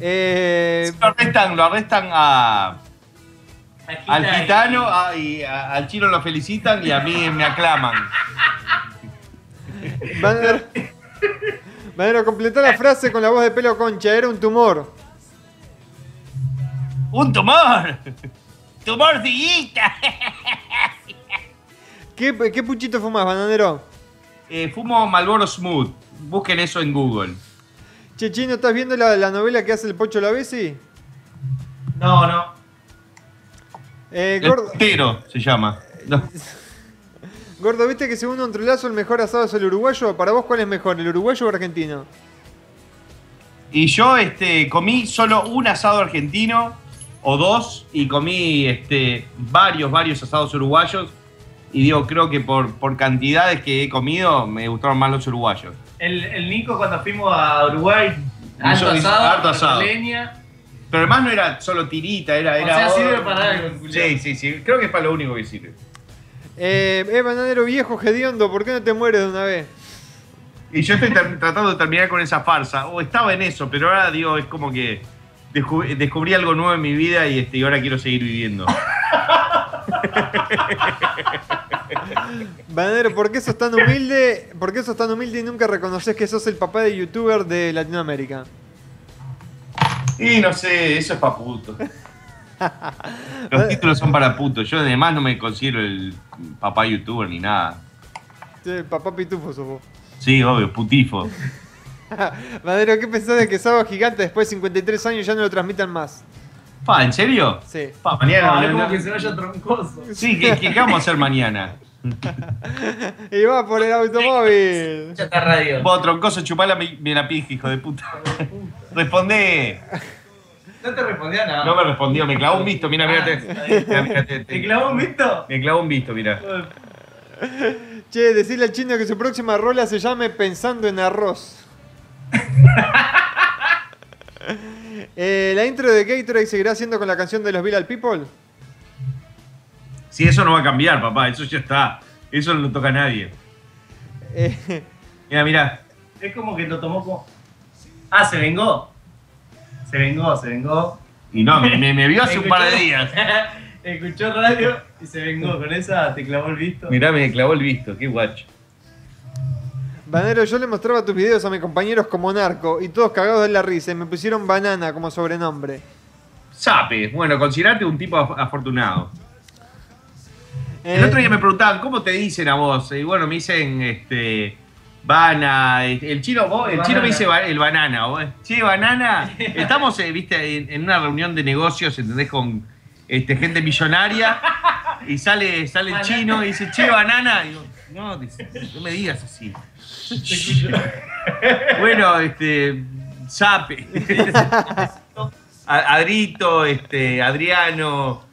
Eh, Lo arrestan, lo arrestan a, Agita al ahí. gitano, a- y a- al chino lo felicitan y a mí me aclaman. Banadero, Banadero, completá la frase con la voz de pelo concha. Era un tumor. ¡Un tumor! ¡Tumor de guita! ¿Qué, qué puchito fumás, bananero? Eh, fumo Malboro Smooth. Busquen eso en Google. Che, chino, ¿estás viendo la, la novela que hace el Pocho Lavesi? No, no. Eh, El gordo, Tero se llama. No. gordo, ¿viste que según un trolazo el mejor asado es el uruguayo? ¿Para vos cuál es mejor, el uruguayo o argentino? Y yo este, comí solo un asado argentino o dos y comí este, varios, varios asados uruguayos. Y digo, creo que por, por cantidades que he comido me gustaron más los uruguayos. El, el Nico cuando fuimos a Uruguay, Hizo- harto hizo asado, harto asado. leña. Pero además no era solo tirita, era. O era sea, sirve horno. para algo, Julián. Sí, sí, sí. Creo que es para lo único que sirve. Eh, eh, bananero viejo, hediondo, ¿por qué no te mueres de una vez? Y yo estoy ter- <laughs> tratando de terminar con esa farsa. O estaba en eso, pero ahora digo, es como que descu- descubrí algo nuevo en mi vida y, este, y ahora quiero seguir viviendo. Bananero, ¿por qué sos tan humilde? ¿Por qué sos tan humilde y nunca reconoces que sos el papá de youtuber de Latinoamérica? Y no sé, eso es para puto. Los títulos son para putos. Yo además no me considero el papá youtuber ni nada. Sí, El papá pitufo sos vos. <laughs> Sí, obvio, putifo. Bananero, ¿qué pensás de que Sábado Gigante después de 53 años ya no lo transmitan más? Pa, ¿en serio? Sí. Pa, mañana. No, es Ah, no- como Ah, que se vaya troncoso. Sí, ¿qué, qué- qué vamos a hacer mañana? Y va por el automóvil. Ya está radio. Vos, troncoso, chupá la, mi- la pija, hijo de puta. Responde. No te respondía nada. No me respondió, me clavó un visto, mira, mira. te- mira, mira, te- Ah, ¿Te te- clavó un visto? Me clavó un visto, mira. Che, decirle al chino que su próxima rola se llame Pensando en Arroz. <laughs> Eh, la intro de Gatorade seguirá siendo con la canción de los Villal People. Si eso no va a cambiar, papá, eso ya está. Eso no lo toca a nadie. Eh, Mira, mira. Es como que lo tomó como. Ah, se vengó. Se vengó, se vengó. Y no, me, me- me vio hace un par de días. <laughs> Escuchó radio y se vengó. Con esa te clavó el visto. Mirá, me clavó el visto, qué guacho. Banero, yo le mostraba tus videos a mis compañeros como narco y todos cagados de la risa y me pusieron banana como sobrenombre. Sape, bueno, considerate un tipo af- afortunado. El Eh, otro día me preguntaban, ¿cómo te dicen a vos? Y bueno, me dicen, este, Bana, este, el chino, vos- el chino me Banana. dice ba- el banana, vos, che, banana, estamos, eh, viste, en, en una reunión de negocios, ¿entendés? Con este, gente millonaria, y sale, sale el Banana. chino y dice, che, banana, y digo, no, dice, no me digas así. bueno, este, Sape, A- Adrito, este, Adriano,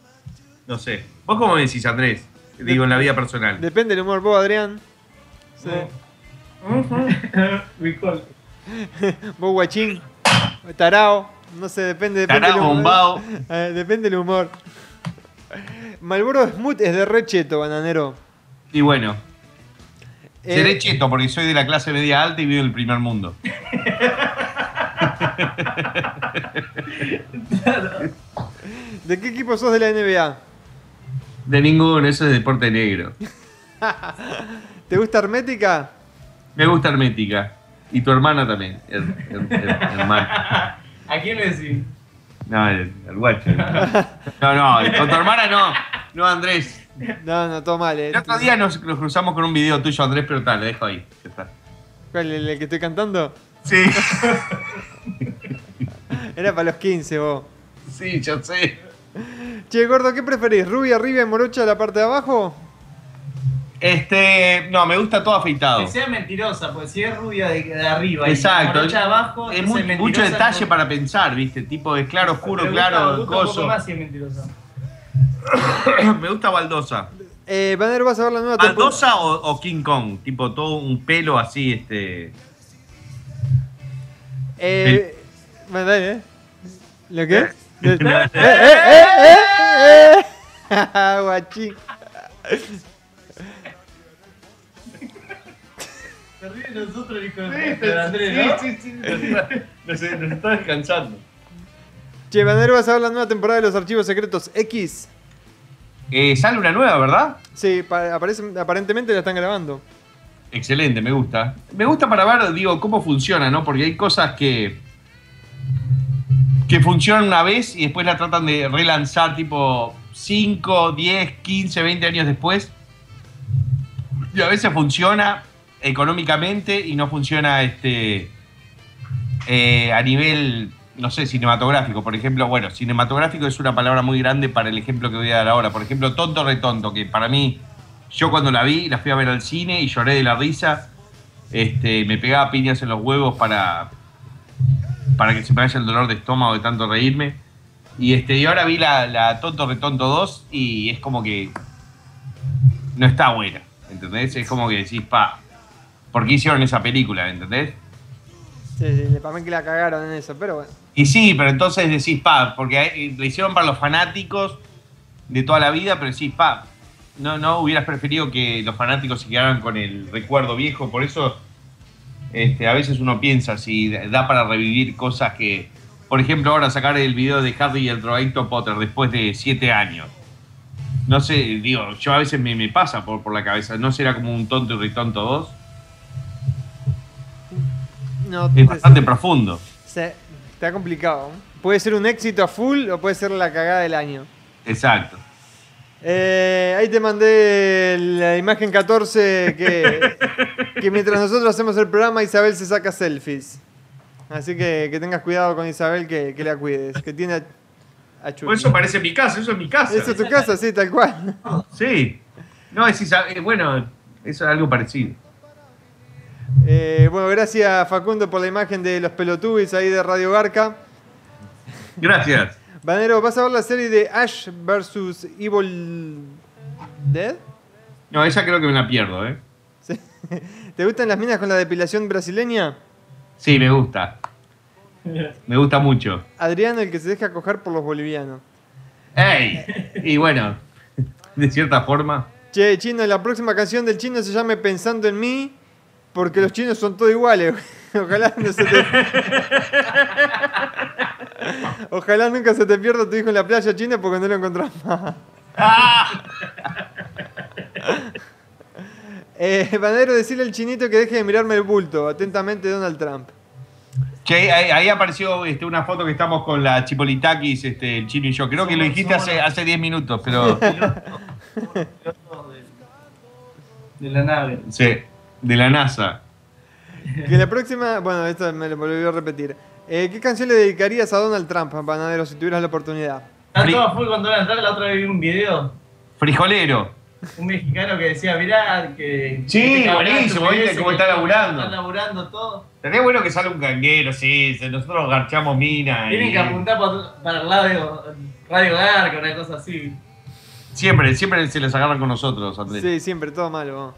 no sé. ¿Vos cómo me decís, Andrés? Digo, en la vida personal. Depende del humor, vos, Adrián. Sí. Recall. Vos, guachín. Tarao. No sé, depende. depende Tarao, del humor. bombao. <laughs> Eh, depende del humor. Malboro Smooth es de recheto, bananero. Y bueno, Eh, seré cheto porque soy de la clase media alta y vivo en el primer mundo. ¿De qué equipo sos de la NBA? De ninguno, eso es deporte negro. ¿Te gusta Hermética? Me gusta Hermética. Y tu hermana también. Her- her- her- hermana. ¿A quién le decís? No, el, el guacho. No, no, con tu hermana no. No, Andrés. No, no, todo mal. eh. El otro día nos, nos cruzamos con un video tuyo, Andrés, pero tal, lo dejo ahí. Ya está. ¿Cuál, el, el que estoy cantando? Sí, Era para los 15, vos. sí, yo sé. Che, gordo, ¿qué preferís? ¿Rubia arriba y morocha la parte de abajo? Este, no, me gusta todo afeitado. Que sea mentirosa, porque si es rubia de, de arriba Exacto. y morocha abajo, Es entonces mu- mucho mentirosa detalle con- para pensar, ¿viste? Tipo, es claro, oscuro, Me gusta- me claro, gusta un poco gozo. más si es mentirosa. <coughs> Me gusta Baldosa. Eh, Banner, vas a ver la nueva temporada. ¿Baldosa o, o King Kong? Tipo, todo un pelo así, este. Eh, bueno, dale, eh. ¿Lo qué? No, no. eh, eh, eh, eh, eh. <laughs> Guachín. Se ríe de nosotros el hijo de puta, de Andrés, ¿no? Nos, está descansando. Che, Banner, vas a ver la nueva temporada de los archivos secretos X. Eh, sale una nueva, ¿verdad? Sí, pa- aparece- aparentemente la están grabando. Excelente, me gusta. Me gusta para ver, digo, cómo funciona, ¿no? Porque hay cosas que. que funcionan una vez y después la tratan de relanzar, tipo, 5, 10, 15, 20 años después. Y a veces funciona económicamente y no funciona este. eh, a nivel, no sé, cinematográfico. Por ejemplo, bueno, cinematográfico es una palabra muy grande para el ejemplo que voy a dar ahora. Por ejemplo, tonto retonto, que para mí yo cuando la vi, la fui a ver al cine y lloré de la risa. Este, me pegaba piñas en los huevos para, para que se me vaya el dolor de estómago de tanto reírme. Y, este, y ahora vi la, la Tonto Retonto 2 y es como que no está buena. ¿Entendés? Es como que decís, pa, por qué hicieron esa película, ¿entendés? Sí, sí, para mí que la cagaron en eso, pero bueno. Y sí, pero entonces decís, pa, porque hay- eh, lo hicieron para los fanáticos de toda la vida, pero decís, pa, no, no hubieras preferido que los fanáticos se quedaran con el recuerdo viejo, por eso este, a veces uno piensa si da para revivir cosas que, por ejemplo, ahora sacar el video de Harry y el drogadicto Potter después de siete años. No sé, digo, yo a veces me, me pasa por, por la cabeza, ¿no será como un tonto y retonto dos? No, Es te- bastante profundo. se- está complicado. Puede ser un éxito a full o puede ser la cagada del año. Exacto. Eh, ahí te mandé la imagen 14 que, que mientras nosotros hacemos el programa Isabel se saca selfies. Así que que tengas cuidado con Isabel, que, que la cuides, que tiene a, a Chucky. Por eso parece mi casa, eso es mi casa. Eso es tu casa, sí, tal cual. Sí. No, es Isa- eh, bueno, eso es algo parecido. Eh, bueno, gracias Facundo por la imagen de los pelotubis ahí de Radio Garca. Gracias. Banero, ¿vas a ver la serie de Ash vs. Evil Dead? No, esa creo que me la pierdo, ¿eh? ¿Te gustan las minas con la depilación brasileña? Sí, me gusta. Me gusta mucho. Adriano, el que se deja coger por los bolivianos. ¡Ey! Y bueno, de cierta forma. Che, chino, la próxima canción del chino se llame Pensando en mí, porque los chinos son todos iguales. <laughs> Ojalá no se te... <laughs> Ojalá nunca se te pierda tu hijo en la playa china porque no lo encontrás más. <laughs> eh, Banero, decirle al chinito que deje de mirarme el bulto. Atentamente, Donald Trump. Che, ahí, ahí apareció este, una foto que estamos con la Chipolitakis, este, el chino y yo. Creo que lo dijiste hace hace 10 minutos, <laughs> pero. de la nave. Sí, de la NASA. Que la próxima. Bueno, esto me lo volvió a repetir. Eh, ¿Qué canción le dedicarías a Donald Trump, Banadero, si tuvieras la oportunidad? Está todo full con Donald Trump. La otra vez vi un video. Frijolero. Un mexicano que decía, mirá, que. Sí, este cabrón buenísimo, que viste ese cómo que está laburando. Está laburando todo. Sería bueno que salga un canguero, sí. se- Nosotros garchamos mina. Tienen y- que apuntar pa- para el lado de Radio Garca, una cosa así. Siempre, siempre se les agarran con nosotros, Andrés. Sí, siempre, todo malo. vos.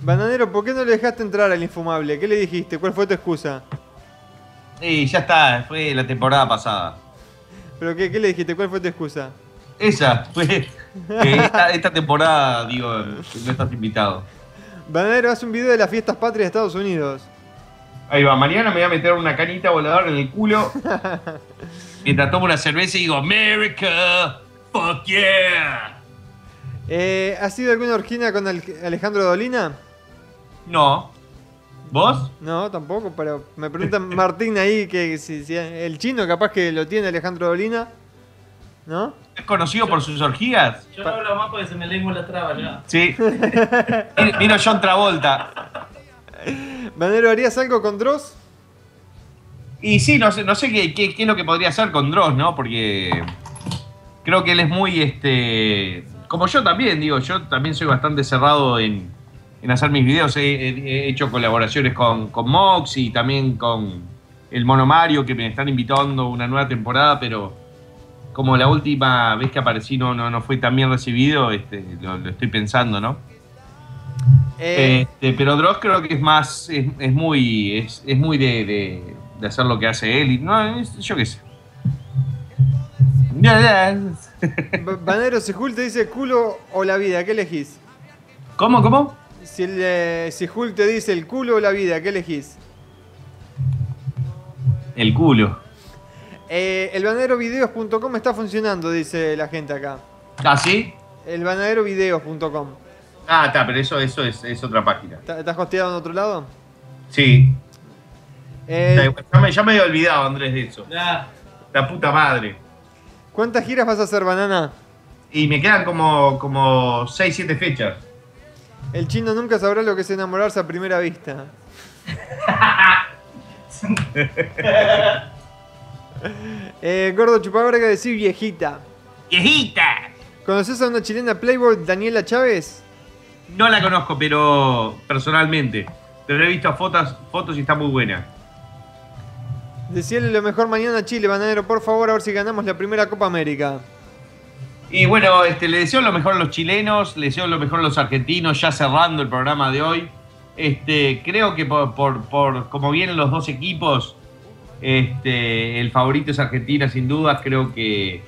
Bananero, ¿por qué no le dejaste entrar al infumable? ¿Qué le dijiste? ¿Cuál fue tu excusa? Sí, ya está, fue la temporada pasada. ¿Pero qué, qué le dijiste? ¿Cuál fue tu excusa? Esa, fue. que esta, esta temporada, digo, no estás invitado. Bananero, hace un video de las fiestas patrias de Estados Unidos. Ahí va, mañana me voy a meter una canita voladora en el culo. mientras tomo una cerveza y digo, America, fuck yeah. Eh, ¿Has ido a alguna orgina con Al- Alejandro Dolina? No. ¿Vos? No, tampoco, pero me preguntan Martín ahí que si, si el chino capaz que lo tiene Alejandro Dolina. ¿No? ¿Es conocido por sus orgías? Yo no hablo más porque se me lengua la traba ya. <laughs> Sí. Vino John Travolta. Bananero, ¿harías algo con Dross? Y sí, no sé, no sé qué, qué- qué es lo que podría hacer con Dross, ¿no? Porque creo que él es muy, este, como yo también, digo, yo también soy bastante cerrado en, en hacer mis videos. He, he- he hecho colaboraciones con, con Mox y también con el Mono Mario, que me están invitando a una nueva temporada, pero como la última vez que aparecí no, no, no fue tan bien recibido, este, lo, lo estoy pensando, ¿no? Eh, Este, pero Dross creo que es más, es, es muy, es, es muy de, de- de hacer lo que hace él. Y, no, es- yo qué sé. Ba- Banero Sihul te dice culo o la vida, ¿qué elegís? ¿Cómo, cómo? Si, el, eh, si Hulk te dice el culo o la vida, ¿qué elegís? El culo. Eh, el banaderovideos.com está funcionando, dice la gente acá. ¿Ah, sí? El banaderovideos.com. Ah, está, pero eso, eso es, es otra página. ¿Está- ¿Estás hosteado en otro lado? Sí. Eh, Está igual. Ya, me, ya me había olvidado, Andrés, de eso. La puta madre. ¿Cuántas giras vas a hacer, banana? Y me quedan como, como 6, 7 fechas. El chino nunca sabrá lo que es enamorarse a primera vista. Eh, Gordo Chupaverga decir viejita. ¡Viejita! ¿Conoces a una chilena Playboy, Daniela Chávez? No la conozco, pero personalmente. Pero he visto fotos, fotos y está muy buena. Decirle lo mejor mañana a Chile, bananero, por favor, a ver si ganamos la primera Copa América. Y bueno, este, le deseo lo mejor a los chilenos, le deseo lo mejor a los argentinos, ya cerrando el programa de hoy. Este, creo que por, por, por como vienen los dos equipos, este, el favorito es Argentina, sin dudas, creo que,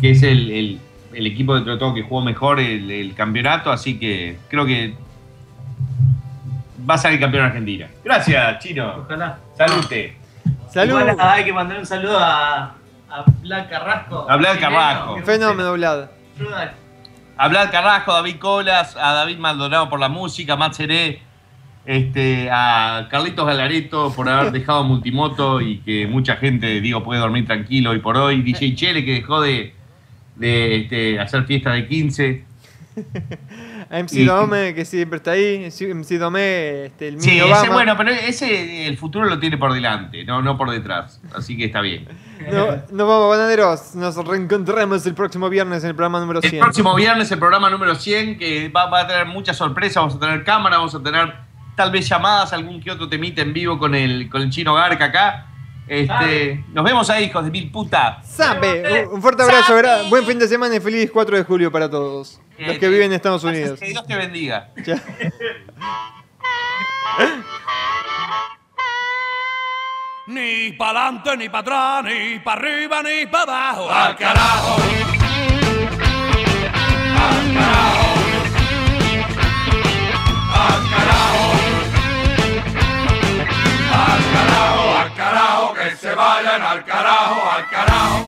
que es el, el- el equipo dentro de todo que jugó mejor el, el campeonato, así que creo que va a salir campeón Argentina. Gracias, Chino. Ojalá. Salute. Salud. Igual, ah, hay que mandar un saludo a, a Vlad Carrasco. A Vlad chileno, Carrasco. que- Fenómeno, Vlad. Ayuda. A Vlad Carrasco, a David Colas, a David Maldonado por la música, a Matt Seré, este, a Carlitos Galareto por haber dejado Multimoto y que mucha gente, digo, puede dormir tranquilo hoy por hoy. DJ Chele que dejó de, de, este, hacer fiesta de 15. A MC Y- Dome, que siempre está ahí. MC Dome, este, el mini Sí, Obama. ese, bueno, pero ese el futuro lo tiene por delante, no, no por detrás. Así que está bien. No- Nos vamos, banaderos. Nos reencontramos el próximo viernes en el programa número 100. El próximo viernes el programa número 100, que va, va a tener muchas sorpresas, vamos a tener cámara, vamos a tener tal vez llamadas, algún que otro temita en vivo con el, con el chino Garca acá. Este, nos vemos ahí, hijos de mil puta. Sape, un- un fuerte abrazo, gra- buen fin de semana y feliz 4 de julio para todos los que viven en Estados <laughs> Unidos. Que Dios te bendiga. Chao. Ni pa'lante, ni pa' atrás, ni pa' arriba, ni pa' abajo. ¡Al carajo!